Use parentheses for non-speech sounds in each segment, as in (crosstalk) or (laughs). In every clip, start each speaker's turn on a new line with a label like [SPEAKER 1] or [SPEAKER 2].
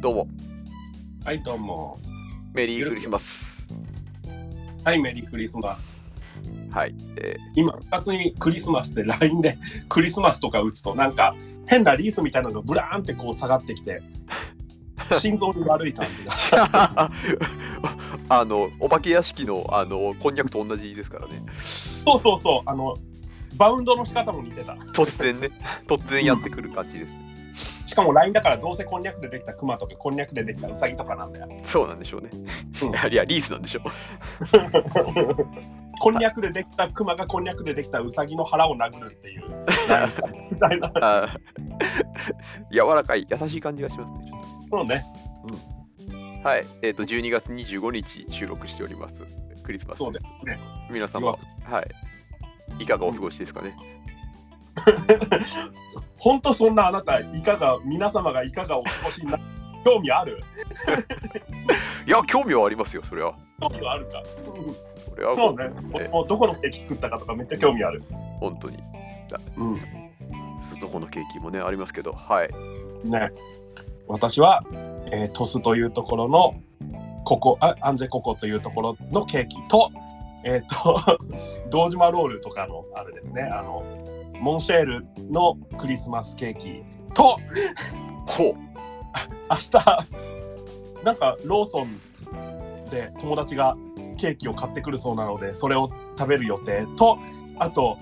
[SPEAKER 1] どうも
[SPEAKER 2] はい、どうも。
[SPEAKER 1] メリークリスマス
[SPEAKER 2] はい、メリークリスマス。
[SPEAKER 1] はい、え
[SPEAKER 2] 今、2つにクリスマスって LINE で (laughs) クリスマスとか打つと、なんか変なリースみたいなのがブラーンってこう下がってきて、心臓に悪い感じが。
[SPEAKER 1] ー (laughs) あのお化け屋敷のあのこんにゃくと同じですからね
[SPEAKER 2] そうそうそう、あの、バウンドの仕方も似てた。
[SPEAKER 1] 突然
[SPEAKER 2] (laughs)
[SPEAKER 1] ね突然やってくる感じです、
[SPEAKER 2] しかも LINE だからどうせこんにゃくでできたクマとかこんにゃくでできたウサギとかなんだよ。
[SPEAKER 1] そうなんでしょうね、
[SPEAKER 2] う
[SPEAKER 1] (laughs)
[SPEAKER 2] ん
[SPEAKER 1] いやいやリースなんでしょう
[SPEAKER 2] こんにゃくでできたクマがこんにゃくでできたウサギの腹を殴るっていう LINE したみたいな。
[SPEAKER 1] あー (laughs) 柔らかい優しい感じがしますねちょっ
[SPEAKER 2] そうね。
[SPEAKER 1] とはいえっ、と12月25日収録しておりますクリスマス
[SPEAKER 2] そう
[SPEAKER 1] で
[SPEAKER 2] ですすね。
[SPEAKER 1] 皆様はいいかがお過ごしですかね、
[SPEAKER 2] 本当そんなあなた、いかが、皆様がいかがお過ごしにな興味ある
[SPEAKER 1] いや興味はありますよそれは
[SPEAKER 2] 興味はあるか。
[SPEAKER 1] それは
[SPEAKER 2] そ
[SPEAKER 1] も
[SPEAKER 2] う
[SPEAKER 1] う
[SPEAKER 2] ね。
[SPEAKER 1] え
[SPEAKER 2] 俺もどこのケーキ作ったかとかめっちゃ興味ある。
[SPEAKER 1] 本当に
[SPEAKER 2] うん。
[SPEAKER 1] どこのケーキもねありますけどはい
[SPEAKER 2] ね。私は、えー鳥栖というところの、ここ、あアンジェココというところのケーキと、えっ、と、 (laughs) 堂島ロールとかの、あれですね、あの、モンシェールのクリスマスケーキと、
[SPEAKER 1] ほ
[SPEAKER 2] 明日、なんかローソンで友達がケーキを買ってくるそうなので、それを食べる予定と、あと、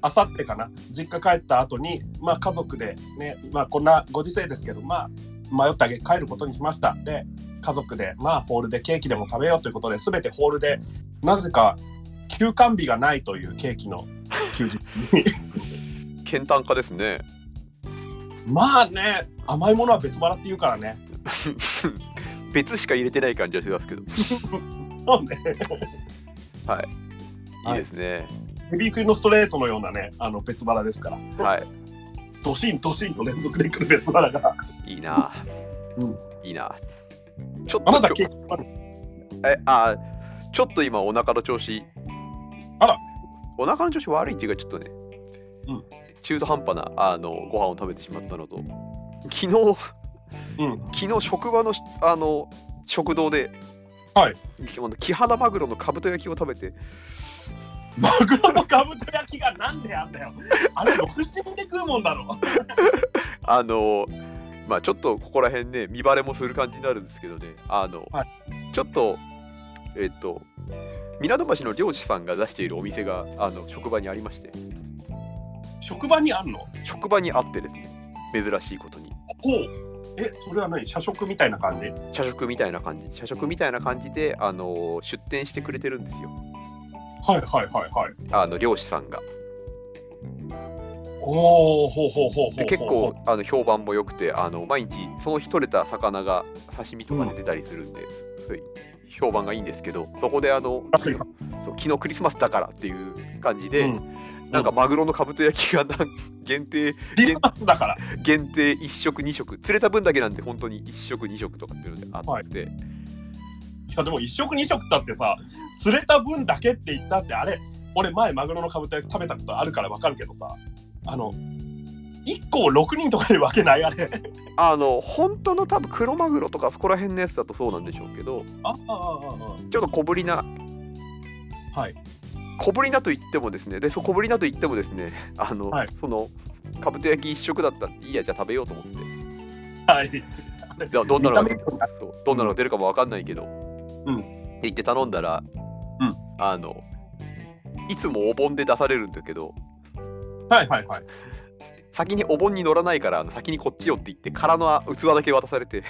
[SPEAKER 2] あさってかな、実家帰った後に、まあ家族でね、まあこんなご時世ですけど、まあ迷ってあげ帰ることにしました。で、家族で、まあホールでケーキでも食べようということで、すべてホールで、なぜか休館日がないというケーキの休日に。
[SPEAKER 1] う健単化ですね (laughs)
[SPEAKER 2] まあね、甘いものは別腹って言うからね。
[SPEAKER 1] 別しか入れてない感じはしますけど
[SPEAKER 2] そうね。
[SPEAKER 1] はいいい
[SPEAKER 2] はい
[SPEAKER 1] ですね
[SPEAKER 2] ヘビー級のストレートのようなね、あの別腹ですから、
[SPEAKER 1] はい
[SPEAKER 2] ドシンドシンと連続で来る別腹が、
[SPEAKER 1] いいな、
[SPEAKER 2] うん
[SPEAKER 1] いいなちょっと
[SPEAKER 2] あなた
[SPEAKER 1] 今日
[SPEAKER 2] 結構ある、
[SPEAKER 1] えあちょっと今お腹の調子
[SPEAKER 2] あら
[SPEAKER 1] お腹の調子悪いっていうかちょっとね、
[SPEAKER 2] うん
[SPEAKER 1] 中途半端なあのご飯を食べてしまったのと昨日
[SPEAKER 2] うん、
[SPEAKER 1] 昨日職場のしあの食堂で、
[SPEAKER 2] はい
[SPEAKER 1] き、あのキハダマグロのかぶと焼きを食べて
[SPEAKER 2] マグロのかぶと焼きがなんであんだよ、あれ、六七人で食うもんだろ、
[SPEAKER 1] あのまあちょっとここら辺ね見バレもする感じになるんですけどねあの、
[SPEAKER 2] は
[SPEAKER 1] ちょっとえっと港町の漁師さんが出しているお店があの職場にありまして
[SPEAKER 2] 職場にあんの、ほ
[SPEAKER 1] 職場にあってですね珍しいことに
[SPEAKER 2] う、え、それは何、社食みたいな感じ、
[SPEAKER 1] 社食みたいな感じ社食みたいな感じであの出店してくれてるんですよ
[SPEAKER 2] はいはいはいはい、
[SPEAKER 1] あの漁師さんが
[SPEAKER 2] おお、ほうほうほうほうほう、
[SPEAKER 1] で結構、あの評判も良くてあの毎日その日取れた魚が刺身とかで出たりするんです、そういう評判がいいんですけどそこであの
[SPEAKER 2] らしいさ
[SPEAKER 1] そう昨日クリスマスだからっていう感じで、
[SPEAKER 2] うん
[SPEAKER 1] なんかマグロのかぶと焼きがなん限定
[SPEAKER 2] クリスマスだから、
[SPEAKER 1] 限定1食2食釣れた分だけなんで本当に1食2食とかっていうのであって、
[SPEAKER 2] いやでも一食二食だってさ釣れた分だけって言ったってあれ俺前マグロのかぶと焼き食べたことあるからわかるけどさあの1個を6人とかで分けないあれ
[SPEAKER 1] あの本当の多分黒マグロとかそこら辺のやつだとそうなんでしょうけど
[SPEAKER 2] ああああ
[SPEAKER 1] ちょっと小ぶりな
[SPEAKER 2] あはい
[SPEAKER 1] 小ぶりなと言ってもですねでそう小ぶりなと言ってもですね (laughs) あの、
[SPEAKER 2] はい
[SPEAKER 1] そのかぶと焼き1食だったっていいやじゃあ食べようと思って
[SPEAKER 2] はい
[SPEAKER 1] だどんなのが
[SPEAKER 2] 見た目が
[SPEAKER 1] そうどんなのが出るかもわかんないけど、
[SPEAKER 2] うん
[SPEAKER 1] って言って頼んだら、
[SPEAKER 2] うん
[SPEAKER 1] あのいつもお盆で出されるんだけど
[SPEAKER 2] はいはい (laughs) はい
[SPEAKER 1] 先にお盆に乗らないからあの先にこっちよって言って空の器だけ渡されて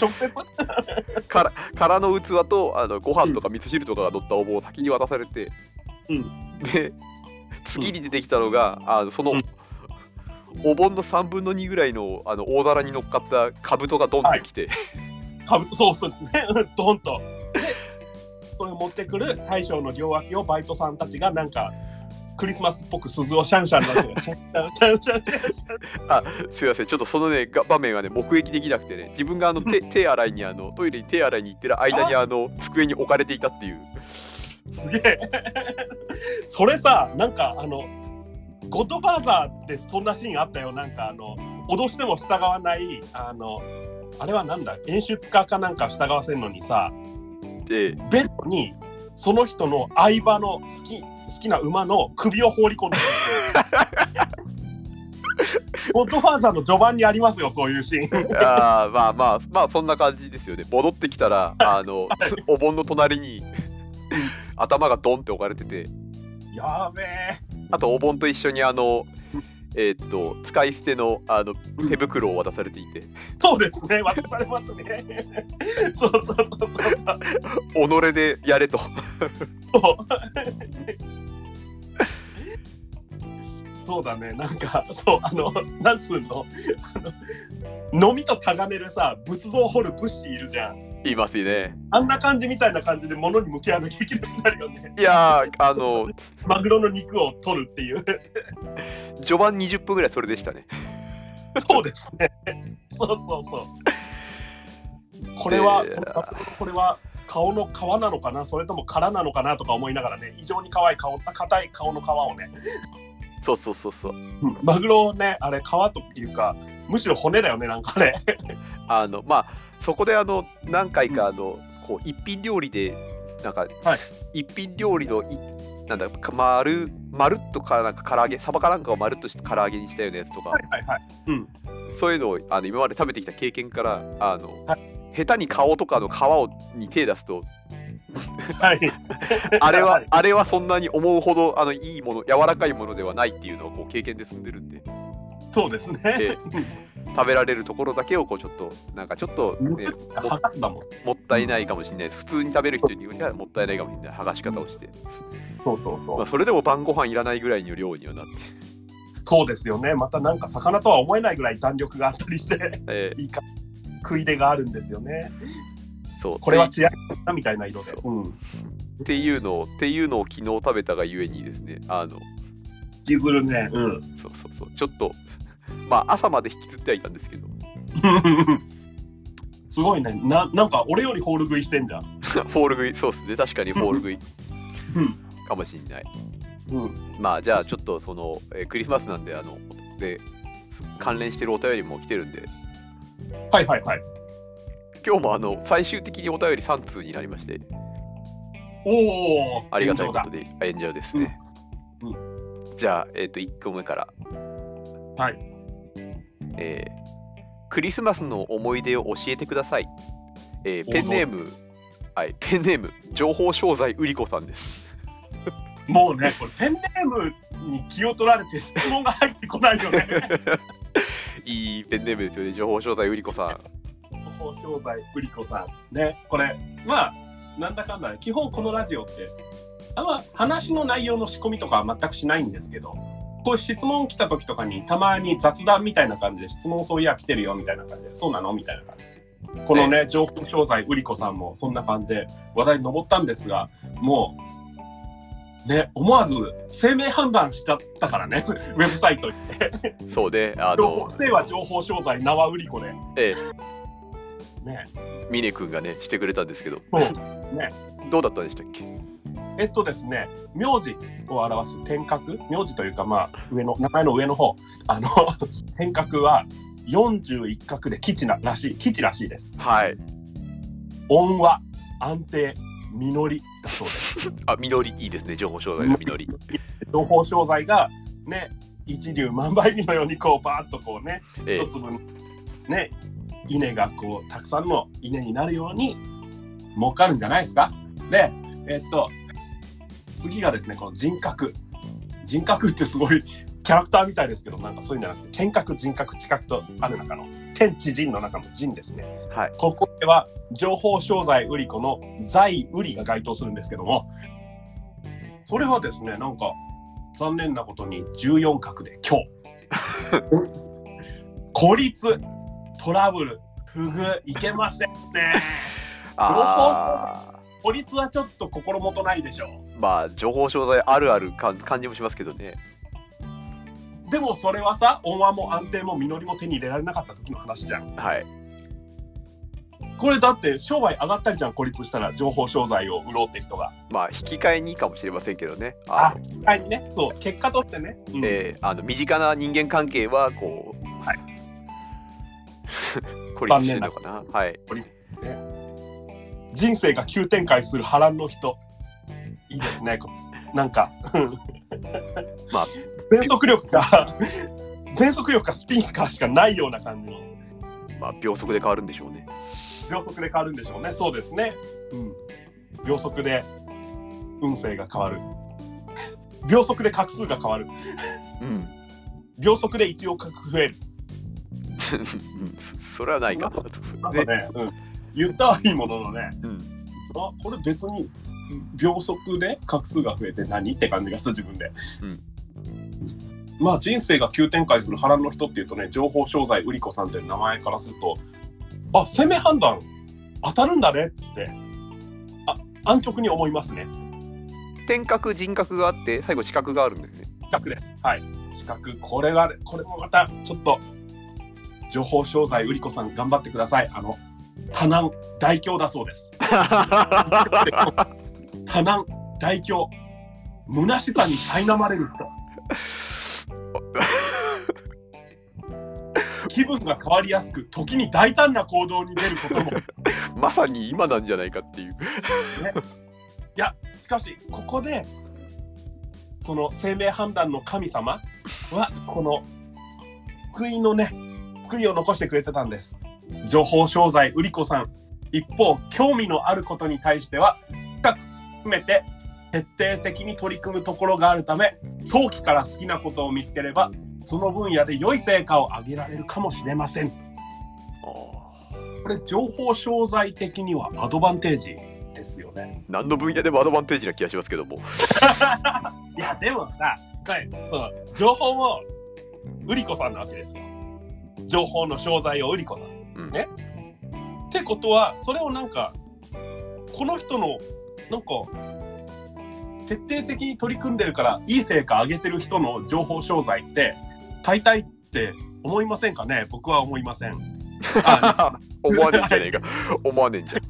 [SPEAKER 2] 直接
[SPEAKER 1] から空の器とあのご飯とか味噌汁とかが乗ったお盆を先に渡されて、
[SPEAKER 2] うん
[SPEAKER 1] で次に出てきたのが、あのその、
[SPEAKER 2] うん
[SPEAKER 1] お盆の3分の2ぐらいのあの大皿に乗っかったかぶとがドンってきて、 (laughs)
[SPEAKER 2] かぶそうそうねうんドンとでそれを持ってくる大将の両脇をバイトさんたちがなんかクリスマスっぽく鈴をシャンシャン鳴らしてシャンシャンシャンシャンシャンシャン
[SPEAKER 1] すいませんちょっとそのねが場面はね目撃できなくてね自分があの手手洗いにあのトイレに手洗いに行ってる間にあの机に置かれていたっていう
[SPEAKER 2] すげえ (laughs) それさなんかあのゴッドファーザーでそんなシーンあったよなんかあの脅しても従わないあのあれはなんだ演出家かなんか従わせるのにさ (laughs)
[SPEAKER 1] で
[SPEAKER 2] ベッドにその人の相場の好き好きな馬の首を放り込んでくるゴッドファーザーの序盤にありますよそういうシーン (laughs)
[SPEAKER 1] あーまあまあまあそんな感じですよね戻ってきたらあ
[SPEAKER 2] (laughs)
[SPEAKER 1] のつお盆の隣に頭がドンって置かれてて
[SPEAKER 2] やべえ
[SPEAKER 1] あとお盆と一緒にあのえーっと使い捨てのあの手袋を渡されていて
[SPEAKER 2] そうですね渡されますね (laughs) そうそうそうそう
[SPEAKER 1] 己でやれと (laughs)
[SPEAKER 2] (laughs) そう。そうだね、なんか、そう、あの、なんつうの、あの、飲みと咎めるさ、仏像を掘る物資いるじゃん。
[SPEAKER 1] 言いますね
[SPEAKER 2] あんな感じみたいな感じで物に向き合わなきゃいけなくなるよ (laughs) ね。
[SPEAKER 1] いやーあの
[SPEAKER 2] マグロの肉を取るって (laughs) いう。
[SPEAKER 1] 序盤20分ぐらいそれでしたね
[SPEAKER 2] そうですね。そうそうそう。これは
[SPEAKER 1] で、
[SPEAKER 2] これは顔の皮なのかな、それとも殻なのかなとか思いながらね、非常に可愛い顔、硬い顔の皮をね、
[SPEAKER 1] そうそうそうそう
[SPEAKER 2] マグロをね、あれ皮とっていうか、むしろ骨だよね、なんかね。
[SPEAKER 1] あのまあそこであの何回かあの、こう一品料理でなんか、
[SPEAKER 2] は
[SPEAKER 1] 一品料理のいなんだか丸丸っとかなんか唐揚げサバかなんかを丸っとして唐揚げにしたようなやつとか、
[SPEAKER 2] はいはいはい。うん。
[SPEAKER 1] そういうのをあの今まで食べてきた経験からあの、下手に顔とかの皮をに手出すと
[SPEAKER 2] はい。
[SPEAKER 1] あれは、
[SPEAKER 2] はい
[SPEAKER 1] あれはそんなに思うほどあのいいもの柔らかいものではないっていうのをこう経験で済んでるんで
[SPEAKER 2] (laughs) そうですね。
[SPEAKER 1] で食べられるところだけをこうちょっとなんかちょっと、ね、
[SPEAKER 2] 剥がすだもん。
[SPEAKER 1] もったいないかもしれない普通に食べる人によりはもったいないかもしれない剥がし方をして、
[SPEAKER 2] そうそうそ
[SPEAKER 1] まあ、それでも晩ご飯いらないぐらいの量にはなって、
[SPEAKER 2] そうですよね。またなんか魚とは思えないぐらい弾力があったりして、
[SPEAKER 1] え
[SPEAKER 2] いいか食い出があるんですよね。
[SPEAKER 1] ーそう
[SPEAKER 2] これは
[SPEAKER 1] っ
[SPEAKER 2] 血合いだなみたいな色で
[SPEAKER 1] そ。
[SPEAKER 2] うん。
[SPEAKER 1] ていうのをっていうのを昨日食べたがゆえにですねあの
[SPEAKER 2] 引きずるね。うん。 (laughs)
[SPEAKER 1] そうそうそうちょっとまあ朝まで引きずってはいたんですけ (laughs) ど
[SPEAKER 2] すごいね。ななんか俺よりホール食いしてんじゃん。
[SPEAKER 1] ホール食いそうですね確かにホール食い
[SPEAKER 2] うん。
[SPEAKER 1] かもしれない
[SPEAKER 2] うん、
[SPEAKER 1] まあじゃあちょっとその、えークリスマスなんであので関連してるお便りも来てるんで
[SPEAKER 2] はいはいはい。
[SPEAKER 1] 今日もあの最終的にお便り3通になりまして
[SPEAKER 2] おお。
[SPEAKER 1] ありがたいこ
[SPEAKER 2] だ
[SPEAKER 1] と。で炎上ですね。
[SPEAKER 2] う
[SPEAKER 1] じゃあ、えっ、と、1個目から。
[SPEAKER 2] はい。
[SPEAKER 1] えークリスマスの思い出を教えてください。えーペンネーム、はい、ペンネーム、情報商材うりこさんです。 (laughs)
[SPEAKER 2] もうね、これペンネームに気を取られて質問が入ってこないよね。
[SPEAKER 1] いいペンネームですよね、情報商材うりこさん。
[SPEAKER 2] 報商材売り子さんねこれまあなんだかんだ基本このラジオってあんま話の内容の仕込みとかは全くしないんですけどこういう質問来た時とかにたまに雑談みたいな感じで質問そういや来てるよみたいな感じでそうなのみたいな感じでこのね情報商材売り子さんもそんな感じで話題に上ったんですがもうね思わず生命判断しちゃったからね (laughs) ウェブサイトに
[SPEAKER 1] そうで、あ
[SPEAKER 2] 情報
[SPEAKER 1] の、
[SPEAKER 2] 性は情報商材縄売り子で
[SPEAKER 1] え
[SPEAKER 2] ね
[SPEAKER 1] ー、峰君がね、してくれたんですけど、
[SPEAKER 2] そう
[SPEAKER 1] どうだったんでしたっけ
[SPEAKER 2] えっとですね、名字を表す天格、名字というか、まあ、上の、名前の上の方、あの、 (laughs) 天格は41画で基地ならしい、基地らしいです。
[SPEAKER 1] はい。
[SPEAKER 2] 恩和、安定、実りだそうです。
[SPEAKER 1] あ、実り、いいですね、情報商材の実り。
[SPEAKER 2] 情報商材が、ね、一粒万倍日のように、こう、バーッとこうね、
[SPEAKER 1] え
[SPEAKER 2] 一
[SPEAKER 1] ー、
[SPEAKER 2] 粒のね、稲がこうたくさんの稲になるように儲かるんじゃないですかでえっと次がですねこの人格人格ってすごい (laughs) キャラクターみたいですけどなんかそういうんじゃなくて天格人格知覚とある中の天地人の中の人ですね
[SPEAKER 1] はい。
[SPEAKER 2] ここでは情報商材売り子の財売りが該当するんですけどもそれはですねなんか残念なことに14角で今日孤立トラブル不遇いけませんね
[SPEAKER 1] あー
[SPEAKER 2] 孤立はちょっと心もとないでしょ
[SPEAKER 1] まあ、情報商材あるある感感じもしますけどね。
[SPEAKER 2] うでもそれはさ恩和も安定も実りも手に入れられなかった時の話じゃん
[SPEAKER 1] はい。
[SPEAKER 2] これだって商売上がったりじゃん孤立したら情報商材を売ろうって人が
[SPEAKER 1] まあ引き換えにかもしれませんけどね。
[SPEAKER 2] あ
[SPEAKER 1] あの
[SPEAKER 2] はいねそう結果とってね、うん
[SPEAKER 1] えーあの身近な人間関係はこう、
[SPEAKER 2] はい
[SPEAKER 1] (laughs) 孤立してるのかなはい
[SPEAKER 2] 人生が急展開する波乱の人いいですねこなんか (laughs)
[SPEAKER 1] まあ
[SPEAKER 2] 全速力か (laughs) 全速力かスピンかしかないような感じの
[SPEAKER 1] まあ秒速で変わるんでしょうね
[SPEAKER 2] 秒速で変わるんでしょうねそうですねうん秒速で運勢が変わる秒速で画数が変わる
[SPEAKER 1] うん (laughs)
[SPEAKER 2] 秒速で1億画増える
[SPEAKER 1] うんそそれはないかなと
[SPEAKER 2] なんか
[SPEAKER 1] ね
[SPEAKER 2] ね、うん、言ったはいいもののね
[SPEAKER 1] うん
[SPEAKER 2] あこれ別に秒速で画数が増えて何って感じがする自分で、
[SPEAKER 1] うん
[SPEAKER 2] まあ人生が急展開する波乱の人っていうとね情報商材売り子さんっていう名前からするとあ生命判断当たるんだねってあ安直に思いますね
[SPEAKER 1] 天角人角があって最後四角があるんだよね
[SPEAKER 2] 四角ですはい四角これがこれもまたちょっと情報商材売り子さん頑張ってくださいあの多難大凶だそうです多難大凶虚しさに苛まれる人気分が変わりやすく時に大胆な行動に出ることもい
[SPEAKER 1] (laughs) まさに今なんじゃないかっていう
[SPEAKER 2] やしかしここでその生命判断の神様はこの救いのね救いを残してくれてたんです情報商材売り子さん一方興味のあることに対しては深く詰めて徹底的に取り組むところがあるため早期から好きなことを見つければその分野で良い成果を上げられるかもしれません
[SPEAKER 1] あー
[SPEAKER 2] これ情報商材的にはアドバンテージですよね。
[SPEAKER 1] 何の分野でもアドバンテージな気がしますけども
[SPEAKER 2] いやでもさ、これその情報も売り子さんなわけですよ。情報の商材を売り子さん。
[SPEAKER 1] うん (laughs)
[SPEAKER 2] ねってことはそれをなんかこの人のなんか徹底的に取り組んでるからいい成果上げてる人の情報商材って買いたいって思いませんかね僕は思いません。あ
[SPEAKER 1] 思わねえんじゃねえか思わねえんじゃん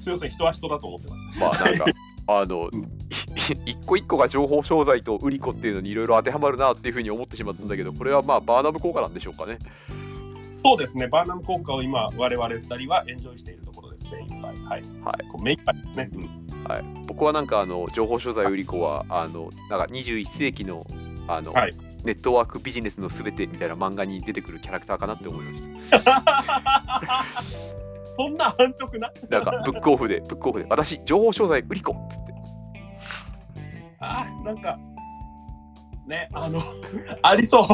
[SPEAKER 2] すいません人は人だと思ってます。
[SPEAKER 1] まあなんかあの
[SPEAKER 2] うん
[SPEAKER 1] い一個一個が情報商材と売り子っていうのにいろいろ当てはまるなっていうふうに思ってしまったんだけどこれはまあバーナム効果なんでしょうかね
[SPEAKER 2] そうですね、バーナム効果を今、我々二人はエンジョイしているところです、精一杯。は
[SPEAKER 1] は
[SPEAKER 2] い。
[SPEAKER 1] い
[SPEAKER 2] こう目いっぱいですね。うん
[SPEAKER 1] 僕はなんかあの情報商材売り子はあのなんか21世紀のあの、
[SPEAKER 2] はい
[SPEAKER 1] ネットワークビジネスのすべてみたいな漫画に出てくるキャラクターかなって思いまし
[SPEAKER 2] そんな安直な
[SPEAKER 1] たなんかブックオフでブックオフで私情報商材売り子っつって
[SPEAKER 2] あーなんか、ね、あの、ありそう。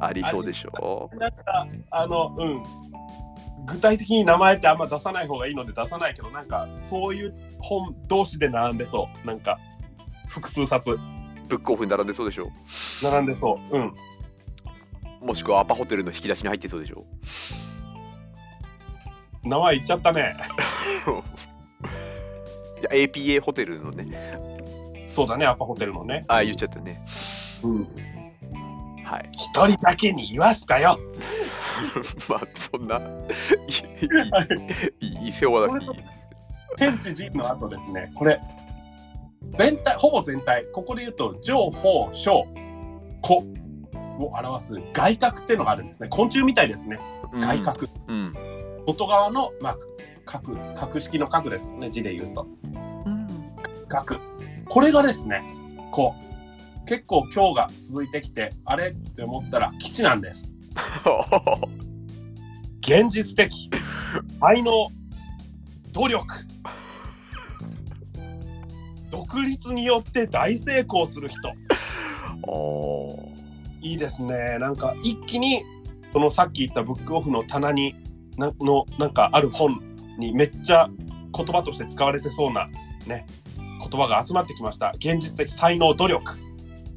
[SPEAKER 1] ありそうでしょ
[SPEAKER 2] なんか、あの、うん。具体的に名前ってあんま出さない方がいいので出さないけど、なんか、そういう本同士で並んでそう。なんか、複数冊
[SPEAKER 1] ブックオフに並んでそうでしょ
[SPEAKER 2] 並んでそう。うん。
[SPEAKER 1] もしくはアパホテルの引き出しに入ってそうでしょ
[SPEAKER 2] 名前言っちゃったね。
[SPEAKER 1] いや APA ホテルのね
[SPEAKER 2] そうだね、アパホテルのね。
[SPEAKER 1] ああ言っちゃったね
[SPEAKER 2] うん。
[SPEAKER 1] はい
[SPEAKER 2] 一人だけに言わすかよ。
[SPEAKER 1] まあそんないいいいいい世話だけいい
[SPEAKER 2] 天地人の後ですね、これ、全体、ほぼ全体、ここで言うと、情報、小、子を表す外角っていうのがあるんですね。昆虫みたいですね、
[SPEAKER 1] うん
[SPEAKER 2] 外角。
[SPEAKER 1] うん
[SPEAKER 2] 外側の、まあ、角、角式の角ですよね、字で言うと。角。これがですね、こう、結構今日が続いてきて、あれって思ったら、基地なんです。現実的、才能、努力。独立によって大成功する人。
[SPEAKER 1] お
[SPEAKER 2] いいですね。なんか一気にこのさっき言ったブックオフの棚になのなんかある本にめっちゃ言葉として使われてそうなね言葉が集まってきました。現実的才能努力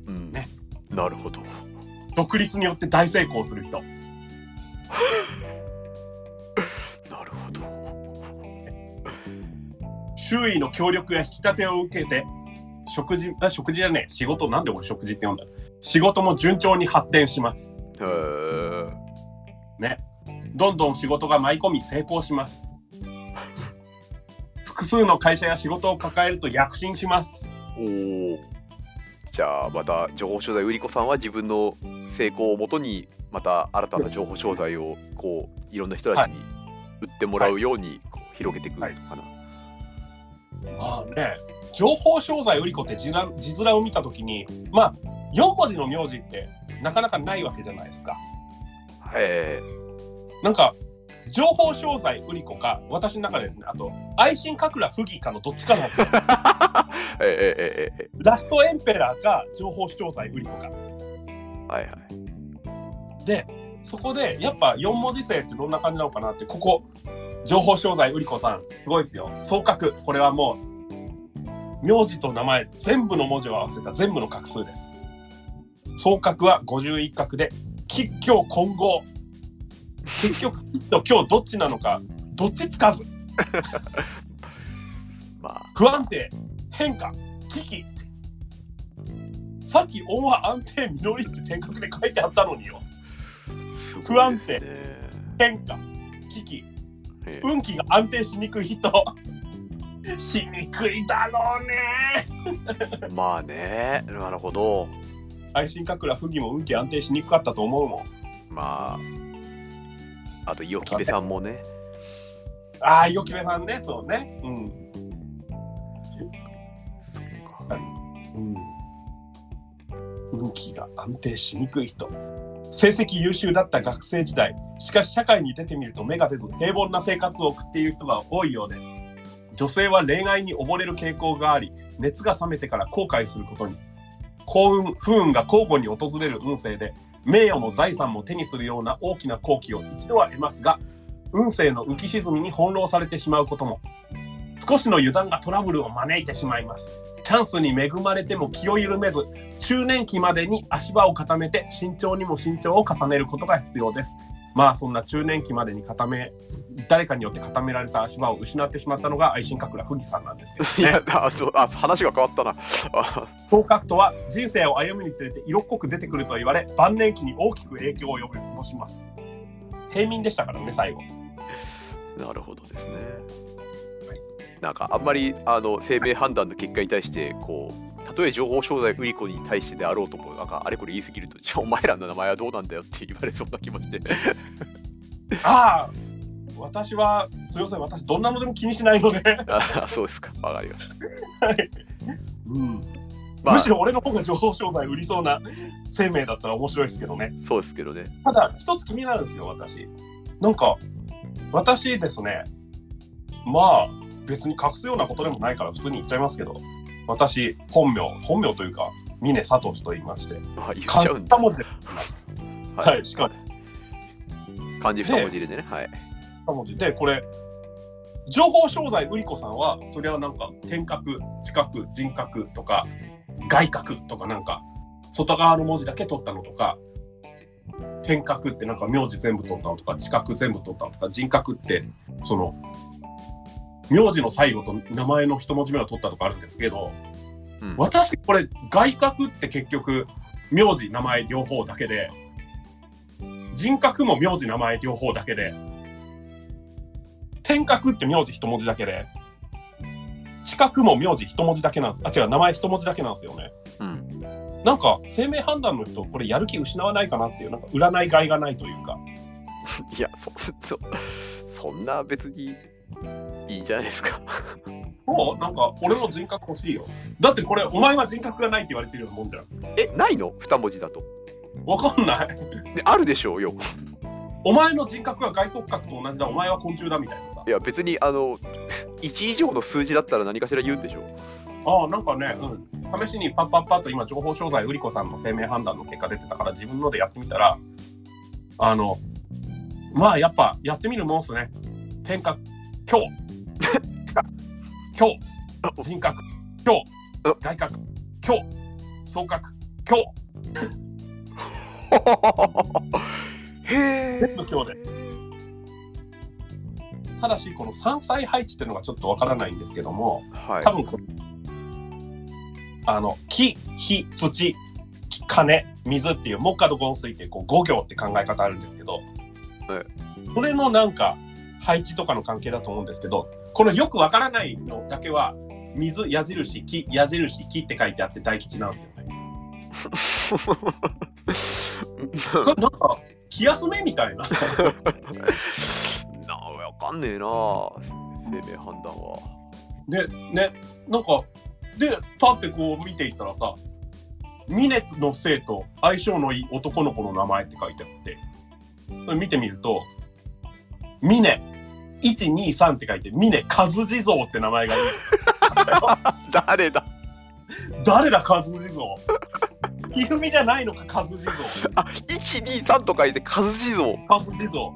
[SPEAKER 1] うん
[SPEAKER 2] ね
[SPEAKER 1] なるほど
[SPEAKER 2] 独立によって大成功する人。
[SPEAKER 1] なるほど
[SPEAKER 2] 周囲の協力や引き立てを受けて食事あ食事じゃねえ仕事なんで俺食事って呼んだ仕事も順調に発展します。
[SPEAKER 1] へー
[SPEAKER 2] どんどん仕事が舞い込み成功します。 (laughs) 複数の会社や仕事を抱えると躍進します。
[SPEAKER 1] おーじゃあまた情報商材売り子さんは自分の成功をもとにまた新たな情報商材をこういろんな人たちに売ってもらうようにこう広げていくのかな、
[SPEAKER 2] まあね、情報商材売り子って字面字面を見たときに、まあ、4文字の名字ってなかなかないわけじゃないですか。
[SPEAKER 1] え
[SPEAKER 2] なんか、情報商材売り子か、私の中でですね、あと、愛心かくら不義かのどっちかなんですよ。
[SPEAKER 1] えええええ
[SPEAKER 2] ラストエンペラーか、情報商材売り子か。
[SPEAKER 1] えはいはい
[SPEAKER 2] で、そこで、やっぱ4文字制ってどんな感じなのかなって、ここ、情報商材売り子さん、すごいですよ。総格、これはもう、名字と名前、全部の文字を合わせた全部の画数です。総格は51画で、吉凶混合。結局、吉と今日どっちなのか、どっちつかず、
[SPEAKER 1] まあ
[SPEAKER 2] 不安定、変化、危機。さっき音は安定、実りって点画で書いてあったのによ。
[SPEAKER 1] すご
[SPEAKER 2] 不
[SPEAKER 1] い
[SPEAKER 2] 安
[SPEAKER 1] です
[SPEAKER 2] 定
[SPEAKER 1] ね
[SPEAKER 2] 変化、危機。
[SPEAKER 1] ええ
[SPEAKER 2] 運気が安定しにくい人 (laughs) しにくいだろうね
[SPEAKER 1] まあねなるほど
[SPEAKER 2] 愛心かくら不義も運気安定しにくかったと思うもん
[SPEAKER 1] まああとよきべさんもね
[SPEAKER 2] ああよきめさんねそうねうん、
[SPEAKER 1] そっ
[SPEAKER 2] かうん、運気が安定しにくい人成績優秀だった学生時代しかし社会に出てみると目が出ず平凡な生活を送っている人が多いようです女性は恋愛に溺れる傾向があり熱が冷めてから後悔することに幸運不運が交互に訪れる運勢で名誉も財産も手にするような大きな好機を一度は得ますが運勢の浮き沈みに翻弄されてしまうことも少しの油断がトラブルを招いてしまいますチャンスに恵まれても気を緩めず中年期までに足場を固めて慎重にも慎重を重ねることが必要ですまあそんな中年期までに固め誰かによって固められた足場を失ってしまったのが愛心かくらふぎさんなんですけ
[SPEAKER 1] (laughs)
[SPEAKER 2] ど
[SPEAKER 1] いやあそうあ話が変わったなあ
[SPEAKER 2] 総格とは人生を歩むにつれて色濃く出てくると言われ晩年期に大きく影響を及ぼします平民でしたからね最後 (laughs)
[SPEAKER 1] なるほどですね
[SPEAKER 2] はい。
[SPEAKER 1] なんかあんまりあの生命判断の結果に対してこうたとえ情報商材売り子に対してであろうともなんかあれこれ言い過ぎるとじゃあお前らの名前はどうなんだよって言われそうな気も
[SPEAKER 2] (laughs)
[SPEAKER 1] して
[SPEAKER 2] ああ私はすいません私どんなのでも気にしないので、 (laughs)
[SPEAKER 1] あそうですかわかりました、
[SPEAKER 2] うん
[SPEAKER 1] まあ
[SPEAKER 2] むし、ろ俺の方が情報商材売りそうな生命だったら面白いですけどね
[SPEAKER 1] そうですけどね
[SPEAKER 2] ただ一つ気になるんですよ私なんか私ですねまあ別に隠すようなことでもないから普通に言っちゃいますけど私本名本名というか峰聡と言いまして
[SPEAKER 1] まあ言っちゃう
[SPEAKER 2] 簡
[SPEAKER 1] んだ
[SPEAKER 2] 単文字で書きます。
[SPEAKER 1] は
[SPEAKER 2] はいい、しかも
[SPEAKER 1] 漢字二文字でねはい
[SPEAKER 2] 簡単文字で、これ、情報商材売り子さんは、それはなんか、天格、地格、人格とか、外格とかなんか、外側の文字だけ取ったのとか、天格ってなんか名字全部取ったのとか、地格全部取ったのとか、人格って、その、名字の最後と名前の一文字目を取ったとかあるんですけど、
[SPEAKER 1] うん
[SPEAKER 2] 私これ外角って結局名字名前両方だけで人格も名字名前両方だけで天格って名字一文字だけで地格も名字一文字だけなんですあ違う名前一文字だけなんですよね
[SPEAKER 1] うん
[SPEAKER 2] なんか生命判断の人これやる気失わないかなっていうなんか占いがいがないというか
[SPEAKER 1] いやそ (laughs) そそそんな別にいいんじゃないですか
[SPEAKER 2] そうなんか俺も人格欲しいよだってこれお前は人格がないって言われてるようなもんじゃん
[SPEAKER 1] えないの二文字だと
[SPEAKER 2] わかんない
[SPEAKER 1] であるでしょうよ
[SPEAKER 2] お前の人格は外国格と同じだお前は昆虫だみたいなさ
[SPEAKER 1] いや別にあの (laughs) 1以上の数字だったら何かしら言うんでし
[SPEAKER 2] (laughs)
[SPEAKER 1] ょ
[SPEAKER 2] ああ、なんかね、うん、試しにパッパッパッと今、情報商材、売り子さんの生命判断の結果出てたから、自分のでやってみたら、あの、まあ、やっぱ、やってみるもんっすね。天下、今日、今日、人格、今
[SPEAKER 1] あ
[SPEAKER 2] 日、外角、今日、総角、今日、
[SPEAKER 1] へ
[SPEAKER 2] 全部今日で。ただし、この山菜配置っていうのがちょっとわからないんですけども、
[SPEAKER 1] はい (laughs)
[SPEAKER 2] 多分こあの木火土金水っていう木下土金水っていうこう五行って考え方あるんですけど、
[SPEAKER 1] はい
[SPEAKER 2] それのなんか配置とかの関係だと思うんですけどこのよくわからないのだけは水矢印木矢印木って書いてあって大吉なんですよね。なんか気休めみたいな
[SPEAKER 1] なわかんねえな生命判断は
[SPEAKER 2] でねなんかでパってこう見ていったらさミネの生と相性のいい男の子の名前って書いてあってそれ見てみるとミネ123って書いてミネ和地蔵って名前がいい
[SPEAKER 1] 誰だ
[SPEAKER 2] 誰だ和地蔵ひふみじゃないのか和地蔵
[SPEAKER 1] あ123と書いて和地蔵
[SPEAKER 2] (laughs) 和地蔵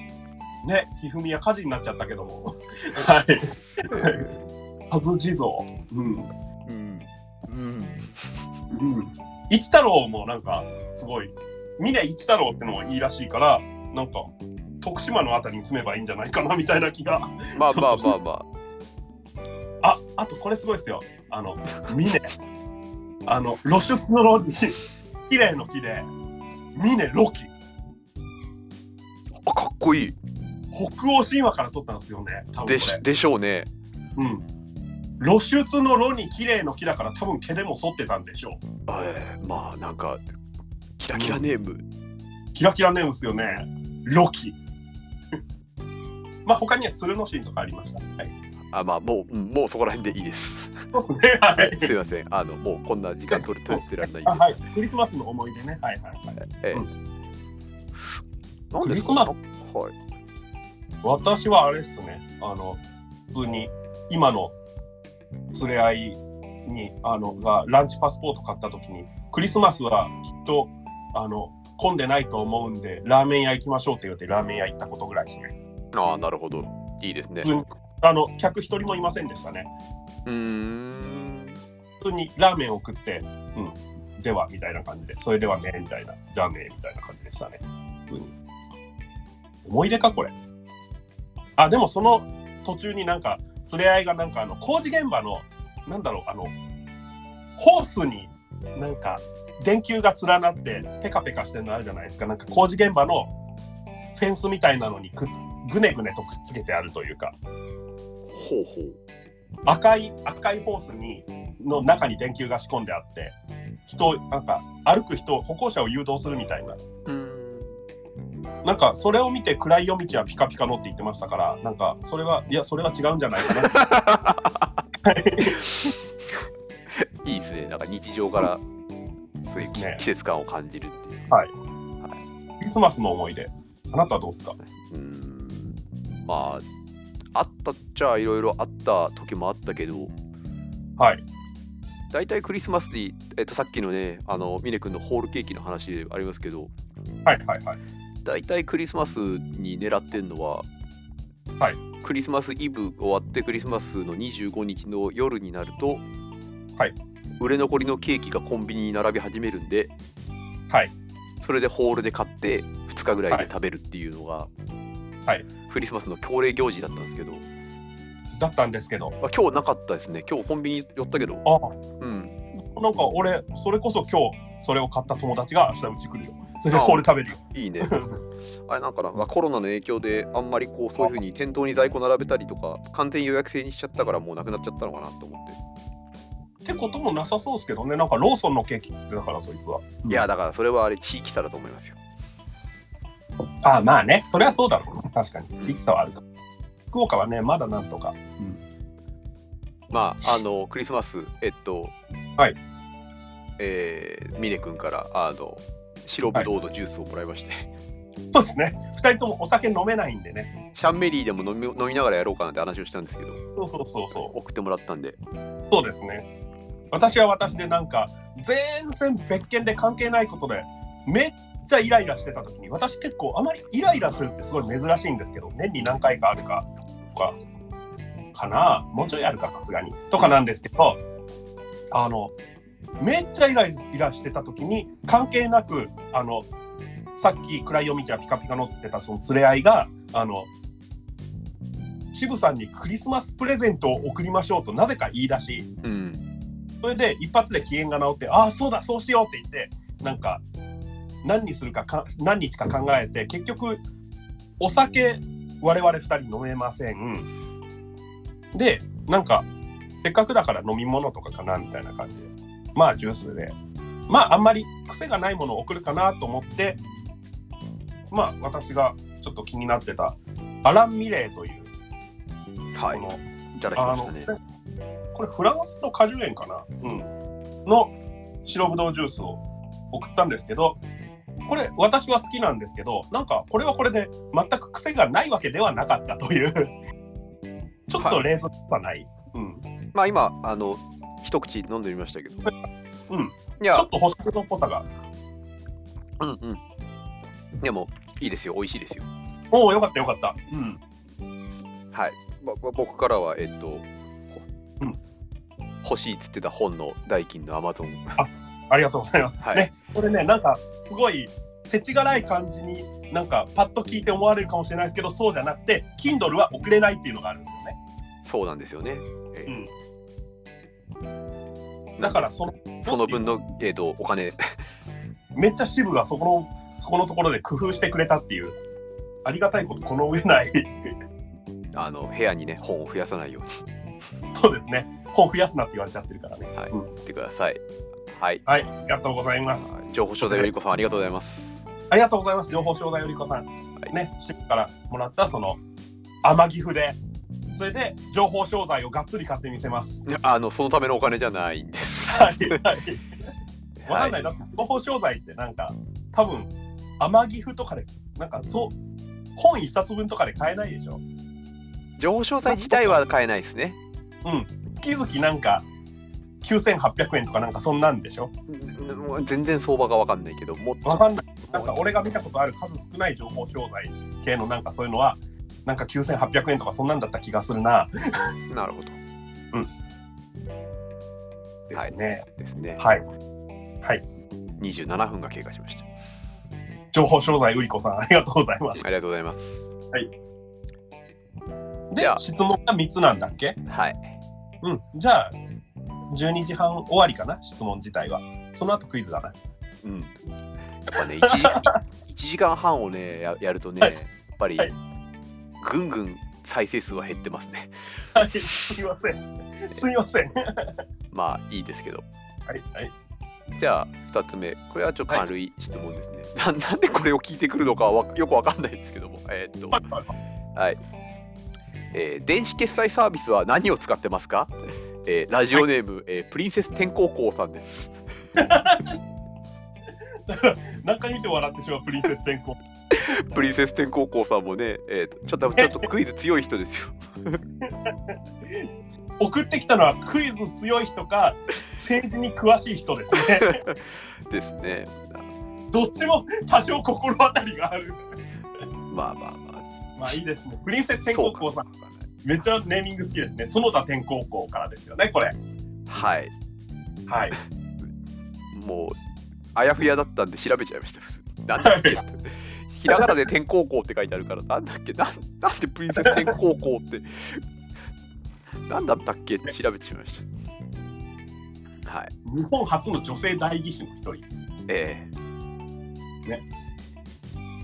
[SPEAKER 2] ねひふみは火事になっちゃったけども (laughs) はい和地蔵うん
[SPEAKER 1] うんうん
[SPEAKER 2] うん一太郎もなんかすごい峰一太郎ってのがいいらしいからなんか徳島のあたりに住めばいいんじゃないかなみたいな気が
[SPEAKER 1] まあまあまあまあ
[SPEAKER 2] ああとこれすごいですよあの峰あの露出の露に (laughs) 綺麗の綺麗峰ロキ
[SPEAKER 1] あかっこいい
[SPEAKER 2] 北欧神話から取ったんですよね多分これ
[SPEAKER 1] でしでしょうね
[SPEAKER 2] うん露出の露に綺麗の木だから多分毛でも剃ってたんでしょう
[SPEAKER 1] えーまあなんかキラキラネーム、
[SPEAKER 2] キラキラネームですよねロキ (laughs) まあ他には鶴の神とかありましたはい
[SPEAKER 1] あまあもううんもうそこら辺でいいです
[SPEAKER 2] そうですね。は
[SPEAKER 1] はい、す
[SPEAKER 2] い。
[SPEAKER 1] いません。あの、もうこんな時間取れ取れてられないんで。
[SPEAKER 2] あはい、クリスマスの思い出ね。はいはいはい。
[SPEAKER 1] ええ
[SPEAKER 2] う
[SPEAKER 1] なん
[SPEAKER 2] ク
[SPEAKER 1] で
[SPEAKER 2] リ
[SPEAKER 1] そ
[SPEAKER 2] ス
[SPEAKER 1] んな
[SPEAKER 2] マス
[SPEAKER 1] はい。
[SPEAKER 2] 私はあれですね。あの普通に今の連れ合いにあのがランチパスポート買った時にクリスマスはきっとあの混んでないと思うんでラーメン屋行きましょうって言ってラーメン屋行ったことぐらいですね。
[SPEAKER 1] ああ、なるほど。いいですね
[SPEAKER 2] 普。通にあの客一人もいませんでしたね。
[SPEAKER 1] うーん。
[SPEAKER 2] 普通にラーメンを食って、うん、ではみたいな感じで、それではねみたいな、じゃあねみたいな感じでしたね。普通に。思い出か、これ。あ、でもその途中になんか、連れ合いがなんかあの工事現場の、なんだろう、あの、ホースになんか電球が連なってペカペカしてるのあるじゃないですか。なんか工事現場のフェンスみたいなのにくっぐねぐねとくっつけてあるというか。
[SPEAKER 1] ほうほう。
[SPEAKER 2] 赤い赤いホースにの中に電球が仕込んであって人をなんか歩く人歩行者を誘導するみたいな
[SPEAKER 1] うーん。
[SPEAKER 2] なんかそれを見て暗い夜道はピカピカのって言ってましたからなんかそれはいやそれは違うんじゃないかな
[SPEAKER 1] いいですね。なんか日常から、そういう
[SPEAKER 2] ですね
[SPEAKER 1] 季節感を感じるっていう。
[SPEAKER 2] はい (laughs) クリスマスの思い出あなたはどうですか
[SPEAKER 1] うーん。まあ、あったっちゃいろいろあった時もあったけど、
[SPEAKER 2] はい
[SPEAKER 1] 大体クリスマスに、えっと、さっきのね、あの、ミネ君のホールケーキの話でありますけど、
[SPEAKER 2] はいはいはい
[SPEAKER 1] 大体クリスマスに狙ってんのは、
[SPEAKER 2] はい
[SPEAKER 1] クリスマスイブ終わってクリスマスの25日の夜になると、
[SPEAKER 2] はい
[SPEAKER 1] 売れ残りのケーキがコンビニに並び始めるんで、
[SPEAKER 2] はい
[SPEAKER 1] それでホールで買って2日ぐらいで食べるっていうのが、
[SPEAKER 2] はい
[SPEAKER 1] クリスマスの恒例行事だったんですけど、
[SPEAKER 2] だったんですけど
[SPEAKER 1] まあ、今日なかったですね今日コンビニ寄ったけど、
[SPEAKER 2] あ
[SPEAKER 1] うん、
[SPEAKER 2] なんか俺それこそ今日それを買った友達が明日うち来るよそれでホール食べるよ
[SPEAKER 1] いいねあれなんかな、まあ、コロナの影響であんまりこうそういうふうに店頭に在庫並べたりとか完全予約制にしちゃったからもうなくなっちゃったのかなと思って。
[SPEAKER 2] ってこともなさそうですけどねなんかローソンのケーキっつってたからそいつはい
[SPEAKER 1] やだからそれはあれ地域差だと思いますよ。
[SPEAKER 2] ああまあね、それはそうだろうな、確かに。地域差はあるか。福岡はね、まだなんとか。
[SPEAKER 1] まああのクリスマスえっと
[SPEAKER 2] はい
[SPEAKER 1] えー、ミネ君からあの白ぶどうのジュースをもらいまして、 (laughs)
[SPEAKER 2] そうですね、2人ともお酒飲めないんでね。
[SPEAKER 1] シャンメリーでも飲み飲みながらやろうかなって話をしたんですけど
[SPEAKER 2] そうそうそうそ
[SPEAKER 1] 送ってもらったんで
[SPEAKER 2] う。そうですね。私は私でなんか、全然別件で関係ないことで、めっちゃイライラしてた時に、私結構あまりイライラするってすごい珍しいんですけど、年に何回かあるかとか、かな、もうちょいあるか、さすがに。とかなんですけど、あの、めっちゃイライラしてた時に関係なくあのさっき暗い夜道はピカピカのっつってたその連れ合いがあの渋さんにクリスマスプレゼントを贈りましょうとなぜか言い出し
[SPEAKER 1] うん
[SPEAKER 2] それで一発で機嫌が治ってああそうだそうしようって言ってなんか何にするかか何日か考えて結局お酒我々2人飲めませんでなんかせっかくだから飲み物とかかなみたいな感じでまあジュースでまああんまり癖がないものを送るかなと思ってまあ私がちょっと気になってたアラン・ミレーという
[SPEAKER 1] は
[SPEAKER 2] この、
[SPEAKER 1] いいただき
[SPEAKER 2] あ
[SPEAKER 1] まし
[SPEAKER 2] の
[SPEAKER 1] たね
[SPEAKER 2] これフランスの果樹園かな、うん、の白ぶどうジュースを送ったんですけどこれ私は好きなんですけどなんかこれはこれで全く癖がないわけではなかったという (laughs) ちょっと冷蔵さない、うん、
[SPEAKER 1] まあ今あの一口飲んでみましたけど
[SPEAKER 2] うん
[SPEAKER 1] い
[SPEAKER 2] ちょ
[SPEAKER 1] や
[SPEAKER 2] っと星のっぽさが
[SPEAKER 1] うんうんでもいいですよ美味しいですよ
[SPEAKER 2] おおよかったよかった、うん、
[SPEAKER 1] はい、ぼぼ僕からはえっと、ほ
[SPEAKER 2] うん
[SPEAKER 1] 欲しいっつってた本の代金のアマゾン
[SPEAKER 2] ありがとうございます、
[SPEAKER 1] はい
[SPEAKER 2] ねこれねなんかすごいせちがらい感じになんかパッと聞いて思われるかもしれないですけどそうじゃなくて Kindle は送れないっていうのがあるんですよね
[SPEAKER 1] そうなんですよね、えー
[SPEAKER 2] だからその
[SPEAKER 1] その分の、えっとお金 (laughs)
[SPEAKER 2] めっちゃ支部がそこのそこのところで工夫してくれたっていうありがたいことこの上ない (laughs)
[SPEAKER 1] あの部屋にね本を増やさないように
[SPEAKER 2] そうですね本増やすなって言われちゃってるからね
[SPEAKER 1] してくださいはい
[SPEAKER 2] はいありがとうございます
[SPEAKER 1] 情報商材よりこさんありがとうございます
[SPEAKER 2] ありがとうございます情報商材よりこさん、
[SPEAKER 1] い
[SPEAKER 2] ね支部からもらったその天城筆それで情報商材をがっつり買ってみせます
[SPEAKER 1] あのそのためのお金じゃないんです
[SPEAKER 2] はいはいわかんない、
[SPEAKER 1] は
[SPEAKER 2] だって情報商材ってなんか多分天城筆とかでなんかそう本一冊分とかで買えないでしょ
[SPEAKER 1] い情報商材自体は買えないですね
[SPEAKER 2] 月々なんか9800円とかなんかそんなんでしょ
[SPEAKER 1] うんもう全然相場がわかんないけどもっ
[SPEAKER 2] わ
[SPEAKER 1] と
[SPEAKER 2] かんないなんか俺が見たことある数少ない情報商材系のなんかそういうのはなんか9800円とかそんなんだった気がするな
[SPEAKER 1] なるほど
[SPEAKER 2] ですね
[SPEAKER 1] ですね、
[SPEAKER 2] はい、
[SPEAKER 1] 27分が経過しました
[SPEAKER 2] 情報商材うりこさんありがとうございます
[SPEAKER 1] ありがとうございます
[SPEAKER 2] で
[SPEAKER 1] じゃあ
[SPEAKER 2] 質問が3つなんだっけ
[SPEAKER 1] はい
[SPEAKER 2] うんじゃあ12時半終わりかな質問自体はその後クイズだな
[SPEAKER 1] うん、やっぱね 1, 時 (laughs) 一時間半をねややるとね、
[SPEAKER 2] はい
[SPEAKER 1] やっぱり、
[SPEAKER 2] はい
[SPEAKER 1] ぐんぐん再生数は減ってますね
[SPEAKER 2] はいすいませんすいませんは
[SPEAKER 1] まあいいですけど
[SPEAKER 2] いはい
[SPEAKER 1] じゃあ2つ目これはちょっと軽い質問ですね、 (laughs) ななんでこれを聞いてくるのかはわよくわかんないですけどもえーっ
[SPEAKER 2] (laughs)
[SPEAKER 1] と、
[SPEAKER 2] はいはいはい
[SPEAKER 1] えー電子決済サービスは何を使ってますか、えーラジオネーム、えープリンセス転校校さんです (laughs)
[SPEAKER 2] 何回見て笑ってしまうプリンセス転校
[SPEAKER 1] プリンセス転校校さんもね、えーとちょっとちょっとクイズ強い人ですよ (laughs)
[SPEAKER 2] 送ってきたのはクイズ強い人か政治に詳しい人ですね
[SPEAKER 1] ですね
[SPEAKER 2] どっちも多少心当たりがある
[SPEAKER 1] まあまあまあ
[SPEAKER 2] (laughs) まあいいですねプリンセス天高校さんめっちゃネーミング好きですね園田天高校からですよねこれ
[SPEAKER 1] はい
[SPEAKER 2] はい
[SPEAKER 1] もうあやふやだったんで調べちゃいました普通になんだっけって (laughs) ひらがなで転校校って書いてあるからなんだっけなんなんでプリンセス転校校ってなんだったっけって調べてしまいましたはい
[SPEAKER 2] 日本初の女性代議士の一人です
[SPEAKER 1] ええ
[SPEAKER 2] ね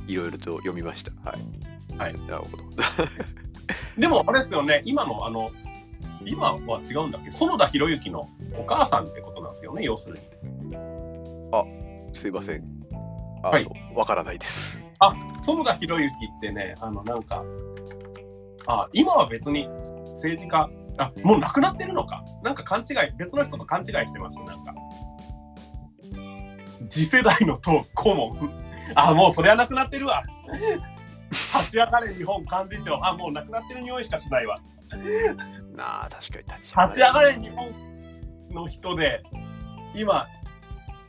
[SPEAKER 1] いろいろと読みましたはい、
[SPEAKER 2] はい、
[SPEAKER 1] なるほど
[SPEAKER 2] でもあれですよね今のあの今は違うんだっけ園田博之のお母さんってことなんですよね要するに
[SPEAKER 1] すいませんあの、
[SPEAKER 2] はい
[SPEAKER 1] わからないです
[SPEAKER 2] あ園田博之ってねあのなんかあ今は別に政治家あもう亡くなってるのかなんか勘違い別の人と勘違いしてましたなんか次世代の党顧問あもうそりゃ亡くなってるわ立ち上がれ日本幹事長あもう亡くなってる匂いしかしないわ
[SPEAKER 1] なあ確かに立ち
[SPEAKER 2] 立ち上がれ日本の人で今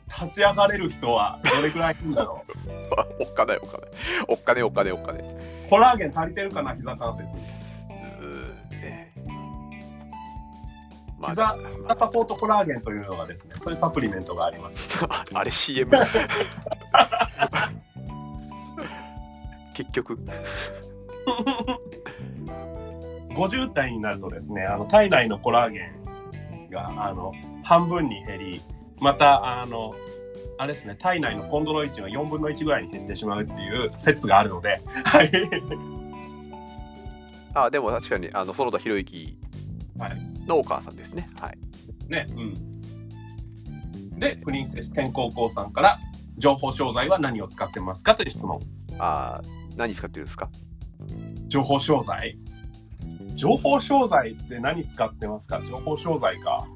[SPEAKER 2] 立ち上がれる人はどれくらいいるんだろう
[SPEAKER 1] あ (laughs) おっかないおっかないおっかねおっかねおっかね
[SPEAKER 2] コラーゲン足りてるかな膝関節に
[SPEAKER 1] うーねまあ
[SPEAKER 2] 膝
[SPEAKER 1] まあ
[SPEAKER 2] サポートコラーゲンというのがですね、そういうサプリメントがあります。
[SPEAKER 1] ああれ CM 結局
[SPEAKER 2] 50代になるとですね、あの体内のコラーゲンがあの半分に減り、またあのあれですね、体内のコンドロイチンが4分の1ぐらいに減ってしまうっていう説があるので、はい、
[SPEAKER 1] あでも確かにあの園田博之
[SPEAKER 2] はい
[SPEAKER 1] のお母さんですねはい
[SPEAKER 2] ね、うん。で、プリンセス天高校さんから、情報商材は何を使ってますかという質問。
[SPEAKER 1] あー何使ってるんですか
[SPEAKER 2] 情報商材情報商材って何使ってますか情報商材か。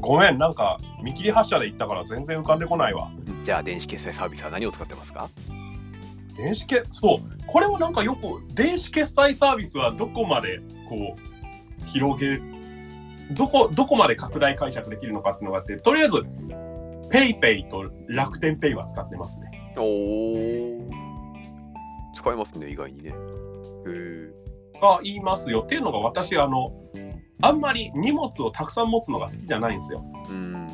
[SPEAKER 2] ごめん、なんか見切り発車で行ったから全然浮かんでこないわ。
[SPEAKER 1] じゃあ電子決済サービスは何を使ってますか
[SPEAKER 2] 電子決そうこれもなんかよく電子決済サービスはどこまでこう広げどこどこまで拡大解釈できるのかっていうのがあってとりあえず PayPay と楽天 Pay は使ってますね
[SPEAKER 1] おお使いますね意外にねへえ
[SPEAKER 2] が言いますよっていうのが私あのあんまり荷物をたくさん持つのが好きじゃないんですよ
[SPEAKER 1] うん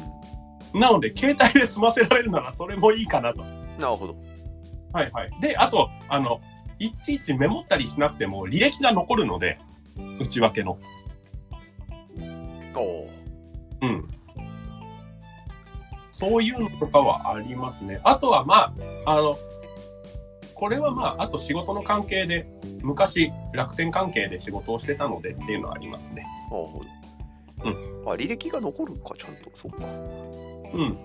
[SPEAKER 2] なので携帯で済ませられるならそれもいいかなと
[SPEAKER 1] なるほど
[SPEAKER 2] はいはいであとあのいちいちメモったりしなくても履歴が残るので内訳の
[SPEAKER 1] おお
[SPEAKER 2] うん。そういうのとかはありますね。あとはまあ、あの、これはまあ、あと仕事の関係で、昔楽天関係で仕事をしてたのでっていうのはありますね。
[SPEAKER 1] なるほど、うん、あ履歴が残るかちゃんとそうか
[SPEAKER 2] うん。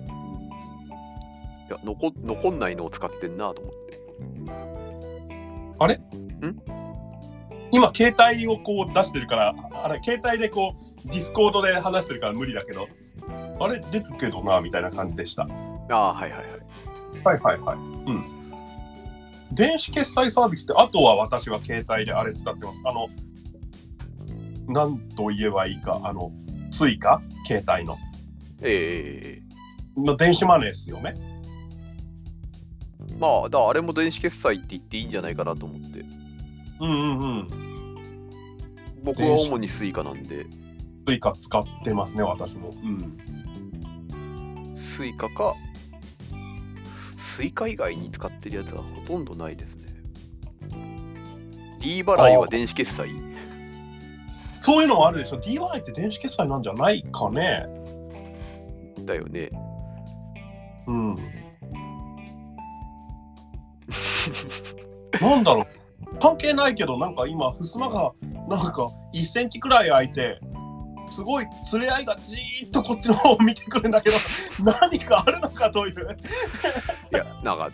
[SPEAKER 1] いや残残んないのを使ってんなと思って
[SPEAKER 2] 今、携帯をこう出してるから、あれ、携帯でこう、ディスコードで話してるから無理だけど、あれ、出てるけどな、みたいな感じでした。
[SPEAKER 1] ああはいはいはい
[SPEAKER 2] はいはいはい。うん。電子決済サービスって、あとは私は携帯であれ使ってます。あの、なんと言えばいいか、あの、スイカ携帯の。
[SPEAKER 1] ええ
[SPEAKER 2] の電子マネーですよね。
[SPEAKER 1] まあだからあれも電子決済って言っていいんじゃないかなと思って
[SPEAKER 2] うんうんうん。
[SPEAKER 1] 僕は主にスイカなんで
[SPEAKER 2] スイカ使ってますね、私も。うん。
[SPEAKER 1] スイカかスイカ以外に使ってるやつはほとんどないですね D 払いは電子決済
[SPEAKER 2] そういうのもあるでしょ。DY って電子決済なんじゃないかね。
[SPEAKER 1] だよね
[SPEAKER 2] うん。 (laughs) なんだろう関係ないけどなんか今襖がなんか1センチくらい開いてすごい連れ合いがじーっとこっちの方を見てくるんだけど (laughs) 何かあるのかという
[SPEAKER 1] いやなんか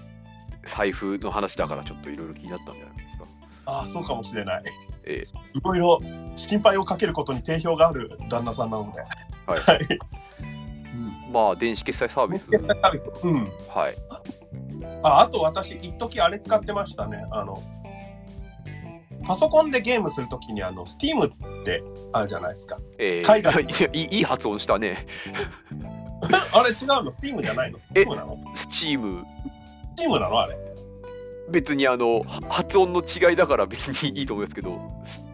[SPEAKER 1] 財布の話だからちょっといろいろ気になったんじゃないですか
[SPEAKER 2] ああそうかもしれない
[SPEAKER 1] ええ
[SPEAKER 2] いろいろ心配をかけることに定評がある旦那さんなので
[SPEAKER 1] はい
[SPEAKER 2] はい
[SPEAKER 1] まあ電子決済サービス
[SPEAKER 2] うん
[SPEAKER 1] はい
[SPEAKER 2] ああと私一時あれ使ってましたねあのパソコンでゲームするときにあの Steam ってあるじゃないですか (laughs)
[SPEAKER 1] ええ
[SPEAKER 2] 海
[SPEAKER 1] (laughs)
[SPEAKER 2] 外
[SPEAKER 1] いいいい発音したね
[SPEAKER 2] あれ違うの ?Steam じゃないの ?Steam なの
[SPEAKER 1] スチーム
[SPEAKER 2] ?Steam なのあれ。
[SPEAKER 1] 別にあのは発音の違いだから別にいいと思いますけどス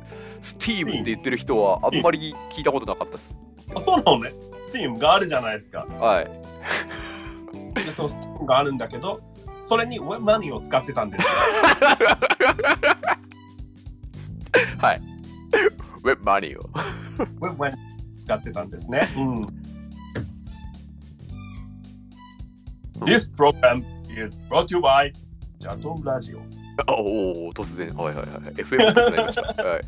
[SPEAKER 1] スティームって言ってる人はあんまり聞いたことなかったです
[SPEAKER 2] あ、そうなのね。Steam があるじゃないですか。
[SPEAKER 1] はい
[SPEAKER 2] で、その Steam があるんだけど、それに Web マニーを使ってたんですよ。
[SPEAKER 1] ウェブマニーを
[SPEAKER 2] (laughs) Web マニー使ってたんですね。うん。This program is brought to you by ジャトンラジオ。
[SPEAKER 1] あおお突然はいはいはい FM になりましたはい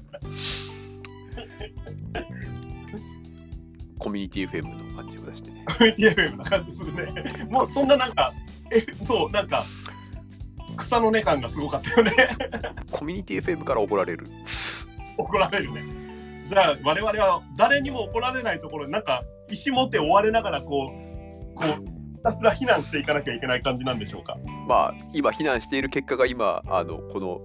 [SPEAKER 1] コミュニティ FM の感じを出してね
[SPEAKER 2] FM な感じするね。もうそんななんか、え、そう、なんか、草の根感がすごかったよね。 (laughs)
[SPEAKER 1] コミュニティ FM から怒られる
[SPEAKER 2] 怒られるね。じゃあ我々は誰にも怒られないところになんか石持って追われながらこうこうひたすら避難していかなきゃいけない感じなんでしょうか。
[SPEAKER 1] まあ今避難している結果が今あのこの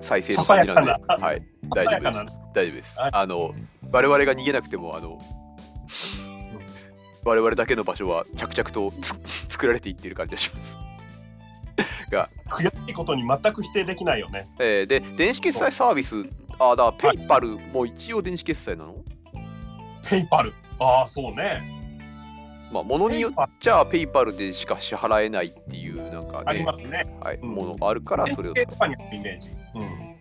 [SPEAKER 1] 再生の感じなんで、
[SPEAKER 2] ささやかな
[SPEAKER 1] はい、大丈夫です
[SPEAKER 2] ささやか
[SPEAKER 1] 大丈夫です
[SPEAKER 2] はい
[SPEAKER 1] あの我々が逃げなくてもあの我々だけの場所は着々とつ作られていっている感じがします、
[SPEAKER 2] 悔しいことに全く否定できないよね。
[SPEAKER 1] えーで電子決済サービスあだペイパルも一応電子決済なの、
[SPEAKER 2] ペイパル。ああそうね。
[SPEAKER 1] まあ、ものによっちゃペイパルでしか支払えないっていうなんか、ね、
[SPEAKER 2] ありますね。
[SPEAKER 1] はい、
[SPEAKER 2] うん
[SPEAKER 1] ものがあるからそれを
[SPEAKER 2] ペイとかにあるイメージ。うん。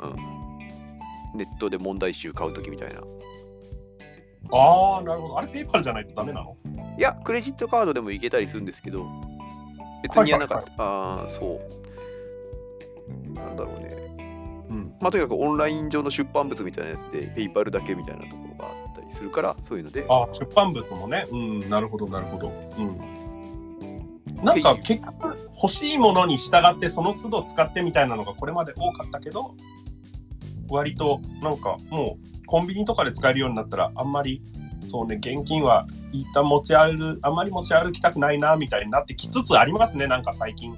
[SPEAKER 1] ネットで問題集買うときみたいな
[SPEAKER 2] ああなるほど。あれペイパルじゃないとダメなの？
[SPEAKER 1] いや、クレジットカードでもいけたりするんですけど、別にやらなかった。ああー、そう。なんだろうね。
[SPEAKER 2] うん。
[SPEAKER 1] まあ、とにかくオンライン上の出版物みたいなやつで、ペイパルだけみたいなところがあったりするから、そういうので、
[SPEAKER 2] あ、出版物もね。うん、なるほど、なるほど。うん。なんか結局、欲しいものに従って、その都度使ってみたいなのがこれまで多かったけど、割となんかもうコンビニとかで使えるようになったら、あんまり、そうね、現金は一旦持ち歩、あんまり持ち歩きたくないな、みたいになってきつつありますね、なんか最近。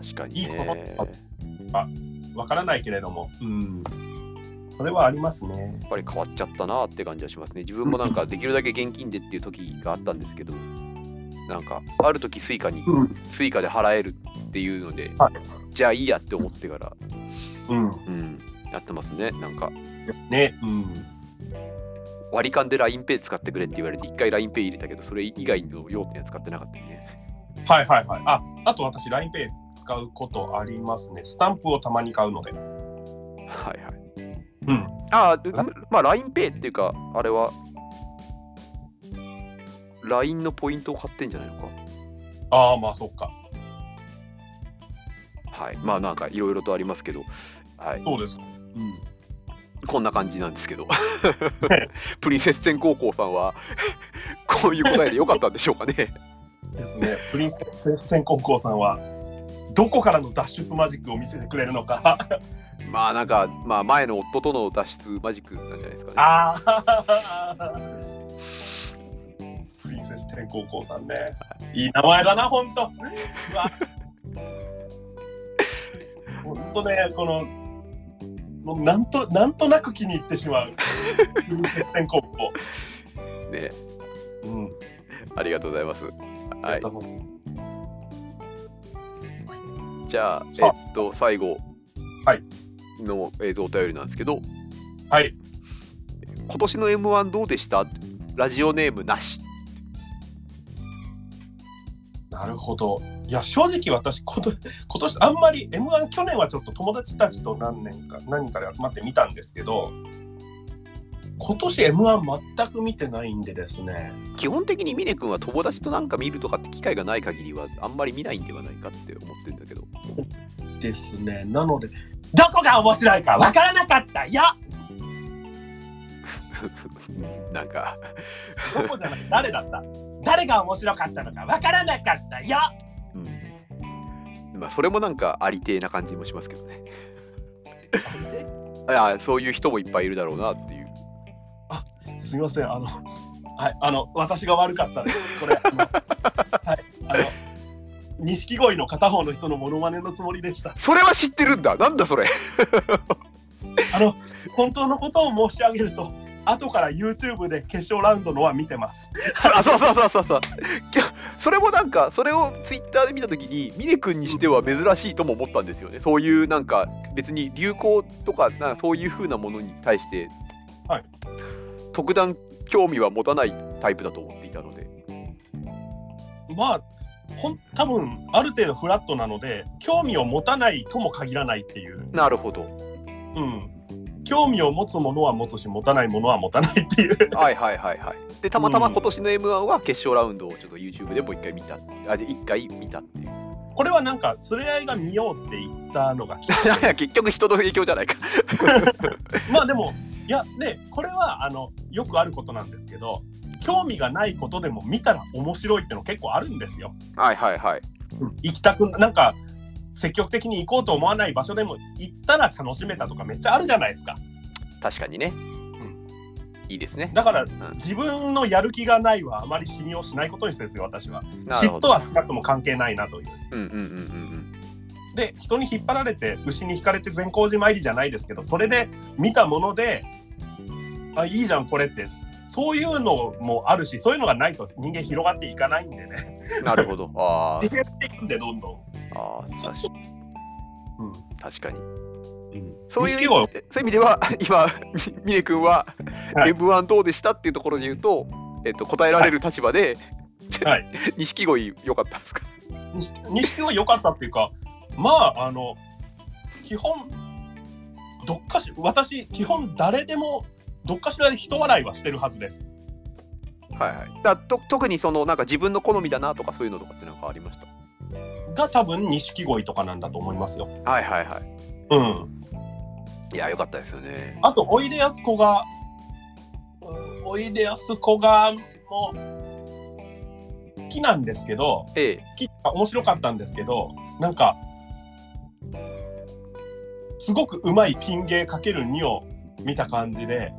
[SPEAKER 1] 確か
[SPEAKER 2] い
[SPEAKER 1] に
[SPEAKER 2] いこと
[SPEAKER 1] ね。
[SPEAKER 2] あ
[SPEAKER 1] や
[SPEAKER 2] っわからないけれども、うん。それはありますね。
[SPEAKER 1] っぱり変わっちゃったなって感じはしますね。自分もなんかできるだけ現金でっていう時があったんですけど、なんかある時スイカに、
[SPEAKER 2] うん
[SPEAKER 1] スイカで払えるっていうので、
[SPEAKER 2] はい
[SPEAKER 1] じゃあいいやって思ってから、
[SPEAKER 2] う
[SPEAKER 1] う
[SPEAKER 2] ん。
[SPEAKER 1] ん、やってますね。なんか
[SPEAKER 2] ね、うん。
[SPEAKER 1] 割り勘で LINEPay 使ってくれって言われて、一回 LINEPay 入れたけど、それ以外の用途には使ってなかったね。
[SPEAKER 2] はいはいはい。あ、あと私、LINEPay 使うことありますね。スタンプをたまに買うので。
[SPEAKER 1] はいはい。
[SPEAKER 2] うん。
[SPEAKER 1] ああ、まあ LINEPay っていうか、あれは、LINE のポイントを買ってんじゃないのか。
[SPEAKER 2] ああ、まあそっか。
[SPEAKER 1] はい。まあなんかいろいろとありますけど、はい。
[SPEAKER 2] そうです。うん。
[SPEAKER 1] こんな感じなんですけど。プリンセスチェン高校さんは、 (laughs) こういう答えでよかったんでしょうかね。
[SPEAKER 2] ですね。プリンセス天高校さんは、どこからの脱出マジックを見せてくれるのか。
[SPEAKER 1] まあなんか、まあ前の夫との脱出マジックなんじゃないですかね。
[SPEAKER 2] ああ。プリンセス天高校さんね。いい名前だな、ほんと。うわほんとね、この、もうなんと、なんとなく気に入ってしまう。プリンセス天高校。
[SPEAKER 1] ね。
[SPEAKER 2] うん。
[SPEAKER 1] ありがとうございます。はい。じゃあ、
[SPEAKER 2] さあ
[SPEAKER 1] えっと、最後
[SPEAKER 2] はい
[SPEAKER 1] の、えっとお便りなんですけど、
[SPEAKER 2] はい。
[SPEAKER 1] 今年の M1 どうでしたラジオネームなし。
[SPEAKER 2] なるほど。いや、正直私、こと今年、あんまり M1、去年はちょっと友達たちと何年か、何かで集まって見たんですけど、今年 M1 全く見てないんでですね。
[SPEAKER 1] 基本的に峰君は友達となんか見るとかって機会がない限りはあんまり見ないんではないかって思ってるんだけど
[SPEAKER 2] ですね。なので、どこが面白いかわからなかったよ
[SPEAKER 1] なんか
[SPEAKER 2] どこじゃなくて誰だった誰が面白かったのかわからなかったよ
[SPEAKER 1] うんまあそれもなんかありてえな感じもしますけどね (laughs) いやそういう人もいっぱいいるだろうなっていう
[SPEAKER 2] すみません、あの、はい、あの、私が悪かったです。これ、あのはい、あの、錦鯉の片方の人のモノマネのつもりでした。
[SPEAKER 1] それは知ってるんだなんだそれ
[SPEAKER 2] あの、本当のことを申し上げると、後から YouTube で決勝ラウンドのは見てます。
[SPEAKER 1] あそうそうそうそう (laughs) そういやそれもなんかそれをツイッターで見た時に峰君にしては珍しいとも思ったんですよねそういうなんか別に流行とかなんかそういう風なものに対して、
[SPEAKER 2] はい
[SPEAKER 1] 特段興味は持たないタイプだと思っていたので
[SPEAKER 2] まあ、ほん、多分、ある程度フラットなので、興味を持たないとも限らないっていう。
[SPEAKER 1] なるほど
[SPEAKER 2] うん。興味を持つものは持つし、持たないものは持たないっていう。 (laughs)
[SPEAKER 1] はいはいはいはいでたまたま
[SPEAKER 2] うん
[SPEAKER 1] 今年の m 1は決勝ラウンドをちょっと YouTube でもう一回見たあで一回見たっていう (laughs)
[SPEAKER 2] これはなんか、連れ合いが見ようって言ったのがきっかけです
[SPEAKER 1] 結局人の影響じゃないか
[SPEAKER 2] まあでもいやねこれはあのよくあることなんですけど興味がないことでも見たら面白いっての結構あるんですよ。
[SPEAKER 1] はいはいはい
[SPEAKER 2] 行きたくなんか積極的に行こうと思わない場所でも行ったら楽しめたとかめっちゃあるじゃないですか。
[SPEAKER 1] 確かにね、
[SPEAKER 2] ん
[SPEAKER 1] いいですね
[SPEAKER 2] だから
[SPEAKER 1] うん
[SPEAKER 2] 自分のやる気がないはあまり信用しないことにしてるんですよ私は。
[SPEAKER 1] なるほ
[SPEAKER 2] 質
[SPEAKER 1] ど
[SPEAKER 2] とは少なくとも関係ないなという。
[SPEAKER 1] うんうんうんうんうん
[SPEAKER 2] で人に引っ張られて牛に引かれて善光寺参りじゃないですけどそれで見たものであいいじゃんこれってそういうのもあるしそういうのがないと人間広がっていかないんでね
[SPEAKER 1] なるほ
[SPEAKER 2] (laughs)
[SPEAKER 1] ど。あ
[SPEAKER 2] ディフェンスでいくんでどんどん。
[SPEAKER 1] あ、ああ、確か
[SPEAKER 2] うん
[SPEAKER 1] 確かに。そ
[SPEAKER 2] そうう
[SPEAKER 1] いう
[SPEAKER 2] い
[SPEAKER 1] 意味
[SPEAKER 2] う
[SPEAKER 1] そういう意味では、 (laughs) 今、み峰君は、
[SPEAKER 2] はい
[SPEAKER 1] M1 どうでしたっていうところで言うと、えっと、答えられる立場で、
[SPEAKER 2] は
[SPEAKER 1] (laughs) 錦鯉良かったんですか
[SPEAKER 2] 錦は良かったっていうかまああの基本どっかし私基本誰でもどっかしらで人笑いはしてるはずです。
[SPEAKER 1] はいはい。だと特にその、なんか自分の好みだなとかそういうのとかってなんかありまし
[SPEAKER 2] が多分錦鯉とかなんだと思いますよ。
[SPEAKER 1] た。はいはいはい。
[SPEAKER 2] うん。
[SPEAKER 1] いや、よかったですよね。
[SPEAKER 2] あと、おいでやすこが、うんおいでやすこがも好きなんですけど、
[SPEAKER 1] ええ、
[SPEAKER 2] 好きあ面白かったんですけど、なんか、すごくうまいピン芸かける2を見た感じで、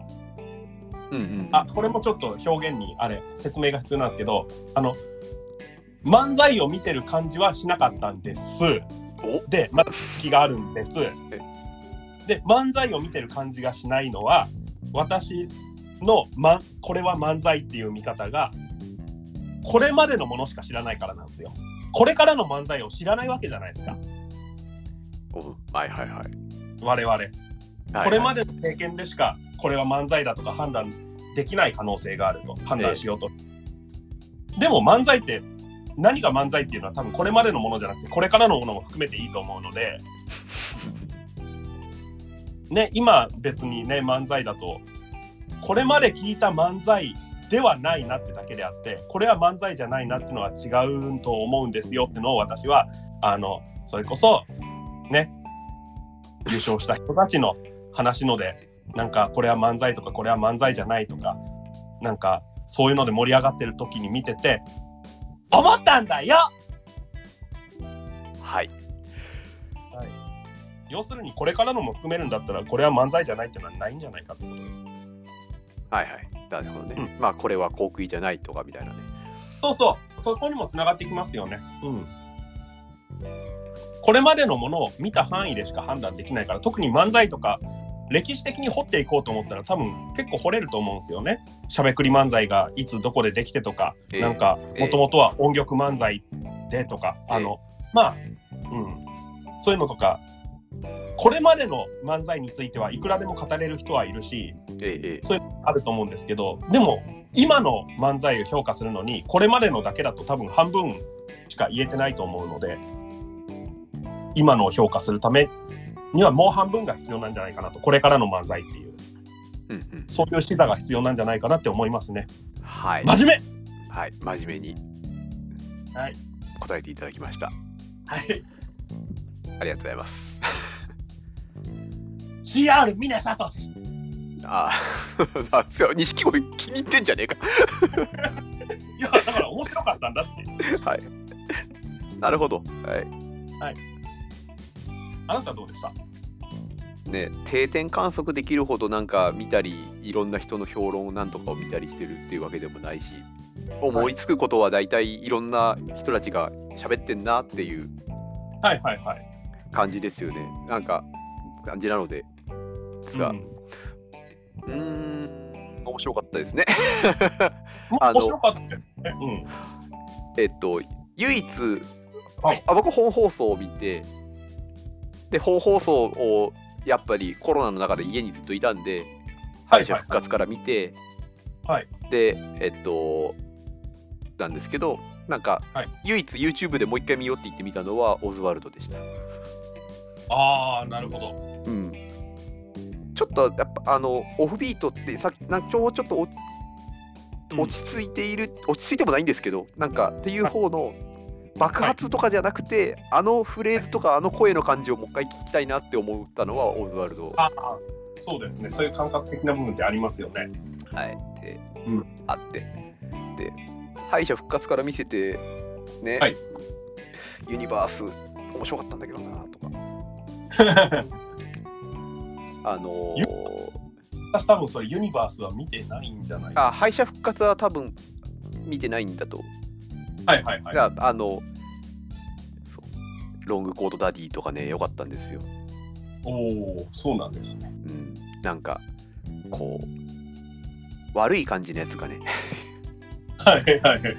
[SPEAKER 1] うんうん。
[SPEAKER 2] あ、これもちょっと表現にあれ説明が必要なんですけどあの漫才を見てる感じはしなかったんです
[SPEAKER 1] お
[SPEAKER 2] でまだ気があるんですで漫才を見てる感じがしないのは私の、ま、これは漫才っていう見方がこれまでのものしか知らないからなんですよこれからの漫才を知らないわけじゃないですか
[SPEAKER 1] おはいはいはい。
[SPEAKER 2] 我々
[SPEAKER 1] はい
[SPEAKER 2] これま
[SPEAKER 1] で。
[SPEAKER 2] での経験でしかこれは漫才だとか判断できない可能性があると判断しようと、でも漫才って何が漫才っていうのは多分これまでのものじゃなくてこれからのものも含めていいと思うのでね今別にね漫才だとこれまで聞いた漫才ではないなってだけであってこれは漫才じゃないなってのは違うと思うんですよってのを私はあのそれこそね優勝した人たちの話のでなんかこれは漫才とかこれは漫才じゃないとかなんかそういうので盛り上がってる時に見てて思ったんだよ
[SPEAKER 1] はい。
[SPEAKER 2] 要するにこれからのも含めるんだったらこれは漫才じゃないってのはないんじゃないかってことです
[SPEAKER 1] はいはい。なるほどね。まあ、これは航空じゃないとかみたいなね。
[SPEAKER 2] そうそうそこにもつながってきますよねうんこれまでのものを見た範囲でしか判断できないから特に漫才とか歴史的に掘っていこうと思ったら多分結構掘れると思うんですよねしゃべくり漫才がいつどこでできてとか
[SPEAKER 1] ええ
[SPEAKER 2] なんか
[SPEAKER 1] ええ
[SPEAKER 2] もともとは音楽漫才でとか、あのまあうんそういうのとかこれまでの漫才についてはいくらでも語れる人はいるし
[SPEAKER 1] ええ、ええ。
[SPEAKER 2] そういうのあると思うんですけどでも今の漫才を評価するのにこれまでのだけだと多分半分しか言えてないと思うので今のを評価するためにはもう半分が必要なんじゃないかなとこれからの漫才っていう
[SPEAKER 1] うんうん。
[SPEAKER 2] そういう視座が必要なんじゃないかなって思いますね
[SPEAKER 1] はい。
[SPEAKER 2] 真面目
[SPEAKER 1] はい。真面目に
[SPEAKER 2] はい
[SPEAKER 1] 答えていただきました。
[SPEAKER 2] はい
[SPEAKER 1] ありがとうございます。 (laughs)
[SPEAKER 2] CR 峰聡
[SPEAKER 1] ああ、 (laughs) なんすよ。錦鯉気に入ってんじゃねえか。 (laughs)
[SPEAKER 2] いやだから面白かったんだって
[SPEAKER 1] はい。なるほど。はい。
[SPEAKER 2] あなたどうでした
[SPEAKER 1] ね、定点観測できるほどなんか見たりいろんな人の評論なんとかを見たりしてるっていうわけでもないし思いつくことは大体いろんな人たちが喋ってんなっていう
[SPEAKER 2] はいはいはい
[SPEAKER 1] 感じですよねなんか感じなのでですが
[SPEAKER 2] う
[SPEAKER 1] うんーん面白かったですね
[SPEAKER 2] ま
[SPEAKER 1] あ
[SPEAKER 2] あ
[SPEAKER 1] の
[SPEAKER 2] 面白かったよねうん
[SPEAKER 1] えっと唯一
[SPEAKER 2] はい
[SPEAKER 1] あ僕本放送を見てで本放送をやっぱりコロナの中で家にずっといたんで敗者復活から見て、
[SPEAKER 2] はい
[SPEAKER 1] でえっとなんですけどなんか、
[SPEAKER 2] はい
[SPEAKER 1] 唯一 YouTube でもう一回見ようって言ってみたのはオズワルドでした、
[SPEAKER 2] ああなるほど
[SPEAKER 1] うん、ちょっとやっぱあのオフビートってさっきなんかちょちょっと落ち
[SPEAKER 2] うん
[SPEAKER 1] 落ち着いている、落ち着いてもないんですけどなんかっていう方の爆発とかじゃなくて、あのフレーズとかあの声の感じをもう一回聞きたいなって思ったのはオズワルド
[SPEAKER 2] ああそうですねそういう感覚的な部分ってありますよね (laughs)
[SPEAKER 1] はい、で、
[SPEAKER 2] うん
[SPEAKER 1] あってで敗者復活から見せてね、
[SPEAKER 2] はい
[SPEAKER 1] ユニバース面白かったんだけどなとかあのー
[SPEAKER 2] ユ私多分それユニバースは見てないんじゃない
[SPEAKER 1] あ敗者復活は多分見てないんだと、
[SPEAKER 2] はいはいはい
[SPEAKER 1] いやあのそうロングコートダディとかね良かったんですよ、
[SPEAKER 2] おおそうなんですね
[SPEAKER 1] うん、なんかこう悪い感じのやつがね (laughs)
[SPEAKER 2] はいはいはい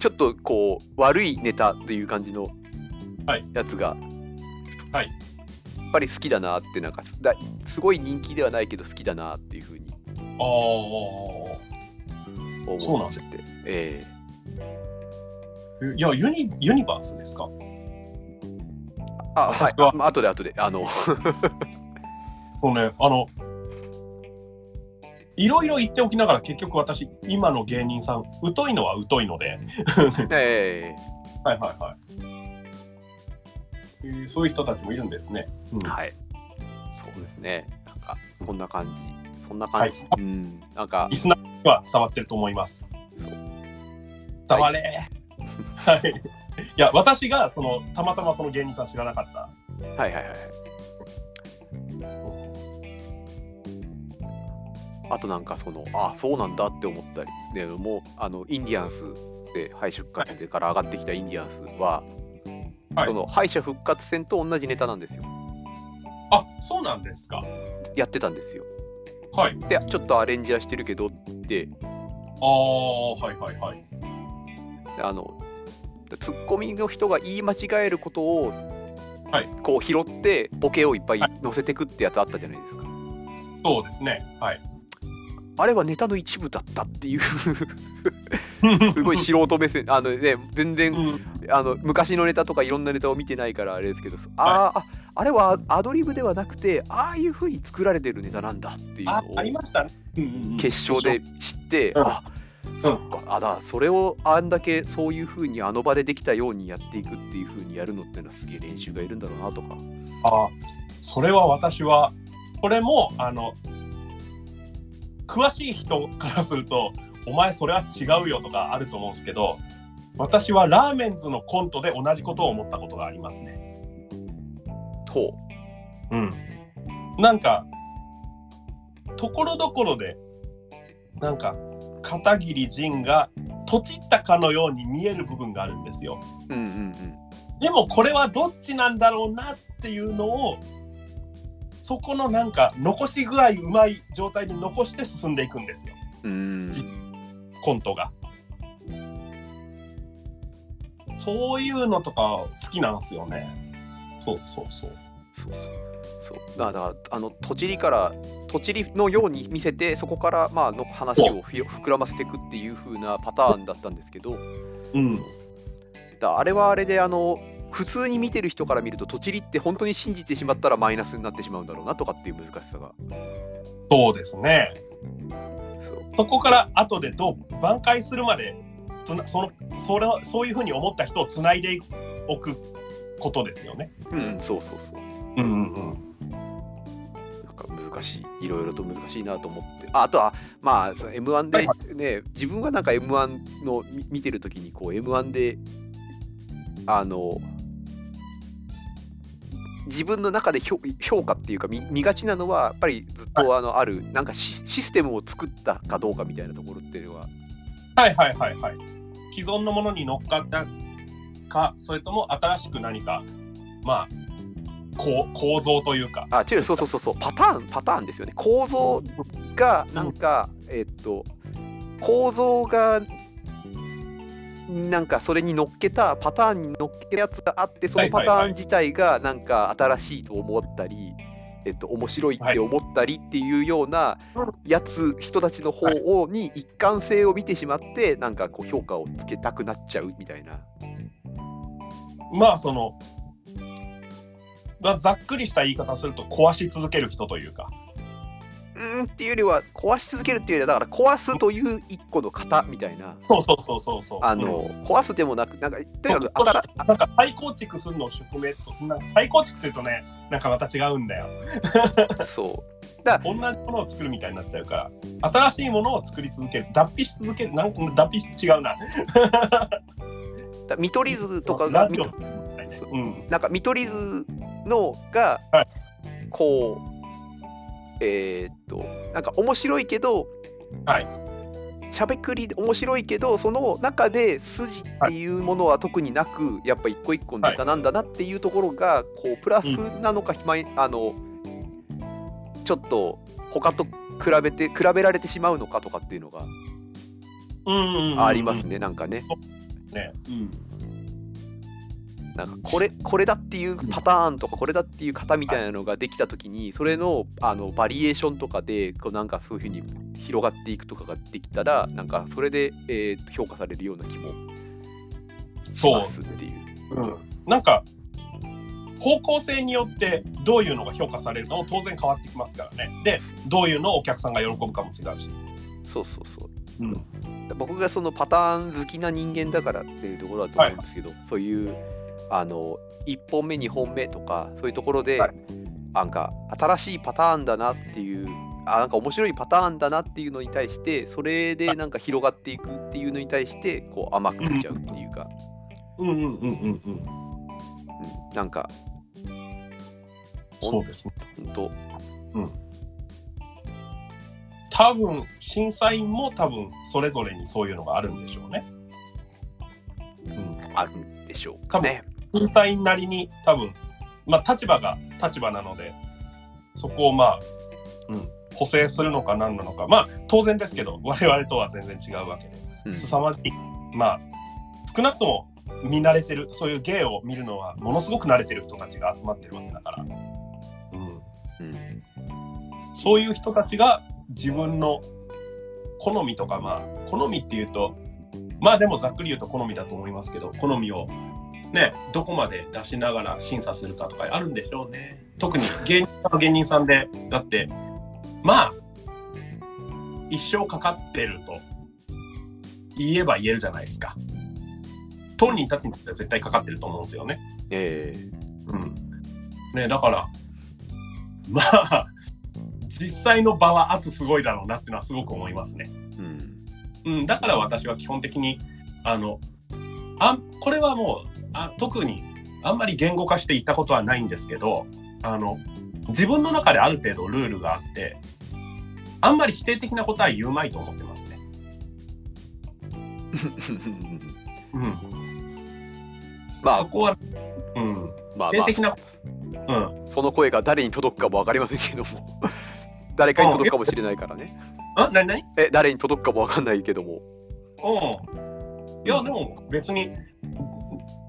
[SPEAKER 1] ちょっとこう悪いネタという感じの
[SPEAKER 2] はい
[SPEAKER 1] やつが、
[SPEAKER 2] はい
[SPEAKER 1] やっぱり好きだなってなんかすだすごい人気ではないけど好きだなっていうふうに
[SPEAKER 2] あーあそう
[SPEAKER 1] 思
[SPEAKER 2] な
[SPEAKER 1] っ
[SPEAKER 2] ん
[SPEAKER 1] ちゃって、え
[SPEAKER 2] ーあーいやユニユニバースですか
[SPEAKER 1] えあはい
[SPEAKER 2] 私は
[SPEAKER 1] あとであとであ
[SPEAKER 2] (laughs)
[SPEAKER 1] の
[SPEAKER 2] そうねあのいろいろ言っておきながら結局私今の芸人さん疎いのは疎いので
[SPEAKER 1] え
[SPEAKER 2] はいはいはい、えーそういう人たちもいるんですね、うん
[SPEAKER 1] えはいそうですね。なんか、そんな感じ。そんな
[SPEAKER 2] は
[SPEAKER 1] 感
[SPEAKER 2] い
[SPEAKER 1] じ。うん。なん
[SPEAKER 2] (laughs)
[SPEAKER 1] か
[SPEAKER 2] リ、スナーには伝わってると思います。
[SPEAKER 1] そう
[SPEAKER 2] 伝われーはい。 (laughs) いや、私がそのたまたまその芸人さん知らなかった。
[SPEAKER 1] はいはいはい。あとなんかそのあそうなんだって思ったりでもうあのインディアンスで敗者復活でから上がってきたインディアンスは、
[SPEAKER 2] はい
[SPEAKER 1] その敗者復活戦と同じネタなんですよ
[SPEAKER 2] あ、そうなんですか。
[SPEAKER 1] やってたんですよ
[SPEAKER 2] はい。
[SPEAKER 1] でちょっとアレンジはしてるけどって
[SPEAKER 2] ああ、はいはいはい。
[SPEAKER 1] あのツッコミの人が言い間違えることを、
[SPEAKER 2] はい
[SPEAKER 1] こう拾ってボケをいっぱい
[SPEAKER 2] は
[SPEAKER 1] 載せてくってやつあったじゃないですか、
[SPEAKER 2] そうですね。はい。
[SPEAKER 1] あれはネタの一部だったっていうすご
[SPEAKER 2] (laughs)
[SPEAKER 1] い素人目線あのね全然
[SPEAKER 2] うん
[SPEAKER 1] あの昔のネタとかいろんなネタを見てないからあれですけど、あーああれはアドリブではなくてああいう風に作られてるネタなんだっていうの
[SPEAKER 2] あ
[SPEAKER 1] を、
[SPEAKER 2] ありましたね。うんうんうん
[SPEAKER 1] 決勝で知って、
[SPEAKER 2] うん
[SPEAKER 1] あそっかあだそれをあんだけそういう風にあの場でできたようにやっていくっていう風にやるのってのはすげえ練習がいるんだろうなとか
[SPEAKER 2] あそれは私はこれもあの詳しい人からすると「お前それは違うよ」とかあると思うんですけど私はラーメンズのコントで同じことを思ったことがありますね。
[SPEAKER 1] ほ
[SPEAKER 2] うん、なんかところどころでなんか片桐仁がとちったかのように見える部分があるんですよ。
[SPEAKER 1] ううんうん
[SPEAKER 2] でもこれはどっちなんだろうなっていうのをそこのなんか残し具合うまい状態に残して進んでいくんですよ
[SPEAKER 1] うんうーん
[SPEAKER 2] じコントが。そういうのとか好きなんですよね。そうそうそう。
[SPEAKER 1] そうそうそうだからあのとちりからとちりのように見せてそこからまあの話をふよ膨らませていくっていう風なパターンだったんですけど
[SPEAKER 2] うん、
[SPEAKER 1] だあれはあれであの普通に見てる人から見るととちりって本当に信じてしまったらマイナスになってしまうんだろうなとかっていう難しさが
[SPEAKER 2] そうですね。
[SPEAKER 1] そう
[SPEAKER 2] そこから後でどう挽回するまでつなそのそれをそういうふうに思った人をつないでおくことですよね。
[SPEAKER 1] うんそうそうそう
[SPEAKER 2] うんうんうん。
[SPEAKER 1] なんか難しいいろいろと難しいなと思ってああとはまあその M1 で
[SPEAKER 2] はい
[SPEAKER 1] ね、自分がなんか M1 のみ見てる時にこう M1 であの自分の中で評評価っていうか見見がちなのはやっぱりずっとあのあるなんかシシステムを作ったかどうかみたいなところっていうのは
[SPEAKER 2] はいはいはいはい。既存のものに乗っかったかそれとも新しく何かまあこう構造というか。
[SPEAKER 1] あ違うそうそうそうそうパターンパターンですよね構造がなんか、えっと構造がなんかそれに乗っけたパターンに乗っけたやつがあってそのパタ
[SPEAKER 2] はいはい
[SPEAKER 1] ー
[SPEAKER 2] は
[SPEAKER 1] ン
[SPEAKER 2] い
[SPEAKER 1] 自体がなんか新しいと思ったり、えっと面白いって思ったりっていうようなやつ、人たちの方をに一貫性を見てしまってなんかこう評価をつけたくなっちゃうみたいな。
[SPEAKER 2] まあそのまあざっくりした言い方をすると壊し続ける人というか。
[SPEAKER 1] うーんっていうよりは壊し続けるっていうよりはだから壊すという一個の型みたいな。
[SPEAKER 2] そうそうそうそうそう。
[SPEAKER 1] あの、壊すでもなく、なんか、とにかく
[SPEAKER 2] そう
[SPEAKER 1] 新
[SPEAKER 2] なんか再構築するのを宿命となんか再構築っていうとねなんかまた違うんだよ (laughs)
[SPEAKER 1] そう。
[SPEAKER 2] 同じものを作るみたいになっちゃうから新しいものを作り続ける脱皮し続けるなんか脱皮し違うな
[SPEAKER 1] だ見取り図とかが
[SPEAKER 2] ラ、ジオ
[SPEAKER 1] みとそう
[SPEAKER 2] うん
[SPEAKER 1] なんか見取り図のが、
[SPEAKER 2] はい
[SPEAKER 1] こう、えーっと、なんか面白いけど、
[SPEAKER 2] はい
[SPEAKER 1] しゃべくりで面白いけどその中で筋っていうものは特になく、やっぱ一個一個のネタなんだなっていうところが、こうプラスなのか、まいあのちょっと他と比べて比べられてしまうのかとかっていうのが
[SPEAKER 2] うんうんうん
[SPEAKER 1] ありますね、なんかね
[SPEAKER 2] ねうん
[SPEAKER 1] なんかこれこれだっていうパターンとかこれだっていう型みたいなのができた時にそれのあのバリエーションとかでこうなんかそういうふうに広がっていくとかができたらなんかそれで、えーと評価されるような気もし
[SPEAKER 2] そう
[SPEAKER 1] ますっていう。
[SPEAKER 2] うんなんか方向性によってどういうのが評価されるかも当然変わってきますからねでどういうのをお客さんが喜ぶかも違うし、
[SPEAKER 1] そうそうそう
[SPEAKER 2] うん、
[SPEAKER 1] 僕がそのパターン好きな人間だからっていうところだと思うんですけど、そういうあの1本目2本目とかそういうところで、
[SPEAKER 2] はい
[SPEAKER 1] なんか新しいパターンだなっていうあなんか面白いパターンだなっていうのに対してそれでなんか広がっていくっていうのに対してこう甘く見ちゃうっていうか、
[SPEAKER 2] うんうんうんうんうん。
[SPEAKER 1] うん、なんか
[SPEAKER 2] そうですね。
[SPEAKER 1] ほんと
[SPEAKER 2] 多分、審査員も多分、それぞれにそういうのがあるんでしょうね。うん、
[SPEAKER 1] あるんでしょうかね。
[SPEAKER 2] 審査員なりに多分、まあ、立場が立場なので、そこをまあ、うん、補正するのか何なのか。まあ、当然ですけど、我々とは全然違うわけで。
[SPEAKER 1] うん
[SPEAKER 2] 凄まじい、まあ、少なくとも見慣れてる、そういう芸を見るのは、ものすごく慣れてる人たちが集まってるわけだから、う
[SPEAKER 1] うん
[SPEAKER 2] ん、そういう人たちが自分の好みとか、まあ、好みっていうと、まあでもざっくり言うと好みだと思いますけど、好みをね、どこまで出しながら審査するかとかあるんでしょうね。特に芸人さんは芸人さんで、だって、まあ、一生かかってると言えば言えるじゃないですか。当人たちにとっては絶対かかってると思うんですよね。
[SPEAKER 1] え
[SPEAKER 2] うん。ねだから、まあ、実際の場は圧すごいだろうなってのはすごく思いますね。
[SPEAKER 1] えうん
[SPEAKER 2] うん、だから私は基本的に、あの、あこれはもうあ、特にあんまり言語化して言ったことはないんですけど、あの、自分の中である程度ルールがあって、あんまり否定的なことは言うまいと思ってますね。うん。
[SPEAKER 1] (laughs) ま
[SPEAKER 2] そ
[SPEAKER 1] あ
[SPEAKER 2] こは、うん、
[SPEAKER 1] まあ
[SPEAKER 2] 否
[SPEAKER 1] ま
[SPEAKER 2] 定的な
[SPEAKER 1] あ
[SPEAKER 2] うん。
[SPEAKER 1] その声が誰に届くかも分かりませんけども (laughs) 誰かに届くかもしれないからね
[SPEAKER 2] あ、なになに
[SPEAKER 1] え誰に届くかも分かんないけども
[SPEAKER 2] うん。いや、でも別に、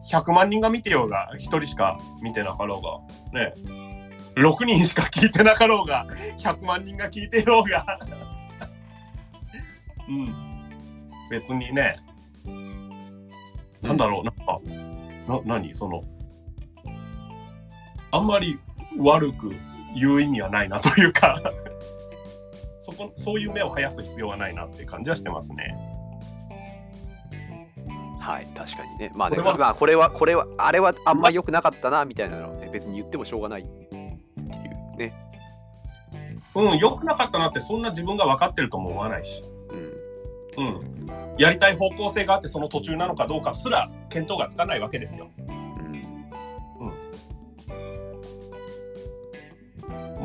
[SPEAKER 2] 100万人が見てようが、1人しか見てなかろうが、ね、6人しか聞いてなかろうが、100万人が聞いてようが、 (laughs) うん。別にね、なんだろう、なんか、な、何その、あんまり悪く言う意味はないなというか、そこ、そういう目を生やす必要はないなって感じはしてますね。
[SPEAKER 1] はい確かにねまあね
[SPEAKER 2] これは
[SPEAKER 1] まあこれはこれはあれはあんま良くなかったなみたいなのをね別に言ってもしょうがないっていうね
[SPEAKER 2] うん、良くなかったなって、そんな自分が分かってるとも思わないし、
[SPEAKER 1] うん
[SPEAKER 2] うん、やりたい方向性があって、その途中なのかどうかすら見当がつかないわけですよ。
[SPEAKER 1] うん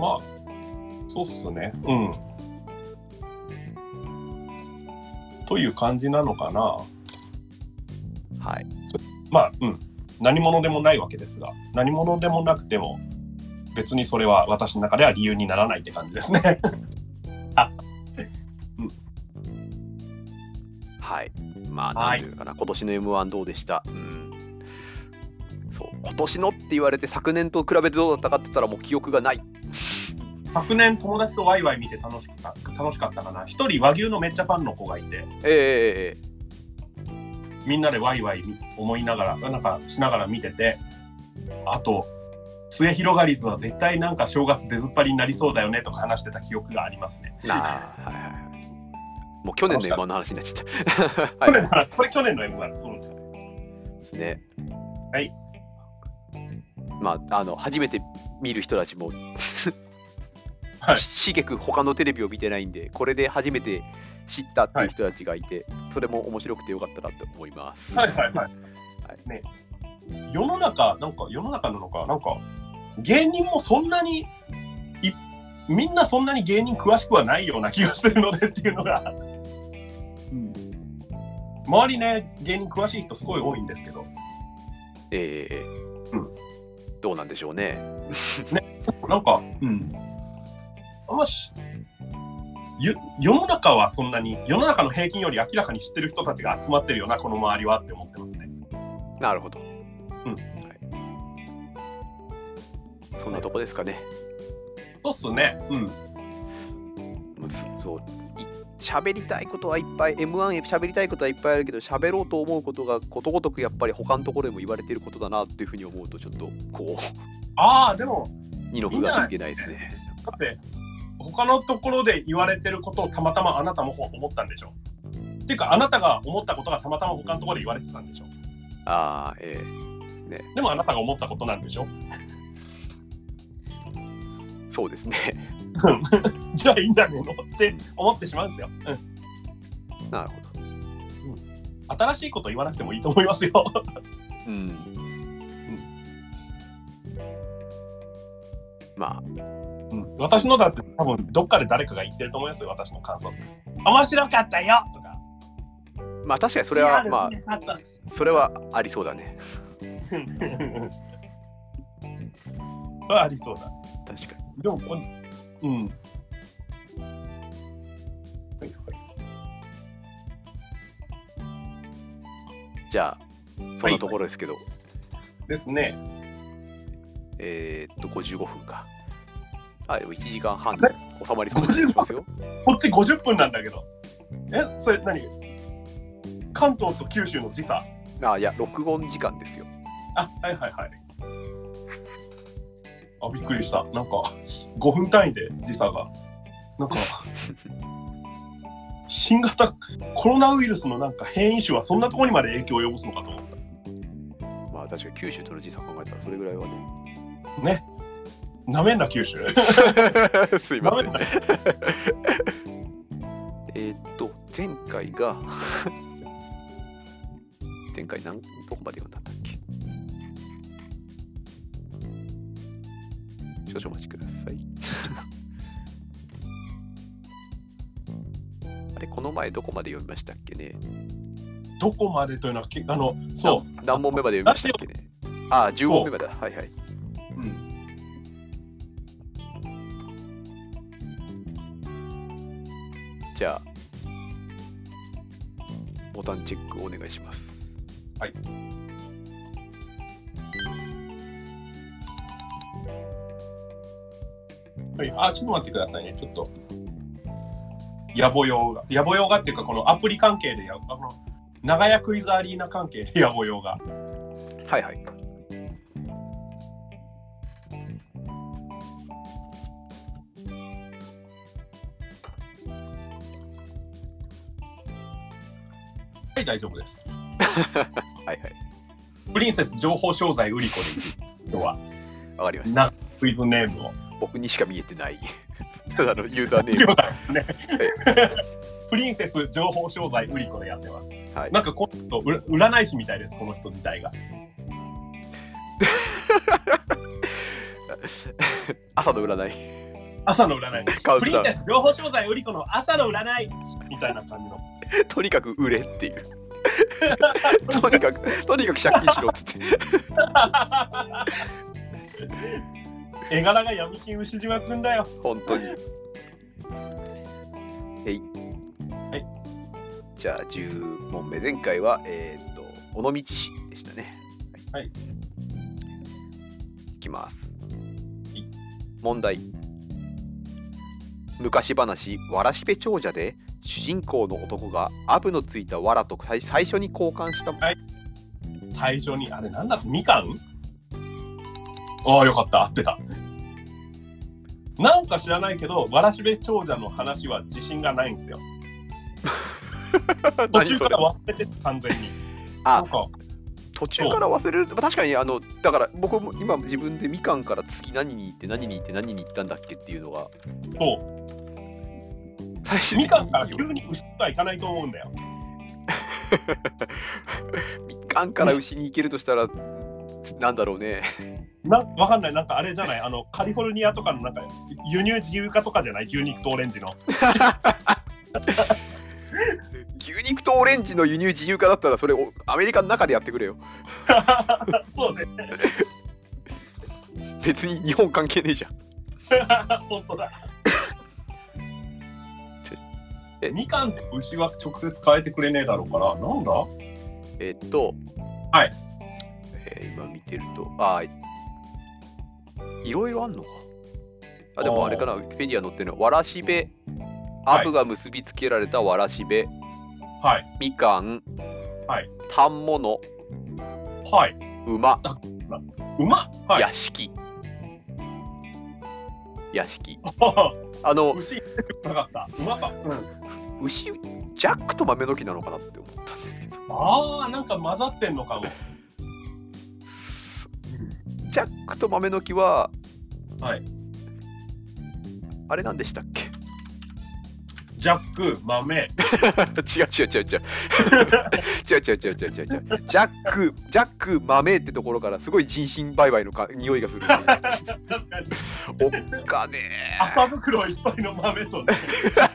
[SPEAKER 2] まあ、そうっすね。うん。という感じなのかな。
[SPEAKER 1] はい
[SPEAKER 2] まあ、うん。何者でもないわけですが、何者でもなくても、別にそれは私の中では理由にならないって感じですね。
[SPEAKER 1] はいまあ
[SPEAKER 2] は
[SPEAKER 1] ないんていうのかな今年の m 1どうでしたうんそう今年のって言われて昨年と比べてどうだったかって言ったらもう記憶がない
[SPEAKER 2] 昨年友達とワイワイ見て楽しかった楽しかったかな。一人和牛のめっちゃファンの子がいて、
[SPEAKER 1] ええ
[SPEAKER 2] みんなでワイワイ思いながら、なんかしながら見てて、あと、末広がりずは絶対なんか正月出ずっぱりになりそうだよねとか話してた記憶がありますね。
[SPEAKER 1] えええ
[SPEAKER 2] (laughs)
[SPEAKER 1] なあはいはいはいもう去年の m 1の話になっちゃ
[SPEAKER 2] (laughs)
[SPEAKER 1] った
[SPEAKER 2] 去
[SPEAKER 1] はい
[SPEAKER 2] 年の話これ去年の M1。うん
[SPEAKER 1] ですね
[SPEAKER 2] はい
[SPEAKER 1] まああの初めて見る人たちも
[SPEAKER 2] はい
[SPEAKER 1] ししげく他のテレビを見てないんでこれで初めて知ったっていう人たちがいて、それも面白くてよかったなって思います。
[SPEAKER 2] はいはいはい。ね、世の中、なんか世の中なのか、なんか芸人もそんなにい、みんなそんなに芸人詳しくはないような気がしてるのでっていうのが、うん、周りね、芸人詳しい人すごい多いんですけど、
[SPEAKER 1] ええ
[SPEAKER 2] うん
[SPEAKER 1] どうなんでしょうね。
[SPEAKER 2] なんか、うん。あんまし、ゆ世の中はそんなに、世の中の平均より明らかに知ってる人たちが集まってるよな、この周りはって思ってますね。
[SPEAKER 1] なるほど。
[SPEAKER 2] うん
[SPEAKER 1] はいそんなとこですかね。
[SPEAKER 2] そうっすね。うん。
[SPEAKER 1] もうすそうい喋りたいことはいっぱい M1 喋りたいことはいっぱいあるけど喋ろうと思うことがことごとくやっぱり他のところでも言われてることだなっていうふうに思うとちょっとこう (laughs)
[SPEAKER 2] ああ、でも、
[SPEAKER 1] 二の句がつけないですね。
[SPEAKER 2] だって、他のところで言われてることをたまたまあなたも思ったんでしょ。っていうか、あなたが思ったことがたまたま他のところで言われてたんでしょ。
[SPEAKER 1] ああええですね。
[SPEAKER 2] でもあなたが思ったことなんでしょ。
[SPEAKER 1] そうですね (laughs)
[SPEAKER 2] じゃあいいんじゃねえのって思ってしまうんですよ。うん
[SPEAKER 1] なるほど
[SPEAKER 2] 新しいこと言わなくてもいいと思いますよ。
[SPEAKER 1] うんまあ
[SPEAKER 2] うん私のだって多分どっかで誰かが言ってると思いますよ、私の感想。面白かったよとか。
[SPEAKER 1] まあ確かにそれはまあ
[SPEAKER 2] あ。
[SPEAKER 1] それはありそうだね
[SPEAKER 2] (laughs) はありそうだ。
[SPEAKER 1] 確か
[SPEAKER 2] でも、こんうん。
[SPEAKER 1] にじゃあそんなところですけど、
[SPEAKER 2] ですね。
[SPEAKER 1] えー、っと55分かあでも1時間半
[SPEAKER 2] あ
[SPEAKER 1] で収まりそうな気がしますよ
[SPEAKER 2] こっち50分なんだけど。え、それ何関東と九州の時差。
[SPEAKER 1] あいや録音時間ですよ
[SPEAKER 2] あ、はいはいはい。あ、びっくりした。なんか、5分単位で時差が。なん
[SPEAKER 1] (laughs)
[SPEAKER 2] か、新型コロナウイルスのなんか変異種はそんなところにまで影響を及ぼすのかと思っ
[SPEAKER 1] まあ確かに九州との時差考えたらそれぐらいはね (laughs)
[SPEAKER 2] た。ね。なめんな、九州。
[SPEAKER 1] すいま
[SPEAKER 2] な
[SPEAKER 1] せ
[SPEAKER 2] め
[SPEAKER 1] ん
[SPEAKER 2] んな。
[SPEAKER 1] えーっと、前回が、前回何、どこまで読んだんだっけ少々お待ちください。 (laughs) あれ、この前どこまで読みましたっけね
[SPEAKER 2] どこまでというのは、けあの、そう。
[SPEAKER 1] う。何問目まで読みましたっけねああ、10問目までだ。はいはい。じゃあ、ボタンチェックお願いします。
[SPEAKER 2] はい。はい、あ、ちょっと待ってくださいね。ちょっと。野暮用が。野暮用がっていうか、このアプリ関係でや、あの、長屋クイズアリーナ関係で野暮用が。
[SPEAKER 1] はいはい。
[SPEAKER 2] はい、大丈夫です。
[SPEAKER 1] はいはい。
[SPEAKER 2] プリンセス情報商材売り子で今日は、
[SPEAKER 1] わかりました。
[SPEAKER 2] な、クイズネームを。
[SPEAKER 1] 僕にしか見えてない。 (laughs) ただのユーザーネ
[SPEAKER 2] 違
[SPEAKER 1] ー
[SPEAKER 2] (laughs)
[SPEAKER 1] ム。
[SPEAKER 2] うね。プリンセス情報商材売り子でやってます。
[SPEAKER 1] はい
[SPEAKER 2] な。んかこの人、うら占い師みたいです、この人自体が。
[SPEAKER 1] 朝の占い。 (laughs)
[SPEAKER 2] 朝の占い。
[SPEAKER 1] カウン
[SPEAKER 2] プ
[SPEAKER 1] トダ
[SPEAKER 2] リン
[SPEAKER 1] ウ
[SPEAKER 2] セス情報商材売り子の朝の占いみたいな感じの。
[SPEAKER 1] ン。とにかく売れって
[SPEAKER 2] (laughs)
[SPEAKER 1] いう。とにかく、とにかく借金しろっつって。
[SPEAKER 2] 絵柄が闇金牛島くんだよ。
[SPEAKER 1] 本当に。えい。
[SPEAKER 2] はい。
[SPEAKER 1] じゃあ、10問目。前回は、えーっと、尾道市でしたね。
[SPEAKER 2] はい
[SPEAKER 1] いきます
[SPEAKER 2] い。
[SPEAKER 1] 問題。昔話「わらしべ長者」で主人公の男がアブのついたわらと最最初に交換
[SPEAKER 2] (laughs)
[SPEAKER 1] した
[SPEAKER 2] 最初に、あれなんだっけみかんああ、よかった。合ってた。なんか知らないけど、わらしべ長者の話は自信がないんですよ。途中から忘れてた完全に。な
[SPEAKER 1] あ
[SPEAKER 2] んか、
[SPEAKER 1] 途中から忘れる確かにあのだから僕も今自分でみかんから次何に行って何に行って何に行ったんだっけっていうのが
[SPEAKER 2] そ
[SPEAKER 1] 最初
[SPEAKER 2] う、みかんから急に牛とはいかないと思うんだよ。
[SPEAKER 1] みかんから牛に行けるとしたらなんだろうね
[SPEAKER 2] な、わかんない。なんかあれじゃない。あの、カリフォルニアとかのなんか、輸入自由化とかじゃない牛肉とオレンジの。 (laughs)
[SPEAKER 1] 牛肉とオレンジの輸入自由化だったらそれをアメリカの中でやってくれよ
[SPEAKER 2] そうね。 (laughs)
[SPEAKER 1] 別に日本関係ねえじゃん
[SPEAKER 2] 本当だ
[SPEAKER 1] ちょ。え
[SPEAKER 2] みかんと牛は直接変えてくれねえだろうから、なんだ
[SPEAKER 1] えっと
[SPEAKER 2] はい、
[SPEAKER 1] えー今見てるとあーいろいろあんのかあでもあれかなウィキペディア載ってるのはわらしべアブが結びつけられたわらしべ、
[SPEAKER 2] はい。
[SPEAKER 1] みかん、
[SPEAKER 2] はい、
[SPEAKER 1] 反物、
[SPEAKER 2] はい。
[SPEAKER 1] 馬、
[SPEAKER 2] うまっはい。
[SPEAKER 1] 屋敷。屋
[SPEAKER 2] (laughs)
[SPEAKER 1] 敷。
[SPEAKER 2] 牛
[SPEAKER 1] あの、
[SPEAKER 2] 出てこなかった。うまかった。
[SPEAKER 1] 牛、ジャックと豆の木なのかなって思ったんですけど。
[SPEAKER 2] ああ、なんか混ざってんのかも。
[SPEAKER 1] すジャックと豆の木は、
[SPEAKER 2] はい。
[SPEAKER 1] あれなんでしたっけ (laughs)
[SPEAKER 2] ジャック、豆、
[SPEAKER 1] 違う違う違う (laughs) 違う違う違う違う違う違う違うジャックジャック豆ってところからすごい人身売買のか匂いがする
[SPEAKER 2] 確かに
[SPEAKER 1] おっかね
[SPEAKER 2] 麻袋いっぱいの豆とね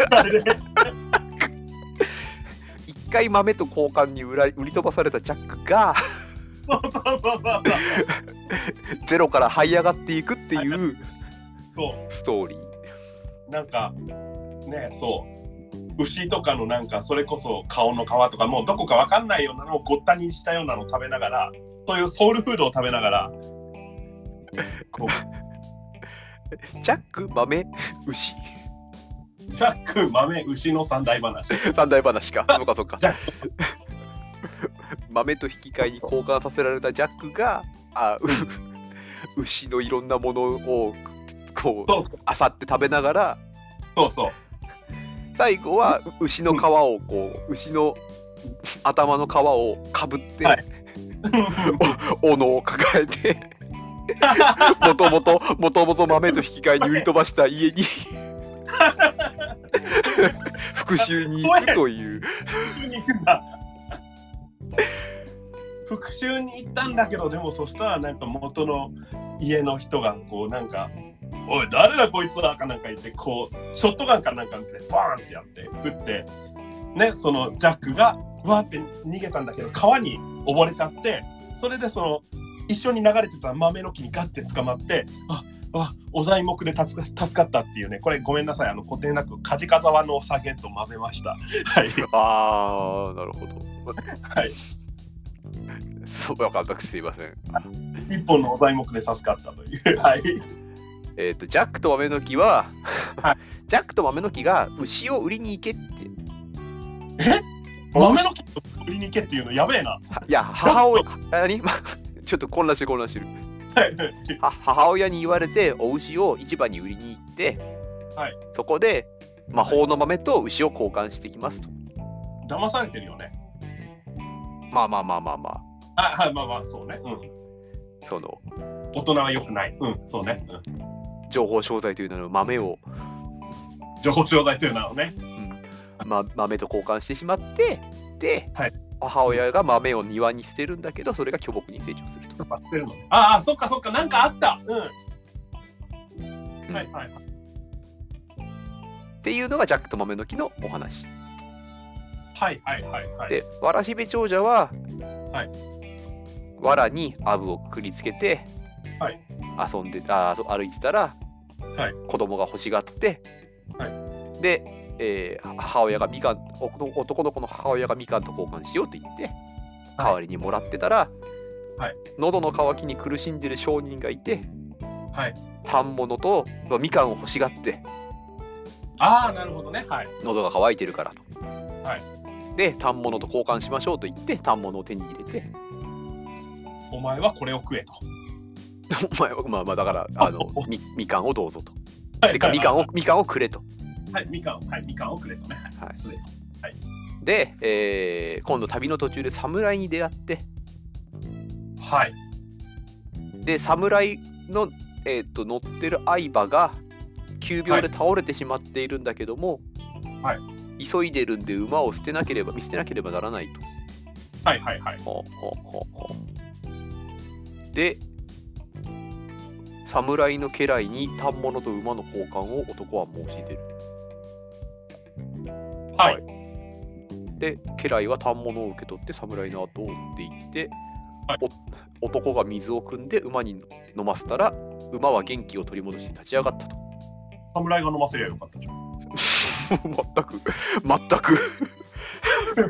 [SPEAKER 2] あれ
[SPEAKER 1] え一回豆と交換に売ら売り飛ばされたジャックが
[SPEAKER 2] そうそうそうそう
[SPEAKER 1] ゼロから這い上がっていくっていう
[SPEAKER 2] (laughs) そう
[SPEAKER 1] ストーリー
[SPEAKER 2] なんかねそう牛とかのなんかそれこそ顔の皮とかもうどこかわかんないようなのをごったにしたようなのを食べながらそういうソウルフードを食べながらこう
[SPEAKER 1] ジャック豆牛 (laughs)
[SPEAKER 2] ジャック豆牛の三大話
[SPEAKER 1] 三大話
[SPEAKER 2] (laughs)
[SPEAKER 1] かそうかそうか
[SPEAKER 2] ジャ
[SPEAKER 1] (laughs) 豆と引き換えに交換させられたジャックがあう (laughs) 牛のいろんなものをこう
[SPEAKER 2] そう
[SPEAKER 1] あさって食べながら
[SPEAKER 2] そうそう
[SPEAKER 1] 最後は牛の皮をこう牛の頭の皮をかぶって、 (laughs)
[SPEAKER 2] はい
[SPEAKER 1] 斧を抱え
[SPEAKER 2] (laughs)
[SPEAKER 1] てもともともともと豆と引き換えに売り飛ばした家
[SPEAKER 2] (laughs)
[SPEAKER 1] に復讐に行くという
[SPEAKER 2] 復讐に行くんだ復讐に行ったんだけどでもそしたらなんか元の家の人がこうなんか「おい誰だこいつは」かなんか言ってこうショットガンかなんかでバーンってやって撃ってねそのジャックがわーって逃げたんだけど川に溺れちゃってそれでその一緒に流れてた豆の木にガッて捕まってああお材木で助か助かったっていうねこれごめんなさいあの固定なくカジカザワの下げと混ぜましたはい
[SPEAKER 1] ああなるほど
[SPEAKER 2] はい
[SPEAKER 1] そう分かったすいません
[SPEAKER 2] 一本のお材木で助かったという。はい。
[SPEAKER 1] えっ、とジャックと豆の木は、
[SPEAKER 2] は
[SPEAKER 1] ジャックと豆の木が牛を売りに行けって
[SPEAKER 2] 豆の木を売りに行けっていうのやべえな。
[SPEAKER 1] はいや母親何 (laughs) ちょっと混乱してる混乱してる
[SPEAKER 2] はい。
[SPEAKER 1] は母親に言われてお牛を市場に売りに行って、
[SPEAKER 2] はい
[SPEAKER 1] そこで魔法の豆と牛を交換してきますと、
[SPEAKER 2] (laughs) 騙されてるよね。
[SPEAKER 1] まあまあまあまあまあ
[SPEAKER 2] あはい、まあまあ、そうね。うん。
[SPEAKER 1] その
[SPEAKER 2] 大人は良くない。うん、そうね。うん、
[SPEAKER 1] 情報商材という名の豆を、
[SPEAKER 2] 情報商材というのはね。
[SPEAKER 1] ま、 (laughs) 豆と交換してしまってで、
[SPEAKER 2] はい
[SPEAKER 1] 母親が豆を庭に捨てるんだけどそれが巨木に成長すると
[SPEAKER 2] 忘れるの。ああ、そっかそっか、なんかあった。うん。はいはい。
[SPEAKER 1] っていうのがジャックと豆の木のお話
[SPEAKER 2] はいはいはいはい。
[SPEAKER 1] でわらしべ長者は、
[SPEAKER 2] はい
[SPEAKER 1] わらにアブをくくりつけて、
[SPEAKER 2] はい
[SPEAKER 1] 遊んであーそう歩いてたら、
[SPEAKER 2] はい
[SPEAKER 1] 子供が欲しがって、
[SPEAKER 2] は
[SPEAKER 1] で、えー母親がみかんお男の子の母親がみかんと交換しようって言って代わりにもらってたら、
[SPEAKER 2] はい
[SPEAKER 1] 喉の渇きに苦しんでる商人がいて
[SPEAKER 2] はい。
[SPEAKER 1] 反物とまあみかんを欲しがって
[SPEAKER 2] ああ、なるほどね。はい。
[SPEAKER 1] 喉が渇いてるからと。
[SPEAKER 2] は
[SPEAKER 1] で反物と交換しましょうと言って反物を手に入れて
[SPEAKER 2] お前はこれを食えと。
[SPEAKER 1] お前は (laughs) まあまあだからあのみみかんをどうぞと。
[SPEAKER 2] はい。
[SPEAKER 1] てかみかん
[SPEAKER 2] を。
[SPEAKER 1] をみかんをくれと。
[SPEAKER 2] はい、みかんを。はい、みかんをくれとね。
[SPEAKER 1] は
[SPEAKER 2] はいい。失礼
[SPEAKER 1] で、えー今度旅の途中で侍に出会って
[SPEAKER 2] はい。
[SPEAKER 1] で侍の、えー、と乗ってる相葉が急病で倒れてしまっているんだけども、
[SPEAKER 2] はい
[SPEAKER 1] 急いでるんで馬を捨てなければ見捨てなければならないと。
[SPEAKER 2] はいはいはい。
[SPEAKER 1] ほうほうほうほうで侍の家来に反物と馬の交換を男は申し出る。
[SPEAKER 2] はい
[SPEAKER 1] で家来は反物を受け取って侍の後を追っていって、
[SPEAKER 2] はい
[SPEAKER 1] お男が水を汲んで馬に飲ませたら馬は元気を取り戻して立ち上がったと。 (laughs)
[SPEAKER 2] 侍が飲ませりゃよかったじゃん。
[SPEAKER 1] 全く全く
[SPEAKER 2] (laughs)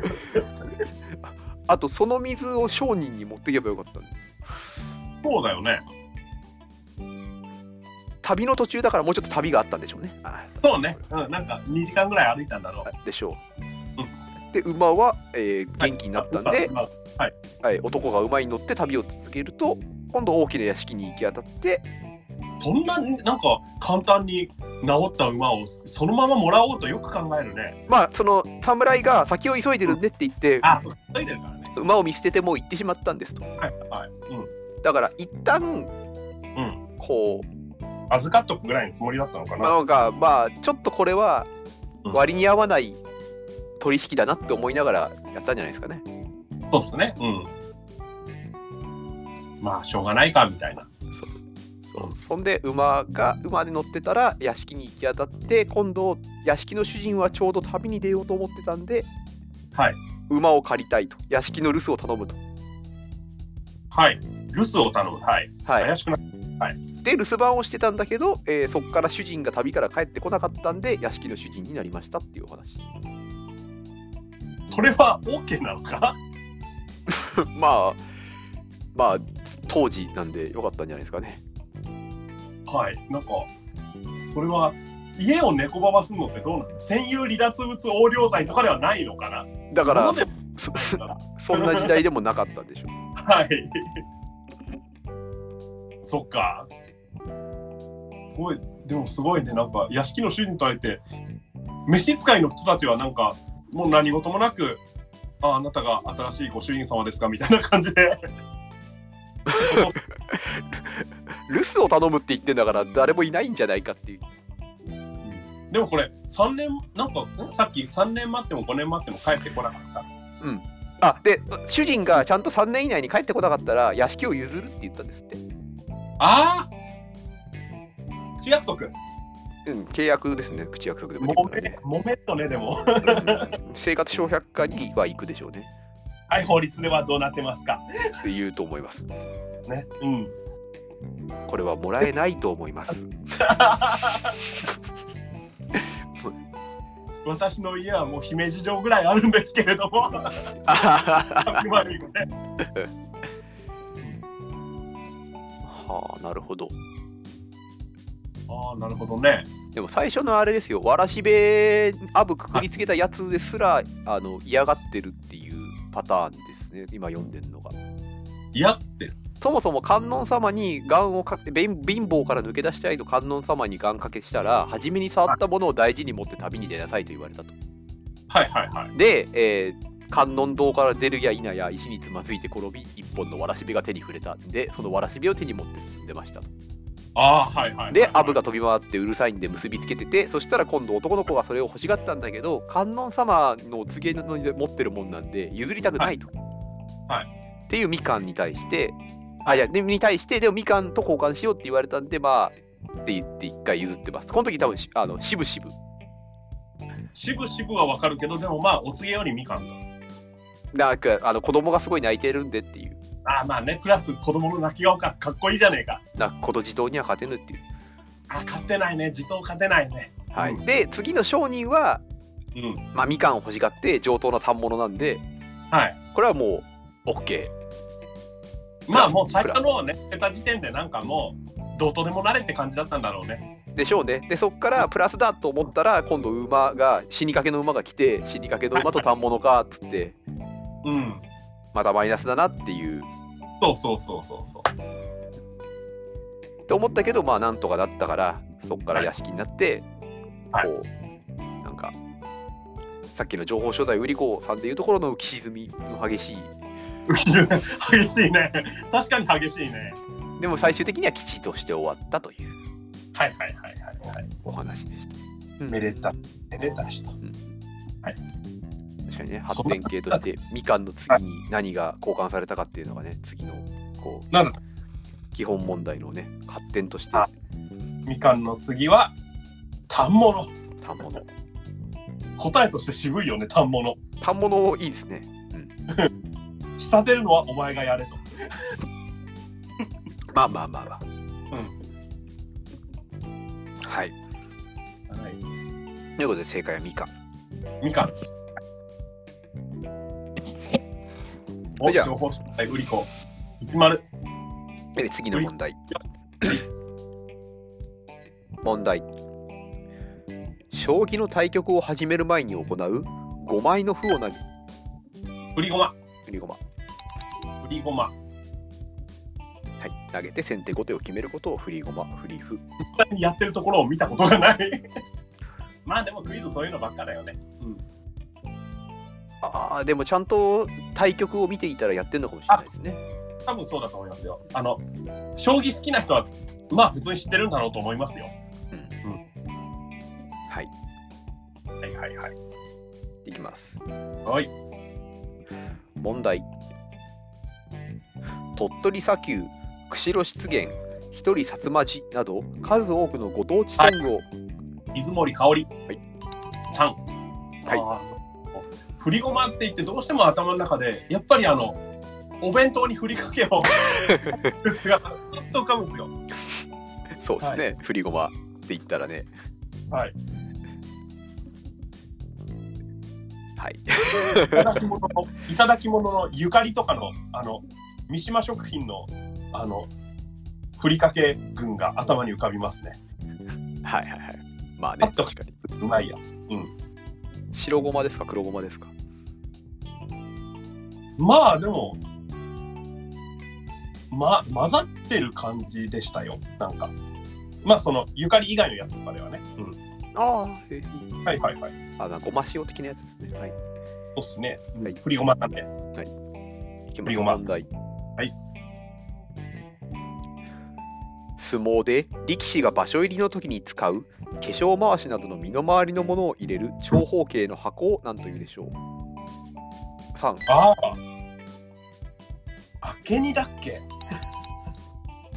[SPEAKER 1] あとその水を商人に持っていけばよかったね
[SPEAKER 2] そうだよね。
[SPEAKER 1] 旅の途中だからもうちょっと旅があったんでしょうね。あ
[SPEAKER 2] そうね。うん、なんか2時間ぐらい歩いたんだろう。
[SPEAKER 1] でしょう。で馬は、えー元気になったんで、はい
[SPEAKER 2] まあ
[SPEAKER 1] 男が馬に乗って旅を続けると今度大きな屋敷に行き当たって
[SPEAKER 2] そんなになんか簡単に治った馬をそのままもらおうとよく考えるね。
[SPEAKER 1] まあその侍が先を急いでるんでって言って、
[SPEAKER 2] あ、そう、急いでるからね。
[SPEAKER 1] 馬を見捨ててもう行ってしまったんですと。
[SPEAKER 2] はいはい。うん。
[SPEAKER 1] だから一旦、
[SPEAKER 2] ん
[SPEAKER 1] こ
[SPEAKER 2] 預かっとくぐらいのつもりだったのか
[SPEAKER 1] まあ
[SPEAKER 2] な。
[SPEAKER 1] なんかまあちょっとこれは
[SPEAKER 2] うん
[SPEAKER 1] 割に合わない取引だなって思いながらやったんじゃないですかね。
[SPEAKER 2] そうですね。うん。まあ、しょうがないか、みたいな。
[SPEAKER 1] そううそんで馬が馬に乗ってたら屋敷に行き当たって今度屋敷の主人はちょうど旅に出ようと思ってたんで
[SPEAKER 2] はい。
[SPEAKER 1] 馬を借りたいと屋敷の留守を頼むと。
[SPEAKER 2] はい。留守を頼む。はい。
[SPEAKER 1] はい、
[SPEAKER 2] 怪しくない。
[SPEAKER 1] で留守番をしてたんだけど、えーそこから主人が旅から帰ってこなかったんで屋敷の主人になりましたっていうお話。 (laughs)
[SPEAKER 2] それは OK なのか
[SPEAKER 1] まあまあ当時なんでよかったんじゃないですかね。
[SPEAKER 2] はい。なんか、それは、家を猫ばばすのってどうなの占有離脱物横領罪とかではないのかな
[SPEAKER 1] だか
[SPEAKER 2] ど
[SPEAKER 1] ら
[SPEAKER 2] うでも
[SPEAKER 1] そそそんな時代でもなかったでしょ。
[SPEAKER 2] はい。そっか。すごい、でもすごいね、なんか屋敷の主人と会えて、召使いの人たちはなんか、もう何事もなく、ああなたが新しいご主人様ですかみたいな感じで、
[SPEAKER 1] 留守を頼むって言ってんだから誰もいないんじゃないかっていう。
[SPEAKER 2] でもこれ、3年、なんか、んさっき3年待っても5年待っても帰ってこなかった。
[SPEAKER 1] あで主人がちゃんと3年以内に帰ってこなかったら屋敷を譲るって言ったんですって。
[SPEAKER 2] ああ口約束
[SPEAKER 1] うん、契約ですね、口約束でも
[SPEAKER 2] もめ、もめっとね、でも。
[SPEAKER 1] 生活小百科には行くでしょうね。
[SPEAKER 2] はい、法律ではどうなってますか
[SPEAKER 1] って言うと思います。
[SPEAKER 2] ね。うん。
[SPEAKER 1] これはもらえないと思います。
[SPEAKER 2] 私の家はもう姫路城ぐらいあるんですけれども、
[SPEAKER 1] は
[SPEAKER 2] 100万人ね
[SPEAKER 1] あ、なるほど。
[SPEAKER 2] ああ、なるほどね。
[SPEAKER 1] でも最初のあれですよ、わらしべアブくくりつけたやつですら、あの嫌がってるっていうパターンですね、今読んでるのが。
[SPEAKER 2] 嫌ってる。
[SPEAKER 1] そもそも観音様に願をかけ貧貧乏から抜け出したいと観音様に願かけしたら初めに触ったものを大事に持って旅に出なさいと言われたと。
[SPEAKER 2] はいはいはい。
[SPEAKER 1] で、えー観音堂から出るや否や石につまずいて転び一本のわらしべが手に触れたんでそのわらしべを手に持って進んでましたと。
[SPEAKER 2] ああ、はいはいはい、
[SPEAKER 1] でアブが飛び回ってうるさいんで結びつけててそしたら今度男の子がそれを欲しがったんだけど観音様のお告げの持ってるもんなんで譲りたくないと。
[SPEAKER 2] はいは
[SPEAKER 1] っていうみかんに対してあいやでに対してでもみかんと交換しようって言われたんでまあって言って一回譲ってます。この時多分しあのしぶしぶ
[SPEAKER 2] 渋々はわかるけど、でもまあ、お告げよりみかんと。
[SPEAKER 1] なんかあの子供がすごい泣いてるんでっていう
[SPEAKER 2] ああまあね、プラス子供の泣き顔か、かっこいいじゃねえか。
[SPEAKER 1] なんかこと自動には勝てぬっていう。
[SPEAKER 2] あ、勝てないね、自動勝てないね。
[SPEAKER 1] はい
[SPEAKER 2] うん
[SPEAKER 1] で次の商人は、
[SPEAKER 2] うん。
[SPEAKER 1] まあ、みかんを欲しがって上等な反物なんで
[SPEAKER 2] はい。
[SPEAKER 1] これはもう OK
[SPEAKER 2] まあもう最初のをね、出た時点でなんかもう、どうとでもなれって感じだったんだろうね。
[SPEAKER 1] でしょうねでそっからプラスだと思ったら今度馬が死にかけの馬が来て死にかけの馬と反物かっつって
[SPEAKER 2] うん。
[SPEAKER 1] またマイナスだなっていう
[SPEAKER 2] そうそうそうそうそう。
[SPEAKER 1] って思ったけどまあなんとかなったからそっから屋敷になって
[SPEAKER 2] はい
[SPEAKER 1] こうなんかさっきの情報所在売り子さんでいうところの浮き沈みの激しい
[SPEAKER 2] (laughs) 激しいね。確かに激しいね。
[SPEAKER 1] でも最終的には基地として終わったという
[SPEAKER 2] はいはいはいはいはい。
[SPEAKER 1] お話でした。
[SPEAKER 2] めでた、めでた人。
[SPEAKER 1] 確かにね発
[SPEAKER 2] そんな
[SPEAKER 1] 展系と (laughs) してみかんの次に何が交換されたかっていうのがね次のこう
[SPEAKER 2] なる
[SPEAKER 1] 基本問題のね発展として
[SPEAKER 2] あみかんの次は、反物。
[SPEAKER 1] 反物
[SPEAKER 2] 答えとして渋いよね、反物。
[SPEAKER 1] 反物いいですね
[SPEAKER 2] 仕立てるのはお前がやれと。
[SPEAKER 1] まあまあまあまあはい
[SPEAKER 2] はい、
[SPEAKER 1] ということで正解はみかん
[SPEAKER 2] みかん。お
[SPEAKER 1] じゃあ
[SPEAKER 2] 情報取材売り子。10。
[SPEAKER 1] で次の問題問題将棋の対局を始める前に行う5枚の歩を投げ
[SPEAKER 2] 売りごま。
[SPEAKER 1] 振り駒は
[SPEAKER 2] 売りごま。
[SPEAKER 1] い投げて先手後手を決めることを振り駒振り歩
[SPEAKER 2] 実際にやってるところを見たことがない。 (laughs) まあでもクイズそういうのばっかだよね。
[SPEAKER 1] ああでもちゃんと対局を見ていたらやってんのかもしれないですね
[SPEAKER 2] 多分そうだと思いますよ。あの、将棋好きな人はまあ普通に知ってるんだろうと思いますよ。
[SPEAKER 1] はい
[SPEAKER 2] はいはいはい。
[SPEAKER 1] いきます
[SPEAKER 2] はい。
[SPEAKER 1] 問題鳥取砂丘釧路湿原一人薩摩寺など数多くのご当地ソングを、
[SPEAKER 2] 水森かおり。
[SPEAKER 1] はい。
[SPEAKER 2] さん。
[SPEAKER 1] はい
[SPEAKER 2] い。振りごまって言ってどうしても頭の中でやっぱりあのお弁当にふりかけ
[SPEAKER 1] (laughs)
[SPEAKER 2] をですがずっと浮かぶんですよ。
[SPEAKER 1] そうですね、振りごまって言ったらね
[SPEAKER 2] はい。
[SPEAKER 1] はい
[SPEAKER 2] いただき物のいただき物のゆかりとかのあの三島食品のあのふりかけ群が頭に浮かびますね。
[SPEAKER 1] (laughs) はいはいはいまあ
[SPEAKER 2] あ
[SPEAKER 1] ね
[SPEAKER 2] と
[SPEAKER 1] 確かに
[SPEAKER 2] うまいやつ。うん。
[SPEAKER 1] 白ごまですか黒ごまですか
[SPEAKER 2] まあでも。ま、混ざってる感じでしたよ。なんか。まあその、ゆかり以外のやつとかではね。う
[SPEAKER 1] ああ
[SPEAKER 2] ん。はいはいはい。
[SPEAKER 1] あなんかごま塩的なやつですねはい
[SPEAKER 2] そうっすね。うん
[SPEAKER 1] はい
[SPEAKER 2] 振りごまなんで。
[SPEAKER 1] いき
[SPEAKER 2] 振
[SPEAKER 1] ま
[SPEAKER 2] り
[SPEAKER 1] す
[SPEAKER 2] ごま
[SPEAKER 1] 問題
[SPEAKER 2] はい
[SPEAKER 1] 相撲で力士が場所入りの時に使う化粧回しなどの身の回りのものを入れる長方形の箱を何というでしょう3
[SPEAKER 2] ああ。あけにだっけ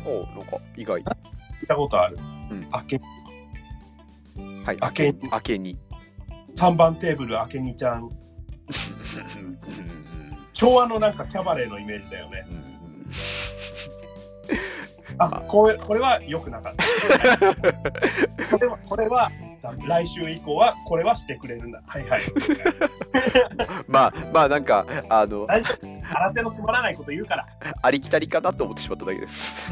[SPEAKER 1] おなんか意外
[SPEAKER 2] 聞いたことある。
[SPEAKER 1] うん
[SPEAKER 2] あけ、
[SPEAKER 1] はい
[SPEAKER 2] あけ、
[SPEAKER 1] 明けに (laughs)
[SPEAKER 2] 3番テーブルあけにちゃん。昭和のなんかキャバレーのイメージだよね。あ、これこれは良くなかった。
[SPEAKER 1] (laughs)
[SPEAKER 2] これは、これはだ来週以降はこれはしてくれるんだ。はいはい。
[SPEAKER 1] まあまあなんかあの
[SPEAKER 2] 大丈夫。新手のつまらないこと言うから。
[SPEAKER 1] ありきたりかなと思ってしまっただけです。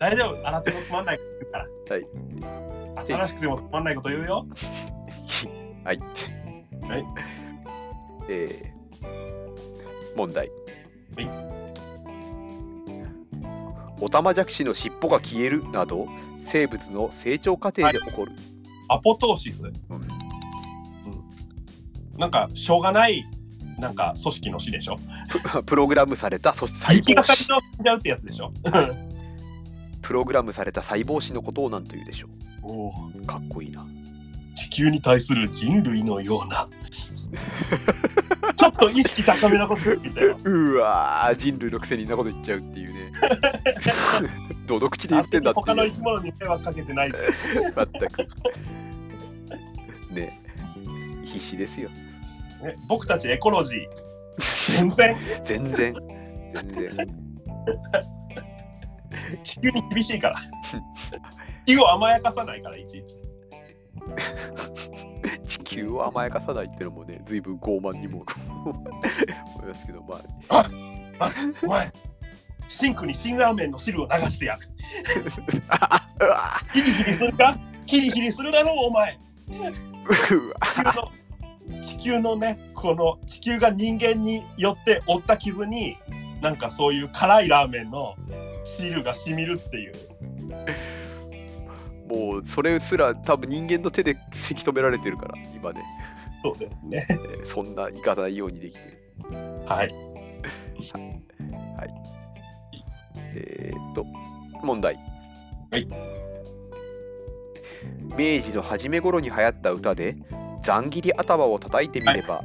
[SPEAKER 2] 大丈夫。新手のつまらないこと言うから。
[SPEAKER 1] はい。
[SPEAKER 2] 新しくてもつまんないこと言うよ。
[SPEAKER 1] はい。
[SPEAKER 2] はい。
[SPEAKER 1] えー、問題。
[SPEAKER 2] はい。
[SPEAKER 1] オタマジャクシの尻尾が消えるなど生物の成長過程で起こる。
[SPEAKER 2] アポトーシス。なんかしょうがないなんか組織の死でしょ。
[SPEAKER 1] (laughs) プログラムされたそして細
[SPEAKER 2] 生きが
[SPEAKER 1] 胞
[SPEAKER 2] かり
[SPEAKER 1] 子。
[SPEAKER 2] の死んじゃうってやつでしょ。
[SPEAKER 1] プログラムされた細胞子のことを何というでしょ
[SPEAKER 2] おお。
[SPEAKER 1] う。かっこいいな。
[SPEAKER 2] 地球に対する人類のような。ちょっと意識高めなこと言ってたよ。
[SPEAKER 1] うわー人類のくせにんなこと言っちゃうっていうね。 (laughs) どの口で言ってんだっていう。
[SPEAKER 2] 他の生き物に迷惑かけてない。
[SPEAKER 1] 全く。ね必死ですよ。
[SPEAKER 2] ね、僕たちエコロジー全然
[SPEAKER 1] 全然。 (laughs) 全然。
[SPEAKER 2] 地球に厳しい
[SPEAKER 1] (laughs)
[SPEAKER 2] から地球を甘やかさないからいちいち
[SPEAKER 1] 地球を甘やかさないってのもね、随分傲慢にも思いますけど、まあ、
[SPEAKER 2] お前シンクに辛ラーメンの汁を流してやる
[SPEAKER 1] あ (laughs) うわ
[SPEAKER 2] ヒリヒリするかヒリヒリするだろうお前
[SPEAKER 1] うわ
[SPEAKER 2] 地球の地球のねこの地球が人間によって負った傷になんかそういう辛いラーメンの汁が染みるっていう
[SPEAKER 1] もうそれすら多分人間の手でせき止められてるから、今ね、
[SPEAKER 2] そうですね
[SPEAKER 1] えーそんな行かないようにできてる。
[SPEAKER 2] はい
[SPEAKER 1] えーっと、問題。
[SPEAKER 2] はい
[SPEAKER 1] 明治の初め頃に流行った歌で、ざん切り頭を叩いてみれば、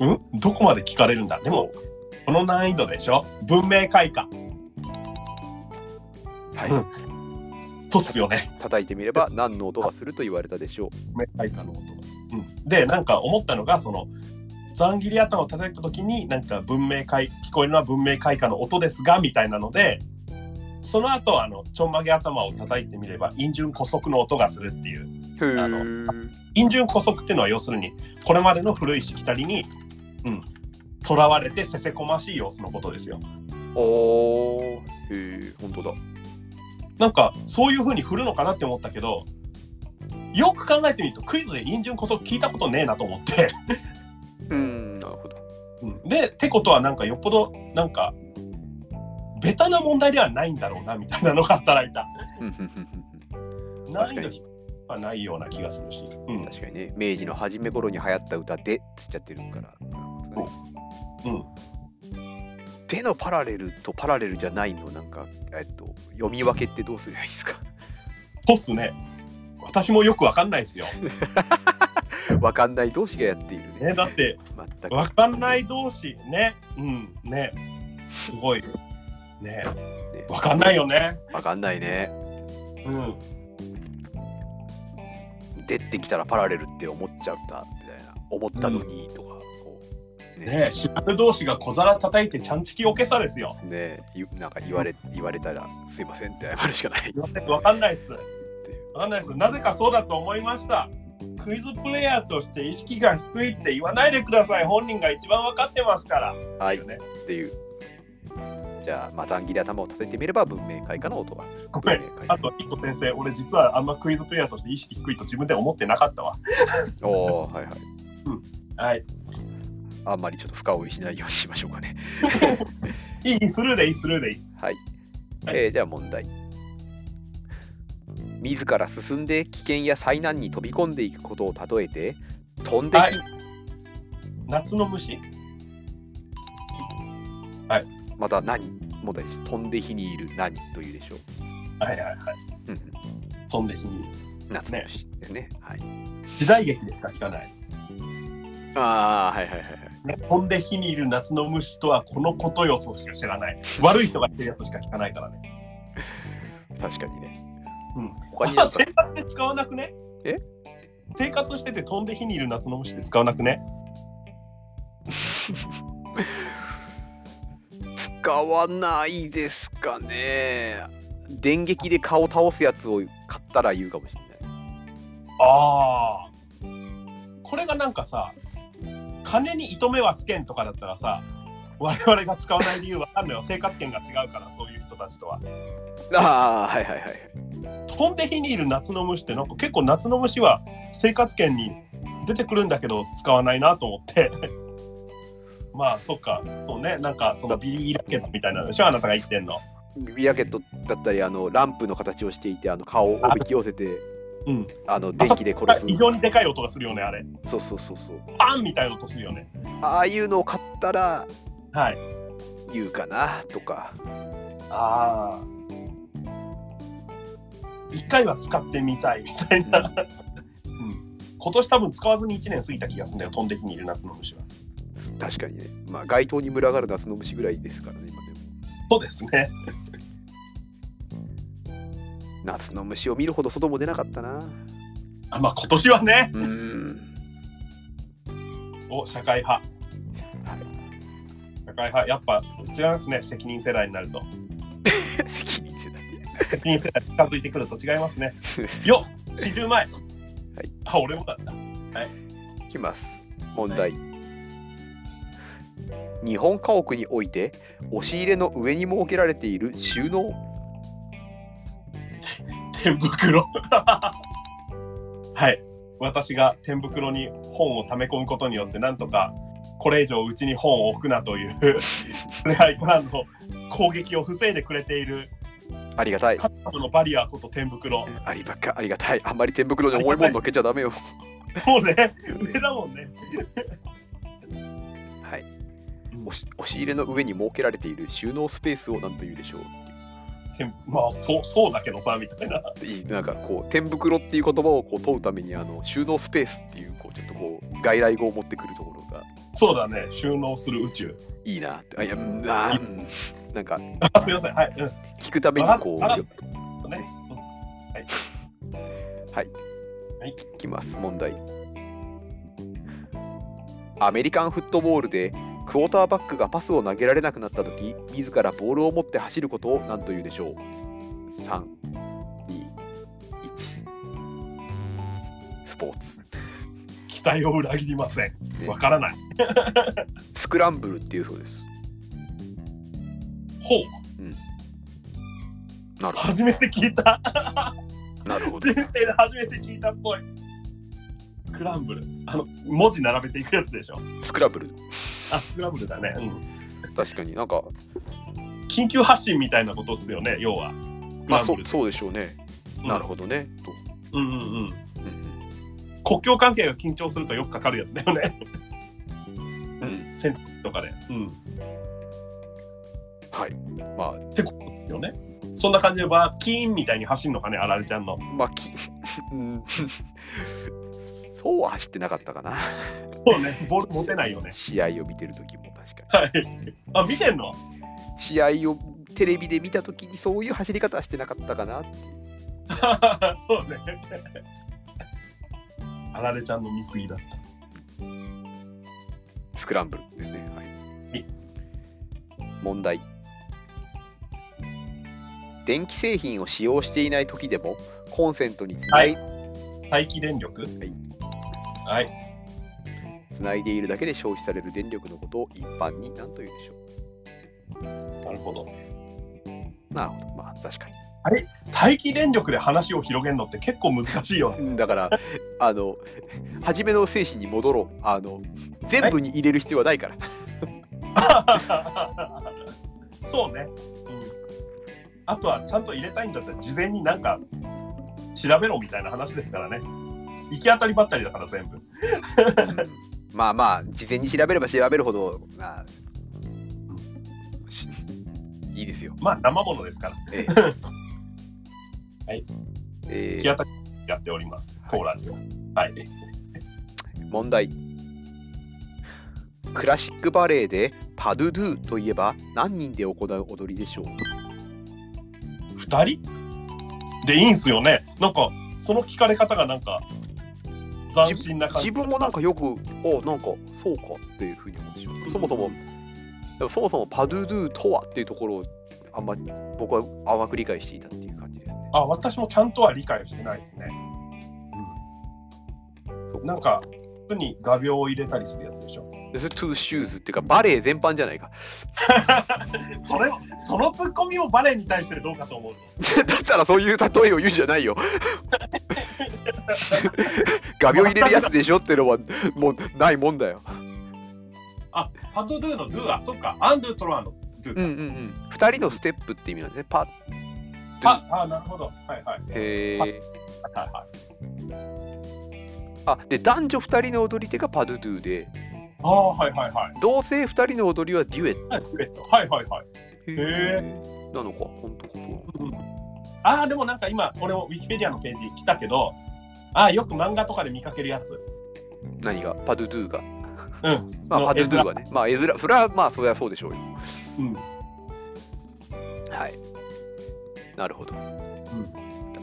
[SPEAKER 2] うんどこまで聞かれるんだでもこの難易度でしょ文明開化
[SPEAKER 1] はい
[SPEAKER 2] うんとっすよね
[SPEAKER 1] 叩いてみれば何の音がすると言われたでしょう。
[SPEAKER 2] 明快感の音が、うん、でなんか思ったのがそのざん切り頭を叩いた時になんか文明開聞こえるのは文明開化の音ですがみたいなのでその後あのちょんまげ頭を叩いてみれば陰順古速の音がするっていう
[SPEAKER 1] ふ
[SPEAKER 2] ー
[SPEAKER 1] ー
[SPEAKER 2] 陰順古速っていうのは要するにこれまでの古いしきたりにうんとらわれてせせこましい様子のことですよ
[SPEAKER 1] おーへえ本当だ
[SPEAKER 2] なんかそういう風に振るのかなって思ったけどよく考えてみるとクイズで陰順古速聞いたことねえなと思って
[SPEAKER 1] うんなるほど
[SPEAKER 2] うんでってことはなんかよっぽどなんかベタな問題ではないんだろうなみたいなのが働いた
[SPEAKER 1] うんふんふんふんふ
[SPEAKER 2] 難易度低くはないような気がするし、うんん
[SPEAKER 1] 確かにね明治の初め頃に流行った歌でっつっちゃってるからなるほどねでのパラレルとパラレルじゃないのなんか、えっと、読み分けってどうすればいいですか (laughs)
[SPEAKER 2] そうっすね。私もよくわかんないですよ。
[SPEAKER 1] わかんない同士がやっているね。
[SPEAKER 2] ね、だって、
[SPEAKER 1] 全く。
[SPEAKER 2] わかんない同士、ね、うん、ね、すごい。ね、
[SPEAKER 1] ね
[SPEAKER 2] わかんないよね。
[SPEAKER 1] わかんないね。
[SPEAKER 2] うん。
[SPEAKER 1] 出てきたらパラレルって思っちゃったみたいな。思ったのにとか。こう
[SPEAKER 2] ね、知らぬ同士が小皿叩いてちゃんちきおけさですよ。
[SPEAKER 1] ねえ、ゆなんか言われ言われたらすいませんって謝るしかない。
[SPEAKER 2] わかんないっす。わかんないっす。なぜかそうだと思いました。クイズプレイヤーとして意識が低いって言わないでください。本人が一番わかってますから。
[SPEAKER 1] はい、っ
[SPEAKER 2] ね
[SPEAKER 1] ていう。じゃあ、まあ、残儀で頭を立ててみれば文明開化の音がする。
[SPEAKER 2] ごめん
[SPEAKER 1] 文明開化
[SPEAKER 2] あと、一個先生、俺実はあんまクイズプレイヤーとして意識低いと自分で思ってなかったわ。
[SPEAKER 1] おーはいはい。
[SPEAKER 2] はい。
[SPEAKER 1] あんまりちょっと深追いしないようにしましょうかね。
[SPEAKER 2] いい、スルーでいい、スルーでいい。
[SPEAKER 1] はい。
[SPEAKER 2] はい
[SPEAKER 1] えーでは問題。自ら進んで危険や災難に飛び込んでいくことを例えて、飛んでひ、
[SPEAKER 2] はい夏の虫。
[SPEAKER 1] また何問題です。飛んで火にいる何というでしょう。
[SPEAKER 2] はいはいはい。
[SPEAKER 1] うんうん、
[SPEAKER 2] 飛んで火に。
[SPEAKER 1] 夏の詩ですね。はい、
[SPEAKER 2] 時代劇でしか聞かない。
[SPEAKER 1] ああ、はいはいはいはい。
[SPEAKER 2] ね、飛んで火にいる夏の虫とはこのことよとしか知らない。悪い人が言ってるやつしか聞かないからね。
[SPEAKER 1] 確かにね。
[SPEAKER 2] うん。
[SPEAKER 1] 他になんか
[SPEAKER 2] (laughs) 生活で使わなくね
[SPEAKER 1] え
[SPEAKER 2] 生活してて飛んで火にいる夏の虫で使わなくね
[SPEAKER 1] 使わないですかね。電撃で顔倒すやつを買ったら言うかもしれない。
[SPEAKER 2] ああ。これがなんかさ、金に糸目はつけんとかだったらさ、我々が使わない理由わかんないよ。生活圏が違うから、そういう人たちとは。
[SPEAKER 1] ああ、はいはいはい。
[SPEAKER 2] 飛んで火にいる夏の虫ってなんか結構夏の虫は生活圏に出てくるんだけど使わないなと思って (laughs) まあそっかそうねなんかそのビリギラケットみたいなのでしょあなたが言ってんの
[SPEAKER 1] ビラケットだったり、あのランプの形をしていて、あの顔をおびき寄せて、
[SPEAKER 2] うん
[SPEAKER 1] あの電気で殺す。
[SPEAKER 2] 非常にでかい音がするよねあれ
[SPEAKER 1] そうそうそうそう。
[SPEAKER 2] パンみたいな音するよね
[SPEAKER 1] ああいうのを買ったら
[SPEAKER 2] はい
[SPEAKER 1] 言うかなとか。
[SPEAKER 2] ああ一回は使ってみたいみたいな、うん、今年多分使わずに1年過ぎた気がするんだよ飛んで火にいる夏の虫は
[SPEAKER 1] 確かにね。まあ街頭に群がる夏の虫ぐらいですからね、今でも。
[SPEAKER 2] そうですね
[SPEAKER 1] 夏の虫を見るほど外も出なかったな。
[SPEAKER 2] あまあ今年はね
[SPEAKER 1] うーん。
[SPEAKER 2] お社会派
[SPEAKER 1] はい
[SPEAKER 2] 社会派やっぱ違いますね責任世代になると
[SPEAKER 1] (laughs) 責任じゃない。
[SPEAKER 2] 責任世代に近づいてくると違いますねよっ40前はいあ俺もだった
[SPEAKER 1] いきます。問題。日本家屋において押し入れの上に設けられている収納
[SPEAKER 2] 天袋はい私が天袋に本を溜め込むことによってなんとかこれ以上うちに本を置くなという (laughs) プレハイコランの攻撃を防いでくれている
[SPEAKER 1] ありがたい
[SPEAKER 2] カ。ットのバリアこと天袋
[SPEAKER 1] ありばっかありがたい。あんまり天袋に重いもんのっけちゃダメよ。
[SPEAKER 2] そうね上だもんね
[SPEAKER 1] はい
[SPEAKER 2] うん。
[SPEAKER 1] 押し押し入れの上に設けられている収納スペースを何と言うでしょう
[SPEAKER 2] 天まあそうそうだけどさみたいない
[SPEAKER 1] いなんかこう「天袋」っていう言葉をこう問うためにあの収納スペースっていうこうちょっとこう外来語を持ってくるところが
[SPEAKER 2] そうだね収納する宇宙
[SPEAKER 1] いいなってあいやうんあーうんなんか
[SPEAKER 2] あすいませんはい、うん
[SPEAKER 1] 聞くためにこう
[SPEAKER 2] あらあら
[SPEAKER 1] よ
[SPEAKER 2] ね
[SPEAKER 1] いきます問題アメリカンフットボールでクォーターバックがパスを投げられなくなった時自らボールを持って走ることを何と言うでしょう321スポーツ
[SPEAKER 2] 期待を裏切りません
[SPEAKER 1] ね
[SPEAKER 2] わからない
[SPEAKER 1] スクランブルっていうそうです
[SPEAKER 2] ほう
[SPEAKER 1] なるほ
[SPEAKER 2] 初めて聞いた
[SPEAKER 1] どなるほど
[SPEAKER 2] 人生で初めて聞いたっぽいクランブルあの文字並べていくやつでしょ
[SPEAKER 1] スクランブル
[SPEAKER 2] あスクランブルだね、うん、
[SPEAKER 1] 確かになんか
[SPEAKER 2] 緊急発進みたいなことっすよね要はスク
[SPEAKER 1] まあ
[SPEAKER 2] ラン
[SPEAKER 1] そ
[SPEAKER 2] ブ
[SPEAKER 1] う
[SPEAKER 2] ル
[SPEAKER 1] そうでしょうね、
[SPEAKER 2] うん
[SPEAKER 1] なるほどねと、
[SPEAKER 2] うんうんうん
[SPEAKER 1] うん
[SPEAKER 2] 国境関係が緊張するとよくか (laughs) かるやつだよね
[SPEAKER 1] うん、
[SPEAKER 2] 戦闘機とかでうん
[SPEAKER 1] はいま
[SPEAKER 2] よね。そんな感じでバーキーンみたいに走るのかね、あられちゃんの。
[SPEAKER 1] あまあき (laughs) うんそうは走ってなかったかな
[SPEAKER 2] そうね、 (laughs) ボール持てないよね。
[SPEAKER 1] 試合を見てる時も確か
[SPEAKER 2] はい。 (laughs) あ、見てんの
[SPEAKER 1] に試合をテレビで見た時にそういう走り方はしてなかったかな
[SPEAKER 2] そうね。 (laughs) あられちゃんの見過ぎだ。
[SPEAKER 1] スクランブルですね。はい
[SPEAKER 2] はい、
[SPEAKER 1] 問題電気製品を使用していない時でもコンセントにつない,、
[SPEAKER 2] 待機電力はい
[SPEAKER 1] い。
[SPEAKER 2] はい。
[SPEAKER 1] つないでいるだけで消費される電力のことを一般に何と言うでしょ
[SPEAKER 2] なるほど。
[SPEAKER 1] うなるほどまあ確かに
[SPEAKER 2] 待機電力で話を広げるのって結構難しいよ
[SPEAKER 1] (laughs)
[SPEAKER 2] ね。
[SPEAKER 1] うんだからあの (laughs) 初めの精神に戻ろうあの全部に入れる必要はないから
[SPEAKER 2] そうね。うん。あとはちゃんと入れたいんだったら事前になんか調べろみたいな話ですからね。行き当たりばったりだから全部。
[SPEAKER 1] まあまあ事前に調べれば調べるほどまあし (laughs) いいですよ
[SPEAKER 2] まあ生ものですから。
[SPEAKER 1] ええ
[SPEAKER 2] はい。
[SPEAKER 1] え
[SPEAKER 2] 行き
[SPEAKER 1] ー
[SPEAKER 2] 当たりやっております。
[SPEAKER 1] はい
[SPEAKER 2] 当ラジオ。はい。
[SPEAKER 1] 問題。クラシックバレエでパドゥドゥといえば何人で行う踊りでしょう
[SPEAKER 2] 二人でいいんすよね。なんかその聞かれ方がなんか斬新な感じ
[SPEAKER 1] 自。分もなんかよく、おなんかそうかっていうふうに思ってしまう。そもそも、でもそもそもパドゥドゥとはっていうところをあんま僕は甘く理解していたっていう感じですね。
[SPEAKER 2] あ、私もちゃんとは理解してないですね。
[SPEAKER 1] そっ
[SPEAKER 2] なんか、普通に画鋲を入れたりするやつでしょ。
[SPEAKER 1] それトゥーシューズっていうかバレエ全般じゃないか。
[SPEAKER 2] それを、そのツッコミをバレエに対してどうかと思うぞ。
[SPEAKER 1] (laughs) だったらそういう例えを言うんじゃ (laughs) ないよ。画鋲入れるやつでしょっていうのはもうないもんだよ。
[SPEAKER 2] あ、パトドゥのドゥは、そっか、アンドゥトロワのドゥ
[SPEAKER 1] うん
[SPEAKER 2] か。
[SPEAKER 1] うんうん、2人のステップって意味なんですね。パ
[SPEAKER 2] あ、あ、なるほど。はいはい。
[SPEAKER 1] へー
[SPEAKER 2] はいはい。
[SPEAKER 1] あで男女2人の踊り手がパドゥドゥで
[SPEAKER 2] あー、はいはいはい。
[SPEAKER 1] 同性2人の踊りはデュエット。
[SPEAKER 2] えっとはいはいはい。へ
[SPEAKER 1] なのか本当かそう
[SPEAKER 2] あー、でもなんか今、俺もウィキペディアのページ来たけど、あー、よく漫画とかで見かけるやつ。
[SPEAKER 1] 何がパドゥドゥが。
[SPEAKER 2] うん。
[SPEAKER 1] まあ
[SPEAKER 2] の
[SPEAKER 1] パドゥドゥはね。まあ絵面それはまあそれはそうでしょうよ。
[SPEAKER 2] うん。
[SPEAKER 1] はい。なるほど。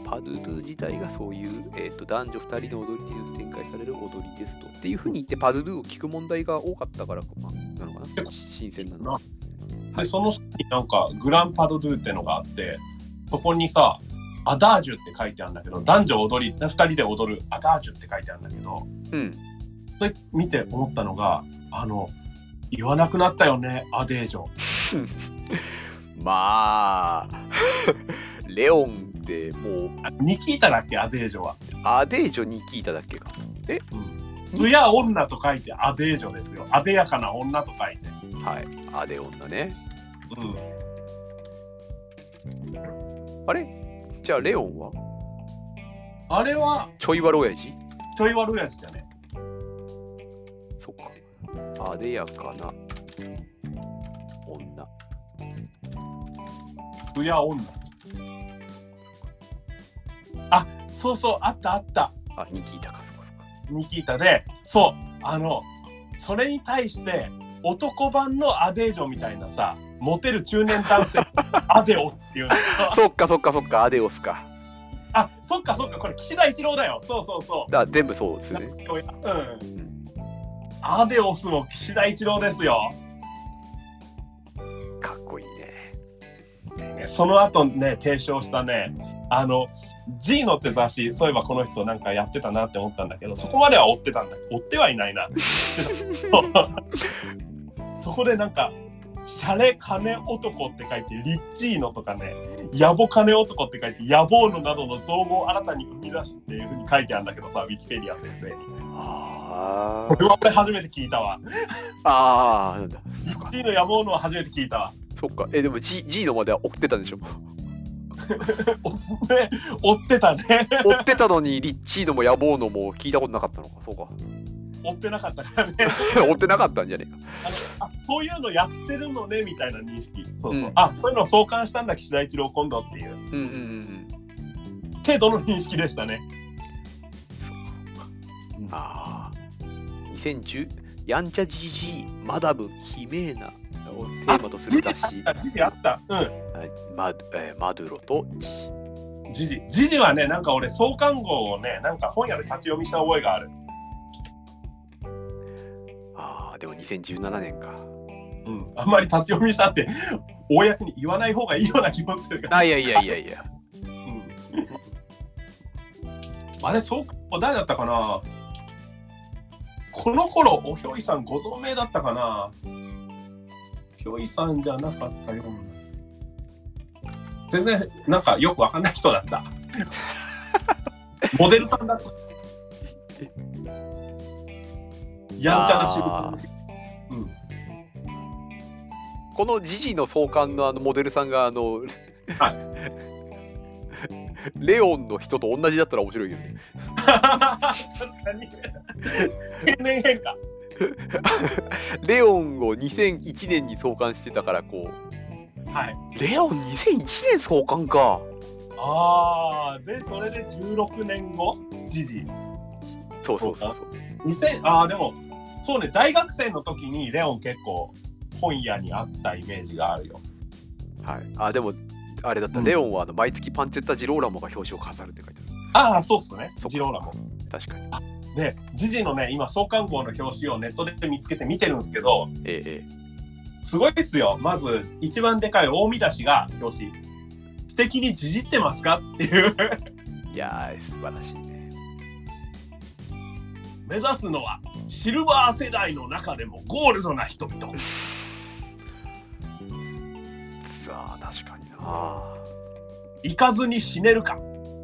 [SPEAKER 1] パドゥドゥ自体がそういう、えー、と男女2人の踊り手で展開される踊りですと。っていうふうに言ってパドゥドゥを聞く問題が多かったから、まあ、なのかな新鮮なのは。は
[SPEAKER 2] で
[SPEAKER 1] い
[SPEAKER 2] その下になんかグランパドドゥってのがあってそこにさアダージュって書いてあるんだけど男女踊り2人で踊るアダージュって書いてあるんだけど
[SPEAKER 1] うん。
[SPEAKER 2] それ見て思ったのがあの言わなくなったよねアデージョ
[SPEAKER 1] まあレオンってもう
[SPEAKER 2] あニキータだっけアデージョは
[SPEAKER 1] アデージョに聞いただけか
[SPEAKER 2] 艶や女と書いてアデージョですよあでやかな女と書いて
[SPEAKER 1] はいアデオンだね
[SPEAKER 2] うん
[SPEAKER 1] あれじゃあレオンは
[SPEAKER 2] あれは
[SPEAKER 1] ちょいわろやじ
[SPEAKER 2] ちょい悪いやつだね
[SPEAKER 1] そっかアデやかな女
[SPEAKER 2] 艶や女あそうそうあったあった
[SPEAKER 1] あに聞いたかそっかそっか
[SPEAKER 2] ニキータでそうあのそれに対して男版のアデージョみたいなさモテる中年男性アデオスっていうの
[SPEAKER 1] (laughs) そっかそっかそっかアデオスか
[SPEAKER 2] あそっかそっかこれ岸田一郎だよそうそうそ
[SPEAKER 1] だ全部そうです
[SPEAKER 2] う、
[SPEAKER 1] ね
[SPEAKER 2] うん、アデオスも岸田一郎ですよ
[SPEAKER 1] かっこいいね
[SPEAKER 2] その後ね提唱したねあの「G の」って雑誌そういえばこの人なんかやってたなって思ったんだけどそこまでは追ってたんだ追ってはいない (laughs) なそこでなんか「シャレ金男」って書いて「リッチーノ」とかね「野暮金男」って書いて「野望の」などの造語を新たに生み出しっていうふうに書いてあるんだけどさウィキペディア先生に
[SPEAKER 1] あ
[SPEAKER 2] これは俺初めて聞いたわ
[SPEAKER 1] あ (laughs) ああなんだ
[SPEAKER 2] リッチーノ野望のは初めて聞いたわ (laughs)
[SPEAKER 1] そっかえでも G, G のまでは追ってたんでし (laughs) ょ
[SPEAKER 2] ね追ってたね (laughs)
[SPEAKER 1] 追ってたのにリッチーノも野望のも聞いたことなかったのかそうか (laughs)
[SPEAKER 2] 追ってなかったからね
[SPEAKER 1] 追ってなかったんじゃねえか
[SPEAKER 2] あのあそういうのやってるのねみたいな認識そうそう、
[SPEAKER 1] うん
[SPEAKER 2] あそういうのを創刊したんだ岸田一郎今度っていう
[SPEAKER 1] うんうんうん
[SPEAKER 2] 程度の認識でしたね
[SPEAKER 1] ああ2010やんちゃじじいマダムヒメーナをテーマとする
[SPEAKER 2] 時事
[SPEAKER 1] 雑
[SPEAKER 2] あ
[SPEAKER 1] 誌
[SPEAKER 2] った時事あったう
[SPEAKER 1] はいマ,、えーマドゥロとジジ
[SPEAKER 2] ん時事時事はねなんか俺創刊号をねなんか本屋で立ち読みした覚えがある
[SPEAKER 1] ああでも2017年か
[SPEAKER 2] うんあんまり立ち読みしたって公に言わない方がいいような気もするが
[SPEAKER 1] あいやいやいやいや
[SPEAKER 2] (laughs) あれ、そう、誰だったかなこの頃、おひょいさんご存命だったかなひょいさんじゃなかったような。全然、なんかよくわかんない人だった。モデルさんだった。やんちゃな仕
[SPEAKER 1] あ
[SPEAKER 2] 事。うん。 (laughs)
[SPEAKER 1] このジジの創刊のあのモデルさんがあの、
[SPEAKER 2] は
[SPEAKER 1] レオンの人と同じだったら面白いよね。
[SPEAKER 2] 確かに。 (laughs) 天然変化。
[SPEAKER 1] レオンを2001年に創刊してたからこ
[SPEAKER 2] はい。
[SPEAKER 1] うレオン2001年創刊か
[SPEAKER 2] ああ、で、それで16年後、時事。
[SPEAKER 1] そうそうそうそう
[SPEAKER 2] 2000ああでもそうね大学生の時にレオン結構本屋にあったイメージがあるよ
[SPEAKER 1] はいあでもあれだった、
[SPEAKER 2] うん
[SPEAKER 1] レオンはあの毎月パンチェッタ・ジローラモが表紙を飾るって書いてある
[SPEAKER 2] ああそうっすね
[SPEAKER 1] そっか
[SPEAKER 2] ジローラも
[SPEAKER 1] 確かに
[SPEAKER 2] でジジのね今創刊号の表紙をネットで見つけて見てるんですけど
[SPEAKER 1] えええ
[SPEAKER 2] すごいっすよまず一番でかい大見出しが表紙「素敵にジジってますか?」っていう (laughs)
[SPEAKER 1] えいやー素晴らしいね
[SPEAKER 2] 目指すのはシルバー世代の中でもゴールドな人々
[SPEAKER 1] さあ確かにな
[SPEAKER 2] 行かずに死ねるか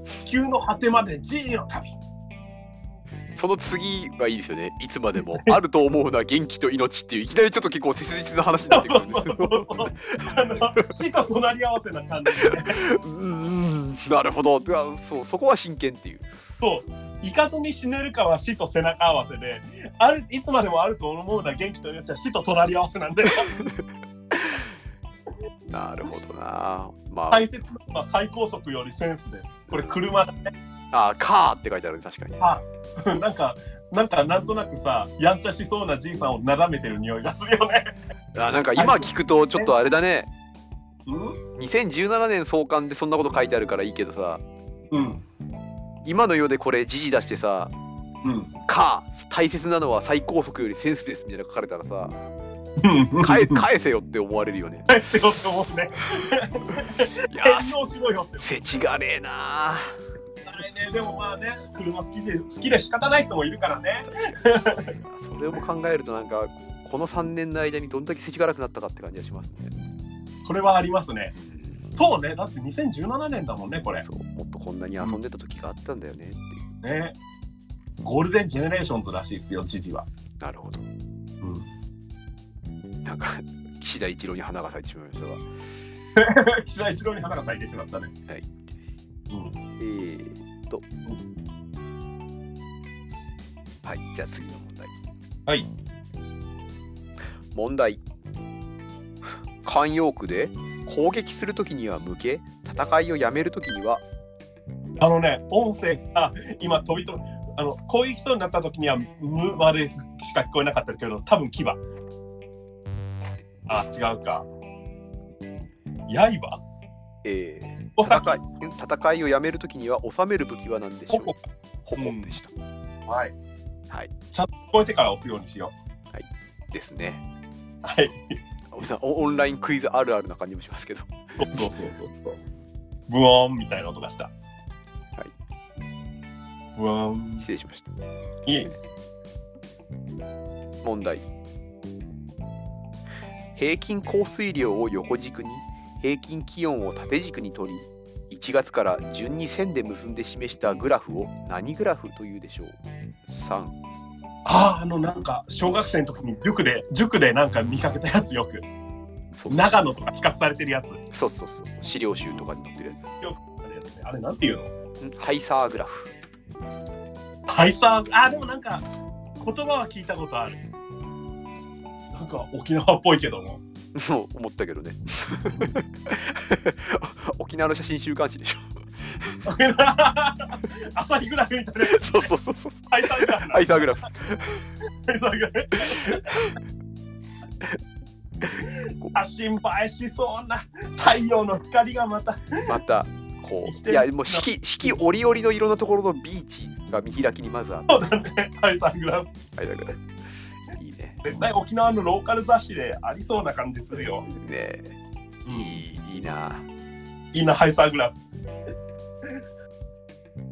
[SPEAKER 2] 地球の果てまでジジの旅
[SPEAKER 1] その次はいいですよねいつまでも (laughs) あると思うのは元気と命っていういきなりちょっと結構切実な話になってくるんですけど
[SPEAKER 2] あの死と隣り合わせな感じでね
[SPEAKER 1] うんなるほどあそうそこは真剣っていう
[SPEAKER 2] そう行かずに死ねるかは死と背中合わせであるいつまでもあると思うな元気と命は死と隣り合わせなんで
[SPEAKER 1] なるほどなまあ、
[SPEAKER 2] 大切なのは最高速よりセンスですこれ車だね
[SPEAKER 1] あカーって書いてある確かに
[SPEAKER 2] あなんかなんかなんとなくさやんちゃしそうなじいさんをなだめてる匂いがするよね
[SPEAKER 1] あなんか今聞くとちょっとあれだね
[SPEAKER 2] うん
[SPEAKER 1] 2017年創刊でそんなこと書いてあるからいいけどさ
[SPEAKER 2] うん
[SPEAKER 1] 今の世でこれ時事出してさ
[SPEAKER 2] うん
[SPEAKER 1] 「カー大切なのは最高速よりセンスです」みたいなの書かれたらさ
[SPEAKER 2] うん (laughs)
[SPEAKER 1] 返
[SPEAKER 2] 帰
[SPEAKER 1] 返せよって思われるよね
[SPEAKER 2] ってよって思うね
[SPEAKER 1] いや
[SPEAKER 2] 返
[SPEAKER 1] ー
[SPEAKER 2] 納しろよって
[SPEAKER 1] せちがれえな
[SPEAKER 2] ないねでもまあね車好きで好きで仕方ない人もいるからね
[SPEAKER 1] それも考えるとなんかこの3年の間にどんだけせちがらくなったかって感じがしますね
[SPEAKER 2] それはありますねそうねだって2017年だもんねこれ
[SPEAKER 1] そうもっとこんなに遊んでた時があったんだよねっていう
[SPEAKER 2] ねゴールデンジェネレーションズらしいですよ知事は、 (laughs)
[SPEAKER 1] なるほど
[SPEAKER 2] うん、
[SPEAKER 1] なんか岸田一郎に花が咲いてしまいましたが
[SPEAKER 2] 岸田一郎に花が咲いてしまったね
[SPEAKER 1] はい、
[SPEAKER 2] うん、
[SPEAKER 1] えー、っと。はい、じゃあ次の問題。
[SPEAKER 2] はい。
[SPEAKER 1] 問題。慣用句で攻撃するときには向け、戦いをやめるときには、
[SPEAKER 2] あのね音声が今飛び飛びあのこういう人になった時には「無までしか聞こえなかったけど多分牙あ違うか刃
[SPEAKER 1] え
[SPEAKER 2] お
[SPEAKER 1] ー、
[SPEAKER 2] 先
[SPEAKER 1] 戦い戦いをやめるときには収める武器は何でしょう
[SPEAKER 2] 矛か
[SPEAKER 1] 矛でした。
[SPEAKER 2] はい
[SPEAKER 1] はい、
[SPEAKER 2] ちゃんと聞こえてから押すようにしよ
[SPEAKER 1] ですね。
[SPEAKER 2] うはい
[SPEAKER 1] おさオンラインクイズあるあるな感じもしますけど。 (laughs)
[SPEAKER 2] そうそうそうそう。ブワーンみたいな音がした。はい。ブワーン。
[SPEAKER 1] 失礼しました。
[SPEAKER 2] いえ。
[SPEAKER 1] 問題平均降水量を横軸に平均気温を縦軸に取り1月から順に線で結んで示したグラフを何グラフというでしょう3
[SPEAKER 2] ああ、あのなんか小学生の時に塾で塾でなんか見かけたやつよく
[SPEAKER 1] そうそう
[SPEAKER 2] 長野とか比較されてるやつ。
[SPEAKER 1] そうそうそう資料集とかに載ってるや
[SPEAKER 2] あれなんていうの？
[SPEAKER 1] つんハイサーグラフ
[SPEAKER 2] ハイサー。ああでもなんか言葉は聞いたことある。なんか沖縄っぽいけども。 (laughs)
[SPEAKER 1] そう思ったけど (laughs) ね沖縄の写真週刊誌でしょ
[SPEAKER 2] 朝日グラフみたいな。
[SPEAKER 1] そうそうそうそう
[SPEAKER 2] ハイサーグラフな
[SPEAKER 1] アイサーグラフ
[SPEAKER 2] ハイサーグラフ (laughs) あ心配しそうな太陽の光がまた
[SPEAKER 1] またこ
[SPEAKER 2] 生き
[SPEAKER 1] う
[SPEAKER 2] て
[SPEAKER 1] い
[SPEAKER 2] る
[SPEAKER 1] やもう四季四季折々の色のところのビーチが見開きにまずあって
[SPEAKER 2] そうだねハイサーグラフ
[SPEAKER 1] アイサーグラフいいね
[SPEAKER 2] 絶対沖縄のローカル雑誌でありそうな感じするよ
[SPEAKER 1] ねえいいいいない
[SPEAKER 2] いなハイサーグラフ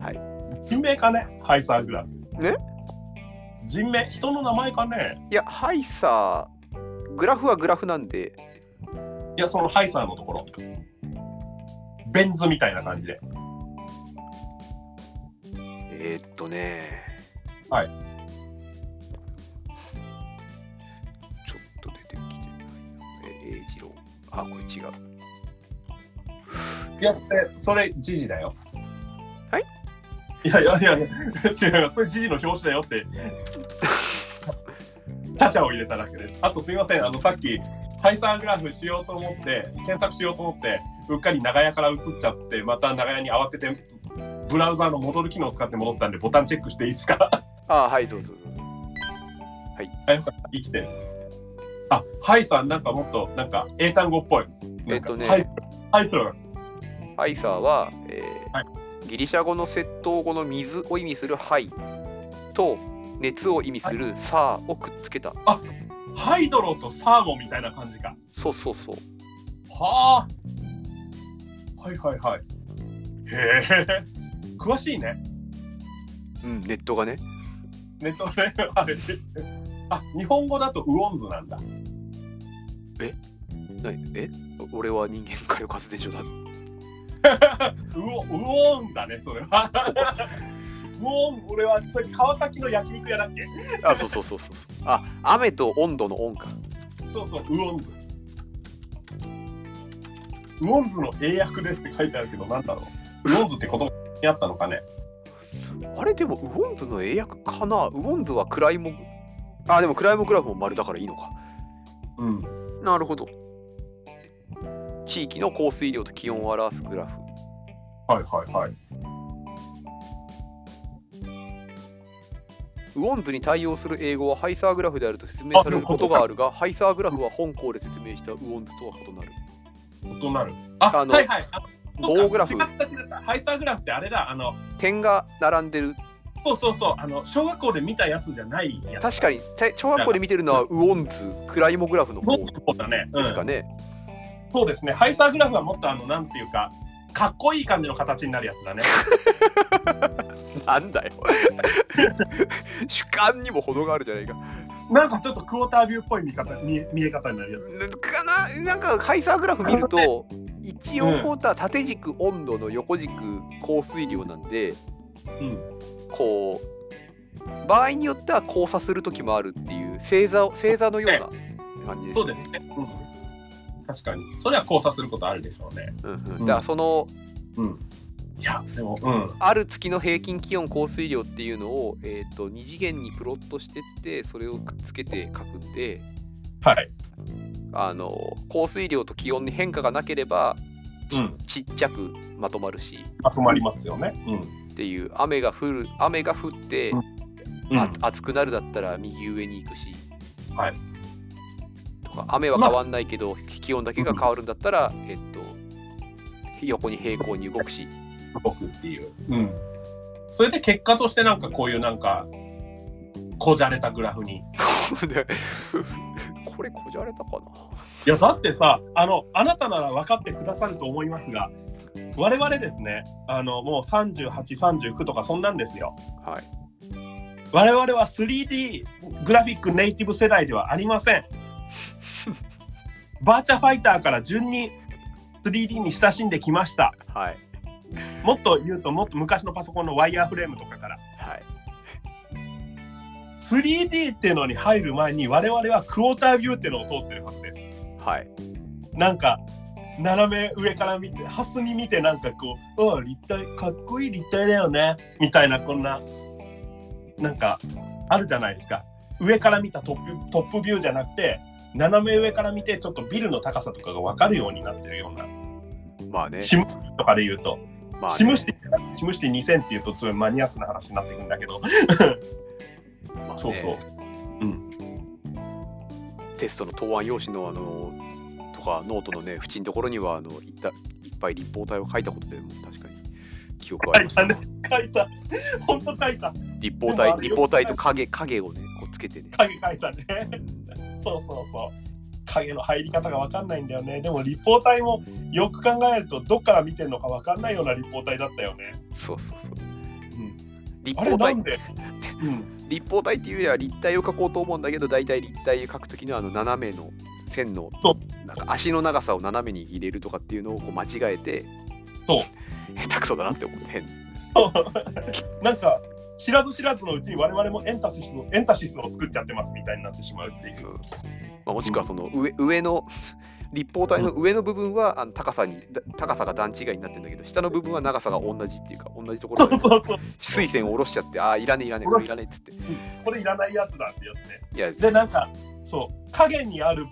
[SPEAKER 1] はい
[SPEAKER 2] 人名かねハイサーグラフ
[SPEAKER 1] ね
[SPEAKER 2] 人名人の名前かね
[SPEAKER 1] いやハイサーグラフはグラフなんで
[SPEAKER 2] いやそのハイサーのところベン図みたいな感じで
[SPEAKER 1] えー、っとね
[SPEAKER 2] はい
[SPEAKER 1] ちょっと出てきてないなえ英二郎あこれ違う
[SPEAKER 2] いやってそれジジだよ
[SPEAKER 1] はい
[SPEAKER 2] いやいやいやいや違うそれジジの表紙だ
[SPEAKER 1] (laughs)
[SPEAKER 2] よってチャチャを入れただけですあとすいませんあのさっきハイサーグラフしようと思って検索しようと思ってうっかり長屋から移っちゃってまた長屋に慌ててブラウザーの戻る機能を使って戻ったんでボタンチェックしていいですか (laughs)
[SPEAKER 1] あはいどうぞどうぞ
[SPEAKER 2] 生きてるあハイさんなんかもっとなんか英単語っぽい
[SPEAKER 1] えっとね
[SPEAKER 2] なんかハイハイスラー
[SPEAKER 1] ハイサーは、えー
[SPEAKER 2] は
[SPEAKER 1] ギリシャ語の窃盗語の水を意味するハイと熱を意味するサーをくっつけた、
[SPEAKER 2] ハイドロとサーモンみたいな感じか
[SPEAKER 1] そうそうそう
[SPEAKER 2] はあ。はいはいはい。へえ。詳しいね。
[SPEAKER 1] うんネットがね
[SPEAKER 2] ネットで。はいあ、日本語だとウオンズなんだ。
[SPEAKER 1] なえ俺は人間火力発電所だ
[SPEAKER 2] ウオウオンだね、それは。ウオン、俺は、それ川崎の焼肉屋だっけ
[SPEAKER 1] (laughs) あそうそうそうそうそうあ雨と温度の温か
[SPEAKER 2] そうそう、ウオンズ。ウオンズの英訳ですって書いてあるけど、なんだろう。ウオンズって言葉にあったのかね。
[SPEAKER 1] あれでもウォンズの英訳かなウォンズはクライモあでもクライモグラフも丸だからいいのか
[SPEAKER 2] うん。
[SPEAKER 1] なるほど地域の降水量と気温を表すグラフ
[SPEAKER 2] はいはいはい。
[SPEAKER 1] ウォンズに対応する英語はハイサーグラフであると説明されることがあるが、ハイサーグラフは本校で説明したウォンズとは異なる。
[SPEAKER 2] 異なる。あ、
[SPEAKER 1] あの
[SPEAKER 2] はいはい。あそうか
[SPEAKER 1] 棒グラフ
[SPEAKER 2] 違った違った。ハイサーグラフってあれだ。あの、
[SPEAKER 1] 点が並んでる。
[SPEAKER 2] そうそうそう。あの、小学校で見たやつじゃないや
[SPEAKER 1] 確
[SPEAKER 2] つ。
[SPEAKER 1] かに、て小学校で見てるのはウォンズ、クライモグラフの
[SPEAKER 2] も
[SPEAKER 1] 方
[SPEAKER 2] っとこうだね。う
[SPEAKER 1] で
[SPEAKER 2] ん
[SPEAKER 1] すかね。
[SPEAKER 2] そうですね。ハイサーグラフはもっとあの、なんていうか、かっこいい感じの形になるやつだね。 (laughs)
[SPEAKER 1] なんだよ。 (laughs) 主観にも程があるじゃないか。
[SPEAKER 2] なんかちょっとクォータービューっぽい見方見え見え方になるやつ。
[SPEAKER 1] なかななんかハイサーグラフ見ると、一応
[SPEAKER 2] うん
[SPEAKER 1] こうた縦軸温度の横軸降水量なんで、
[SPEAKER 2] うん。
[SPEAKER 1] こう場合によっては交差する時もあるっていう星座を星座のような感じです
[SPEAKER 2] そうですね。うん。確かに。それは交差することあるでしょうね。
[SPEAKER 1] うんうん
[SPEAKER 2] うん
[SPEAKER 1] だからその
[SPEAKER 2] いや、でも、うん。
[SPEAKER 1] ある月の平均気温降水量っていうのを、えー、と2次元にプロットしてってそれをくっつけて書くんで
[SPEAKER 2] はい。
[SPEAKER 1] あの降水量と気温に変化がなければ
[SPEAKER 2] うん。
[SPEAKER 1] ちっちゃくまとまるし
[SPEAKER 2] まとまりますよね。うん。
[SPEAKER 1] っていう雨が降る雨が降って、
[SPEAKER 2] うん、
[SPEAKER 1] あ暑くなるだったら右上に行くし、
[SPEAKER 2] はい
[SPEAKER 1] とか雨は変わんないけど、気温だけが変わるんだったら、えっと横に平行に動くし
[SPEAKER 2] 動くっていう、うん、それで結果としてなんかこういうなんかこじゃれたグラフにい
[SPEAKER 1] (laughs) で (laughs) これこじゃれたか
[SPEAKER 2] やだってさあのあなたなら分かってくださると思いますが我々ですねあのもう3839とかそんなんですよ
[SPEAKER 1] なはい
[SPEAKER 2] 我々は 3D グラフィックネイティブ世代ではありませんバーチャファイターから順に 3D に親しんできました
[SPEAKER 1] はい
[SPEAKER 2] もっと言うともっと昔のパソコンのワイヤーフレームとかから
[SPEAKER 1] はい
[SPEAKER 2] 3D っていうのに入る前に我々はクォータービューっていうのを通ってるはずです。
[SPEAKER 1] はい
[SPEAKER 2] なんか斜め上から見て端に見てなんかこう「ああ立体かっこいい立体だよね」みたいなこんななんかあるじゃないですか上から見たトップトップビューじゃなくて斜め上から見てちょっとビルの高さとかが分かるようになってるような
[SPEAKER 1] まあね。
[SPEAKER 2] シムシティとかで言うと
[SPEAKER 1] まあ
[SPEAKER 2] シ
[SPEAKER 1] ね
[SPEAKER 2] ムシティシムシティ2000って言うとすごいマニアックな話になってくるんだけど
[SPEAKER 1] まあね
[SPEAKER 2] そうそう
[SPEAKER 1] テストの答案用紙のあのとかノートのね縁のところにはあのいったいっぱい立方体を書いたことでも確かに記憶はあります、
[SPEAKER 2] 書いた書いた本当書いた
[SPEAKER 1] 立方 (laughs)
[SPEAKER 2] でもあ
[SPEAKER 1] 体
[SPEAKER 2] れ
[SPEAKER 1] 立方体と影影をねこうつけてね。
[SPEAKER 2] 影書いたね
[SPEAKER 1] うん
[SPEAKER 2] そうそうそう。影の入り方が分かんないんだよね。でも立方体もよく考えるとどっから見てるのか分かんないような立方体だったよね。
[SPEAKER 1] そうそうそう。
[SPEAKER 2] ん
[SPEAKER 1] 立
[SPEAKER 2] あれ
[SPEAKER 1] 方
[SPEAKER 2] なん
[SPEAKER 1] 体
[SPEAKER 2] で、うん、
[SPEAKER 1] 立方体っていうよりは立体を描こうと思うんだけど大体立体を描く時のあの斜めの線の
[SPEAKER 2] そ
[SPEAKER 1] なんか足の長さを斜めに入れるとかっていうのをこう間違えて
[SPEAKER 2] そう
[SPEAKER 1] 下手くそだなって思って変
[SPEAKER 2] なんか知らず知らずのうちに我々もエンタシスをエンタシスを作っちゃってますみたいになってしまうっていう。
[SPEAKER 1] そうまあ、もしくはその上上の立方体の上の部分はあの高さにだ高さが段違いになってるんだけど下の部分は長さが同じっていうか同じとこ
[SPEAKER 2] そ
[SPEAKER 1] ろ
[SPEAKER 2] う
[SPEAKER 1] で
[SPEAKER 2] そうそう。
[SPEAKER 1] 水線を下ろしちゃってああいらねえいらねえこれいらねえっつって
[SPEAKER 2] これいらないやつだってやつね。
[SPEAKER 1] いや
[SPEAKER 2] でなんかそう影にある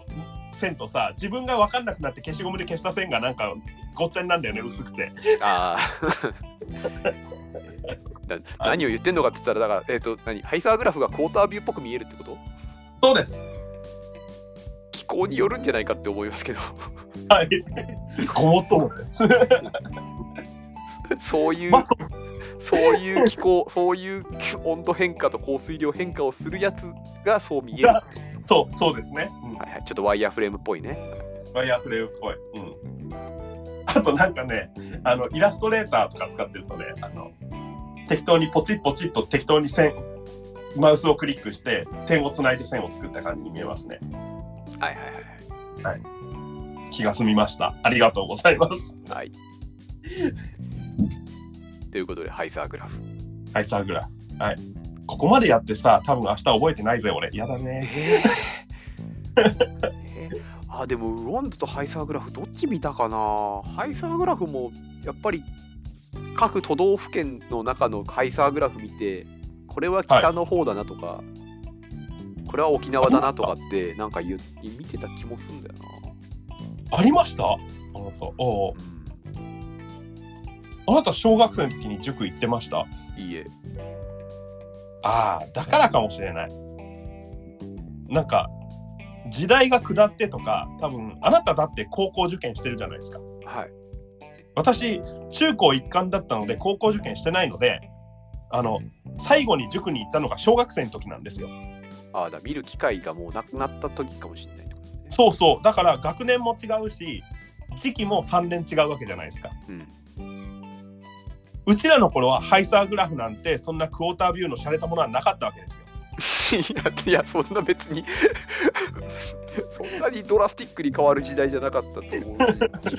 [SPEAKER 2] 線とさ自分が分かんなくなって消しゴムで消した線がなんかごっちゃになるんだよね薄くて。
[SPEAKER 1] あ
[SPEAKER 2] (laughs)
[SPEAKER 1] あな何を言ってんのかっつったらだからえっ、と何ハイサーグラフがクォータービューっぽく見えるってこと
[SPEAKER 2] そうです。
[SPEAKER 1] 気候によるんじゃないかって思いますけど (laughs)
[SPEAKER 2] はい。ごもっともです。
[SPEAKER 1] そういう、
[SPEAKER 2] (laughs) まあそ
[SPEAKER 1] そういう気候そういう温度変化と降水量変化をするやつがそう見える、は
[SPEAKER 2] そうそうですね。うん
[SPEAKER 1] いはい、ちょっとワイヤーフレームっぽいね
[SPEAKER 2] ワイヤーフレームっぽい。うん。あとなんかね、あのイラストレーターとか使ってるとね、あの適当にポチッポチッと適当に線マウスをクリックして点をつないで線を作った感じに見えますね。
[SPEAKER 1] はいはいはい
[SPEAKER 2] 気が済みました。ありがとうございます。 (laughs)
[SPEAKER 1] はい。ということで、ハイサーグラフ。
[SPEAKER 2] はい、サーグラ。はい。ここまでやってさ、多分明日覚えてないぜ、俺。やだね。
[SPEAKER 1] えー (laughs) えーあ、でも、ウォンズとハイサーグラフ、どっち見たかなハイサーグラフも、やっぱり、各都道府県の中のハイサーグラフ見て、これは北の方だなとか、これは沖縄だなとかって、なんか言う見てた気もするんだよ
[SPEAKER 2] ありましたあなた。おう
[SPEAKER 1] な。
[SPEAKER 2] あなた、小学生の時に塾行ってました
[SPEAKER 1] いいえ。
[SPEAKER 2] ああだからかもしれないなんか時代が下ってとか多分あなただって高校受験してるじゃないですか
[SPEAKER 1] はい。
[SPEAKER 2] 私中高一貫だったので高校受験してないのであの最後に塾に行ったのが小学生の時なんですよ
[SPEAKER 1] ああ、だ見る機会がもうなくなった時かもしれないってことね。
[SPEAKER 2] そうそうだから学年も違うし時期も3年違うわけじゃないですか
[SPEAKER 1] うん。
[SPEAKER 2] うちらの頃はハイサーグラフなんてそんなクォータービューの洒落たものはなかったわけですよ
[SPEAKER 1] いやいやそんな別に (laughs) そんなにドラスティックに変わる時代じゃなかったと思うし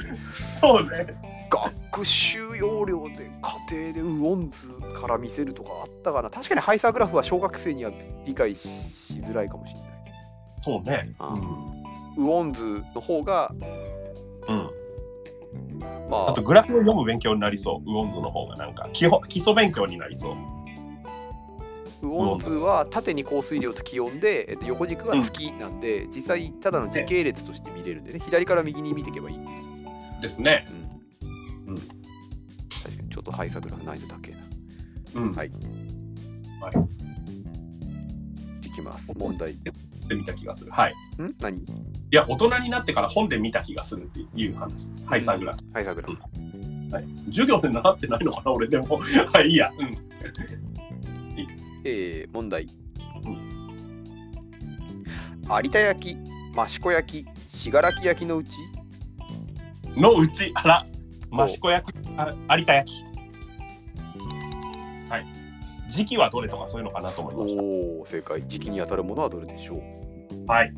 [SPEAKER 2] そうね
[SPEAKER 1] 学習要領で家庭でウォンズから見せるとかあったかな確かにハイサーグラフは小学生には理解しづらいかもしれない
[SPEAKER 2] そうね
[SPEAKER 1] あウォンズの方が
[SPEAKER 2] うん
[SPEAKER 1] まあ
[SPEAKER 2] あとグラフを読む勉強になりそう、ウォンズの方がなんか基本基礎勉強になりそう。
[SPEAKER 1] ウォンズは縦に降水量と気温で、えっと、横軸は月なんで、実際ただの時系列として見れるんでね左から右に見ていけばいいんで、
[SPEAKER 2] ですね。
[SPEAKER 1] う
[SPEAKER 2] うんん
[SPEAKER 1] 確かにちょっとハイサーグラフ難易度高いな
[SPEAKER 2] うん
[SPEAKER 1] はい。
[SPEAKER 2] はい
[SPEAKER 1] きます。問題。ん
[SPEAKER 2] で見た気がする。はい。
[SPEAKER 1] 何
[SPEAKER 2] いや、大人になってから本で見た気がするっていう話。ハイサーグラフ。
[SPEAKER 1] はい、桜。
[SPEAKER 2] はい。授業で習ってないのかな、俺でも。 (laughs) はい、いいや。うん。
[SPEAKER 1] えー、問題
[SPEAKER 2] う。
[SPEAKER 1] 有田焼き、益子焼き、信楽焼きのうち、
[SPEAKER 2] のうち、あら、
[SPEAKER 1] お
[SPEAKER 2] 益子焼き、あ有田焼き。はい。時期はどれとかそういうのかなと思いました。
[SPEAKER 1] おお、正解。時期に当たるものはどれでしょう
[SPEAKER 2] はい。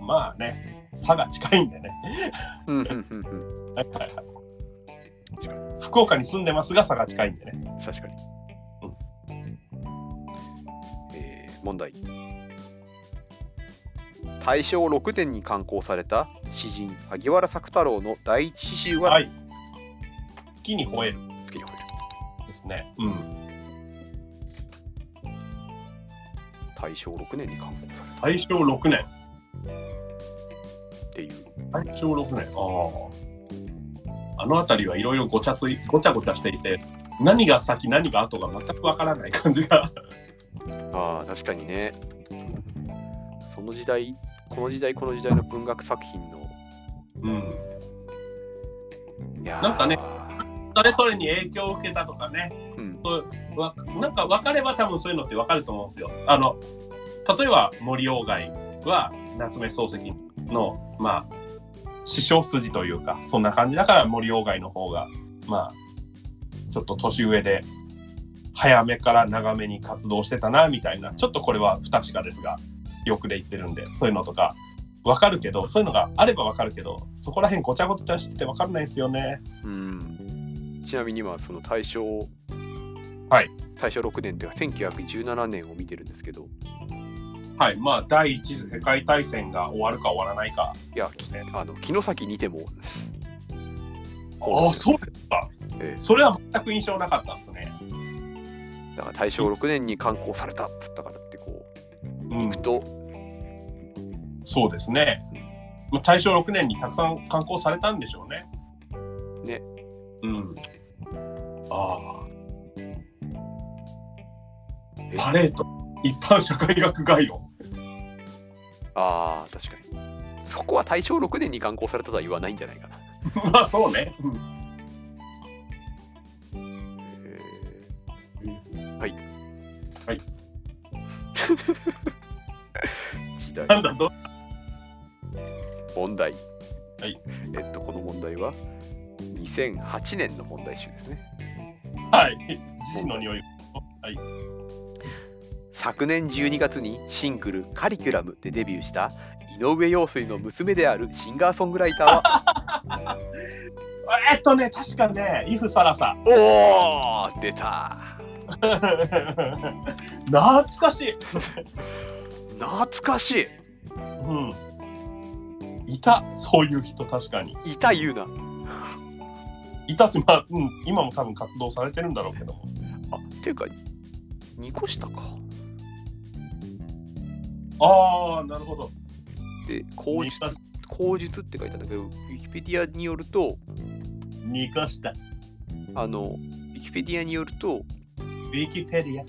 [SPEAKER 2] まあね、差が近いんでね。
[SPEAKER 1] うんうんうんうん。
[SPEAKER 2] はいはいはい。福岡に住んでますが、差が近いんでね。
[SPEAKER 1] 確かに。えー、問題。大正6年に刊行された詩人萩原作太郎の第一詩集は、
[SPEAKER 2] はい。月に吠える
[SPEAKER 1] 好きに覚えてる
[SPEAKER 2] ですね。うん。
[SPEAKER 1] 大正6年に刊行された
[SPEAKER 2] 大正6年。
[SPEAKER 1] っていう
[SPEAKER 2] 大正6年。ああ。あの辺りはいろいろごちゃつい、ごちゃごちゃしていて、何が先、何が後が全くわからない感じが。
[SPEAKER 1] あー確かにねその時代この時代この時代の文学作品の
[SPEAKER 2] うん。
[SPEAKER 1] いやー
[SPEAKER 2] なんかねそれぞれに影響を受けたとかね、
[SPEAKER 1] うん
[SPEAKER 2] そうわなんか分かれば多分そういうのって分かると思うんですよ。あの例えば森鴎外は夏目漱石のまあ師匠筋というかそんな感じだから森鴎外の方がまあちょっと年上で早めから長めに活動してたなみたいなちょっとこれは不確かですが記憶で言ってるんでそういうのとか分かるけどそういうのがあれば分かるけどそこら辺ごちゃごちゃしてて分かんないですよね。
[SPEAKER 1] うんちなみに今その大正
[SPEAKER 2] はい
[SPEAKER 1] 大正6年っていうか1917年を見てるんですけど
[SPEAKER 2] はい、まあ第一次世界大戦が終わるか終わらないか
[SPEAKER 1] いや
[SPEAKER 2] ですね。
[SPEAKER 1] あの城崎にても
[SPEAKER 2] ああ、そう
[SPEAKER 1] ええ
[SPEAKER 2] それは全く印象なかったですね。
[SPEAKER 1] だから大正6年に刊行されたっつったからってこう
[SPEAKER 2] う
[SPEAKER 1] 行
[SPEAKER 2] ん
[SPEAKER 1] く、と
[SPEAKER 2] そうですね。まあ大正6年にたくさん刊行されたんでしょうね。
[SPEAKER 1] ね。
[SPEAKER 2] うん。あ
[SPEAKER 1] え
[SPEAKER 2] あ、パレード、一般社会学概論。
[SPEAKER 1] ああ確かにそこは大正6年に刊行されたとは言わないんじゃないかな
[SPEAKER 2] (laughs) まあそうね。うん
[SPEAKER 1] え
[SPEAKER 2] はい。
[SPEAKER 1] ー (laughs) 時代
[SPEAKER 2] なんだ、ど
[SPEAKER 1] 問題
[SPEAKER 2] はい
[SPEAKER 1] えっとこの問題は2008年の問題集ですね
[SPEAKER 2] はい。自身の匂い。はい。
[SPEAKER 1] 昨年12月にシングル「カリキュラム」でデビューした井上陽水の娘であるシンガーソングライター
[SPEAKER 2] (laughs)
[SPEAKER 1] は
[SPEAKER 2] えっとね、確かね、イフ・サラサ。 (laughs)
[SPEAKER 1] おお出た
[SPEAKER 2] 懐かしい、
[SPEAKER 1] 懐かしい
[SPEAKER 2] うん、いたそういう人確かに
[SPEAKER 1] いた言うない
[SPEAKER 2] たってまあ、うん、今も多分活動されてるんだろうけども
[SPEAKER 1] あっていうか2個下か
[SPEAKER 2] ああなるほど
[SPEAKER 1] で口述口述って書いてあるんだけどウィキペディアによると
[SPEAKER 2] 二かしたウ
[SPEAKER 1] あのウィキペディアによると
[SPEAKER 2] ィキペディ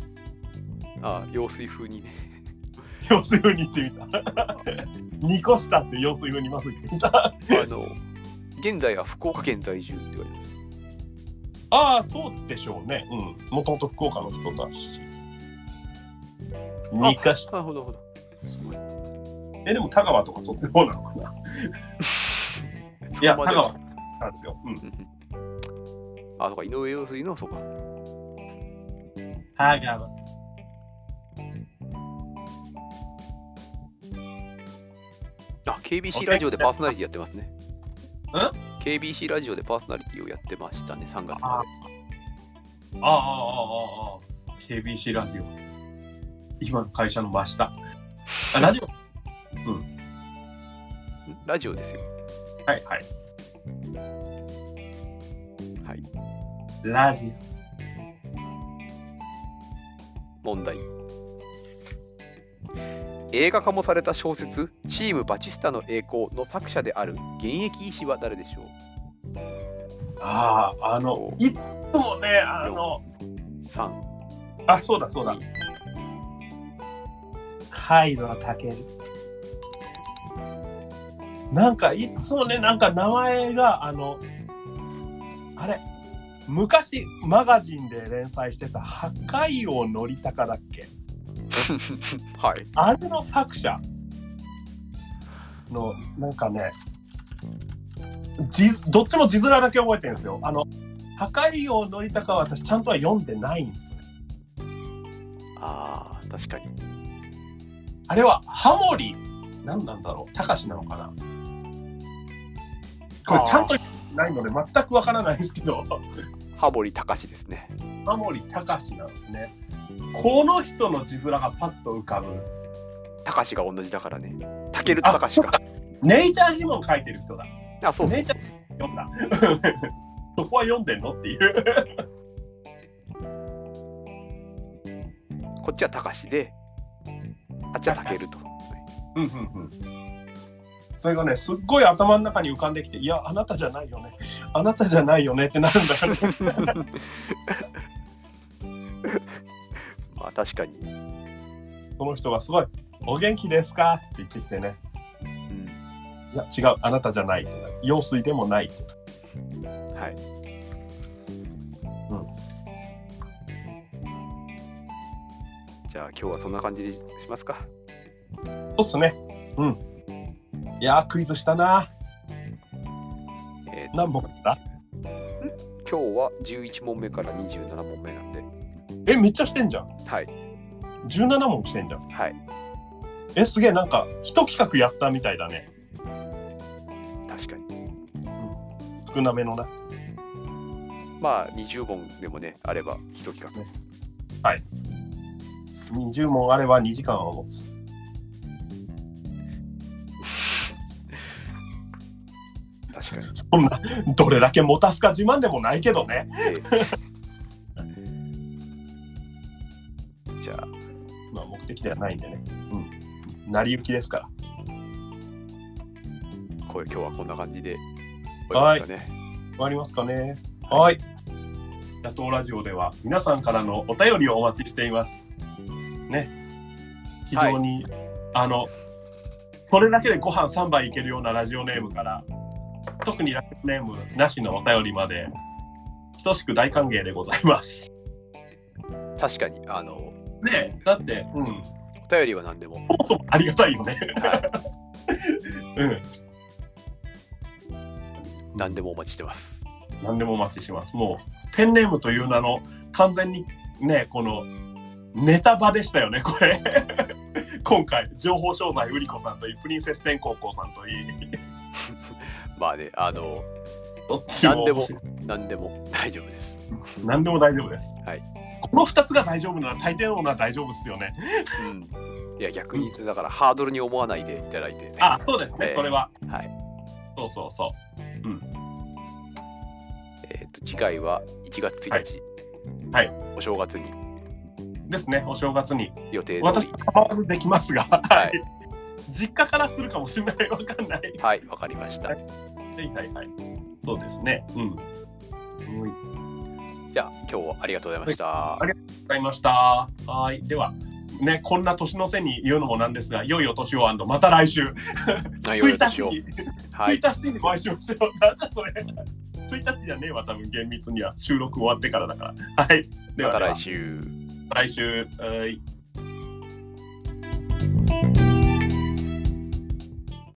[SPEAKER 2] ア
[SPEAKER 1] あ用水風にね (laughs)
[SPEAKER 2] 要するに言ってみた二個下って要するにまず言ってみた
[SPEAKER 1] あの現在は福岡県在住って言われて
[SPEAKER 2] ああそうでしょうねうんもともと福岡の人だし二か下
[SPEAKER 1] なるほどなるほどすごい
[SPEAKER 2] えでも田川とかそっちの方なのかないいや田川なんですよ、うん、
[SPEAKER 1] あそうか井上陽水のそうか
[SPEAKER 2] 田川
[SPEAKER 1] あ KBC ラジオでパーソナリティやってますね
[SPEAKER 2] ん
[SPEAKER 1] KBC ラジオでパーソナリティをやってましたね3月ま
[SPEAKER 2] ああああああああ KBC ラジオ今の会社の真下あラジオ
[SPEAKER 1] でんラジオですよ
[SPEAKER 2] はいはい
[SPEAKER 1] はい
[SPEAKER 2] ラジ
[SPEAKER 1] 問題映画化もされた小説「チームバチスタの栄光」の作者である現役医師は誰でしょ
[SPEAKER 2] オあああのいつもねあの
[SPEAKER 1] う ?3
[SPEAKER 2] あそうだそうだカイドラタケルなんかいつもねなんか名前があのあれ昔マガジンで連載してた「破壊王のりたか」だっけ
[SPEAKER 1] (laughs) はい
[SPEAKER 2] あれの作者のなんかねじどっちも字面だけ覚えてるんですよあの「破壊王のりたか」は私ちゃんとは読んでないんですよ
[SPEAKER 1] あー確かに
[SPEAKER 2] あれはハモリ何なんだろうたかしなのかなこれちゃんとないので全くわからないですけど (laughs)
[SPEAKER 1] 羽堀隆ですね
[SPEAKER 2] ハモリたかしなんですねこの人の字面がパッと浮かぶ
[SPEAKER 1] 隆が同じだからねたけると隆が
[SPEAKER 2] ネイチャージモン書いてる人だ
[SPEAKER 1] あそうそう
[SPEAKER 2] 姉ちゃん読んだ (laughs) そこは読んでんのっていう
[SPEAKER 1] こっちは隆であっちは炊けると。
[SPEAKER 2] うんうんうん。それがね、すっごい頭の中に浮かんできて、いや、あなたじゃないよね。あなたじゃないよねってなるんだよね。 (laughs)
[SPEAKER 1] (laughs) まあ確かに。
[SPEAKER 2] その人がすごい、お元気ですかって言ってきてね、
[SPEAKER 1] うん。
[SPEAKER 2] いや、違う、あなたじゃない。用水でもない。
[SPEAKER 1] はい。じゃあ今日はそんな感じにしますか。
[SPEAKER 2] そうっすね。うん。いやー、クイズしたな。
[SPEAKER 1] えーと
[SPEAKER 2] 何問だ
[SPEAKER 1] 今日は11問目から27問目なんで。
[SPEAKER 2] え、めっちゃしてんじゃん。
[SPEAKER 1] はい。
[SPEAKER 2] 17問してんじゃん。
[SPEAKER 1] はい。
[SPEAKER 2] え、すげえ、なんか、一企画やったみたいだね。
[SPEAKER 1] 確かに。
[SPEAKER 2] 少なめのな。
[SPEAKER 1] まあ20問でもね、あれば一企画。
[SPEAKER 2] 20問あれば2時間は持つ。
[SPEAKER 1] 確かに。
[SPEAKER 2] そんな、どれだけ持たすか自慢でもないけどね。
[SPEAKER 1] えーじゃあ、
[SPEAKER 2] まあ、目的ではないんでね。うん。成り行きですから。
[SPEAKER 1] こう今日はこんな感じで終わりますかね。
[SPEAKER 2] 終わりますかね。はい。野党ラジオでは皆さんからのお便りをお待ちしています。ね。非常に、あの、それだけでご飯3杯いけるようなラジオネームから、特にラジオネームなしのお便りまで、等しく大歓迎でございます。
[SPEAKER 1] 確かに、あの、お
[SPEAKER 2] ねだって、うん、そも
[SPEAKER 1] 便りは何でも。
[SPEAKER 2] そもありがたいよね。
[SPEAKER 1] はい。
[SPEAKER 2] (laughs) うん。
[SPEAKER 1] 何でもお待ちしてます。
[SPEAKER 2] 何でもお待ちします。もう、ペンネームという名の完全にね、このネタ場でしたよね、これ。 (laughs) 今回、情報商材うりこさんといい、プリンセス天高校さんといい、
[SPEAKER 1] まあね、あの、
[SPEAKER 2] どっち
[SPEAKER 1] 何でも、何でも大丈夫です。
[SPEAKER 2] 何でも大丈夫です。
[SPEAKER 1] はい
[SPEAKER 2] この2つが大丈夫なら、大抵のものは大丈夫ですよね。
[SPEAKER 1] うん。いや、逆に、だからハードルに思わないでいただいて、ね。
[SPEAKER 2] あ、そうです
[SPEAKER 1] え
[SPEAKER 2] ね、
[SPEAKER 1] え
[SPEAKER 2] それは。
[SPEAKER 1] はい。
[SPEAKER 2] そうそうそう。
[SPEAKER 1] えっ、と、次回は1月1日。
[SPEAKER 2] はい
[SPEAKER 1] お正月に
[SPEAKER 2] ですね、お正月に。
[SPEAKER 1] 予定通
[SPEAKER 2] 私、
[SPEAKER 1] り。
[SPEAKER 2] 構わずできますが、
[SPEAKER 1] は
[SPEAKER 2] はいい。実家からするかもしれない、わかんない。
[SPEAKER 1] はい、わかりました。
[SPEAKER 2] はいはいはい。そうですね。うん。はい
[SPEAKER 1] じゃあ、今日はありがとうございました。
[SPEAKER 2] わかりました。はい。では、ね、こんな年の瀬に言うのもなんですが、良いお年をまた来週。
[SPEAKER 1] 内容
[SPEAKER 2] 1
[SPEAKER 1] で
[SPEAKER 2] 日
[SPEAKER 1] しょう
[SPEAKER 2] に、
[SPEAKER 1] はい。
[SPEAKER 2] 1日にお会いしましょう。 (laughs) なんだそれ。1日じゃねえわ、多分厳密には収録終わってからだから。はい。で
[SPEAKER 1] ま
[SPEAKER 2] は
[SPEAKER 1] た
[SPEAKER 2] では
[SPEAKER 1] 来週。
[SPEAKER 2] また来週。はい。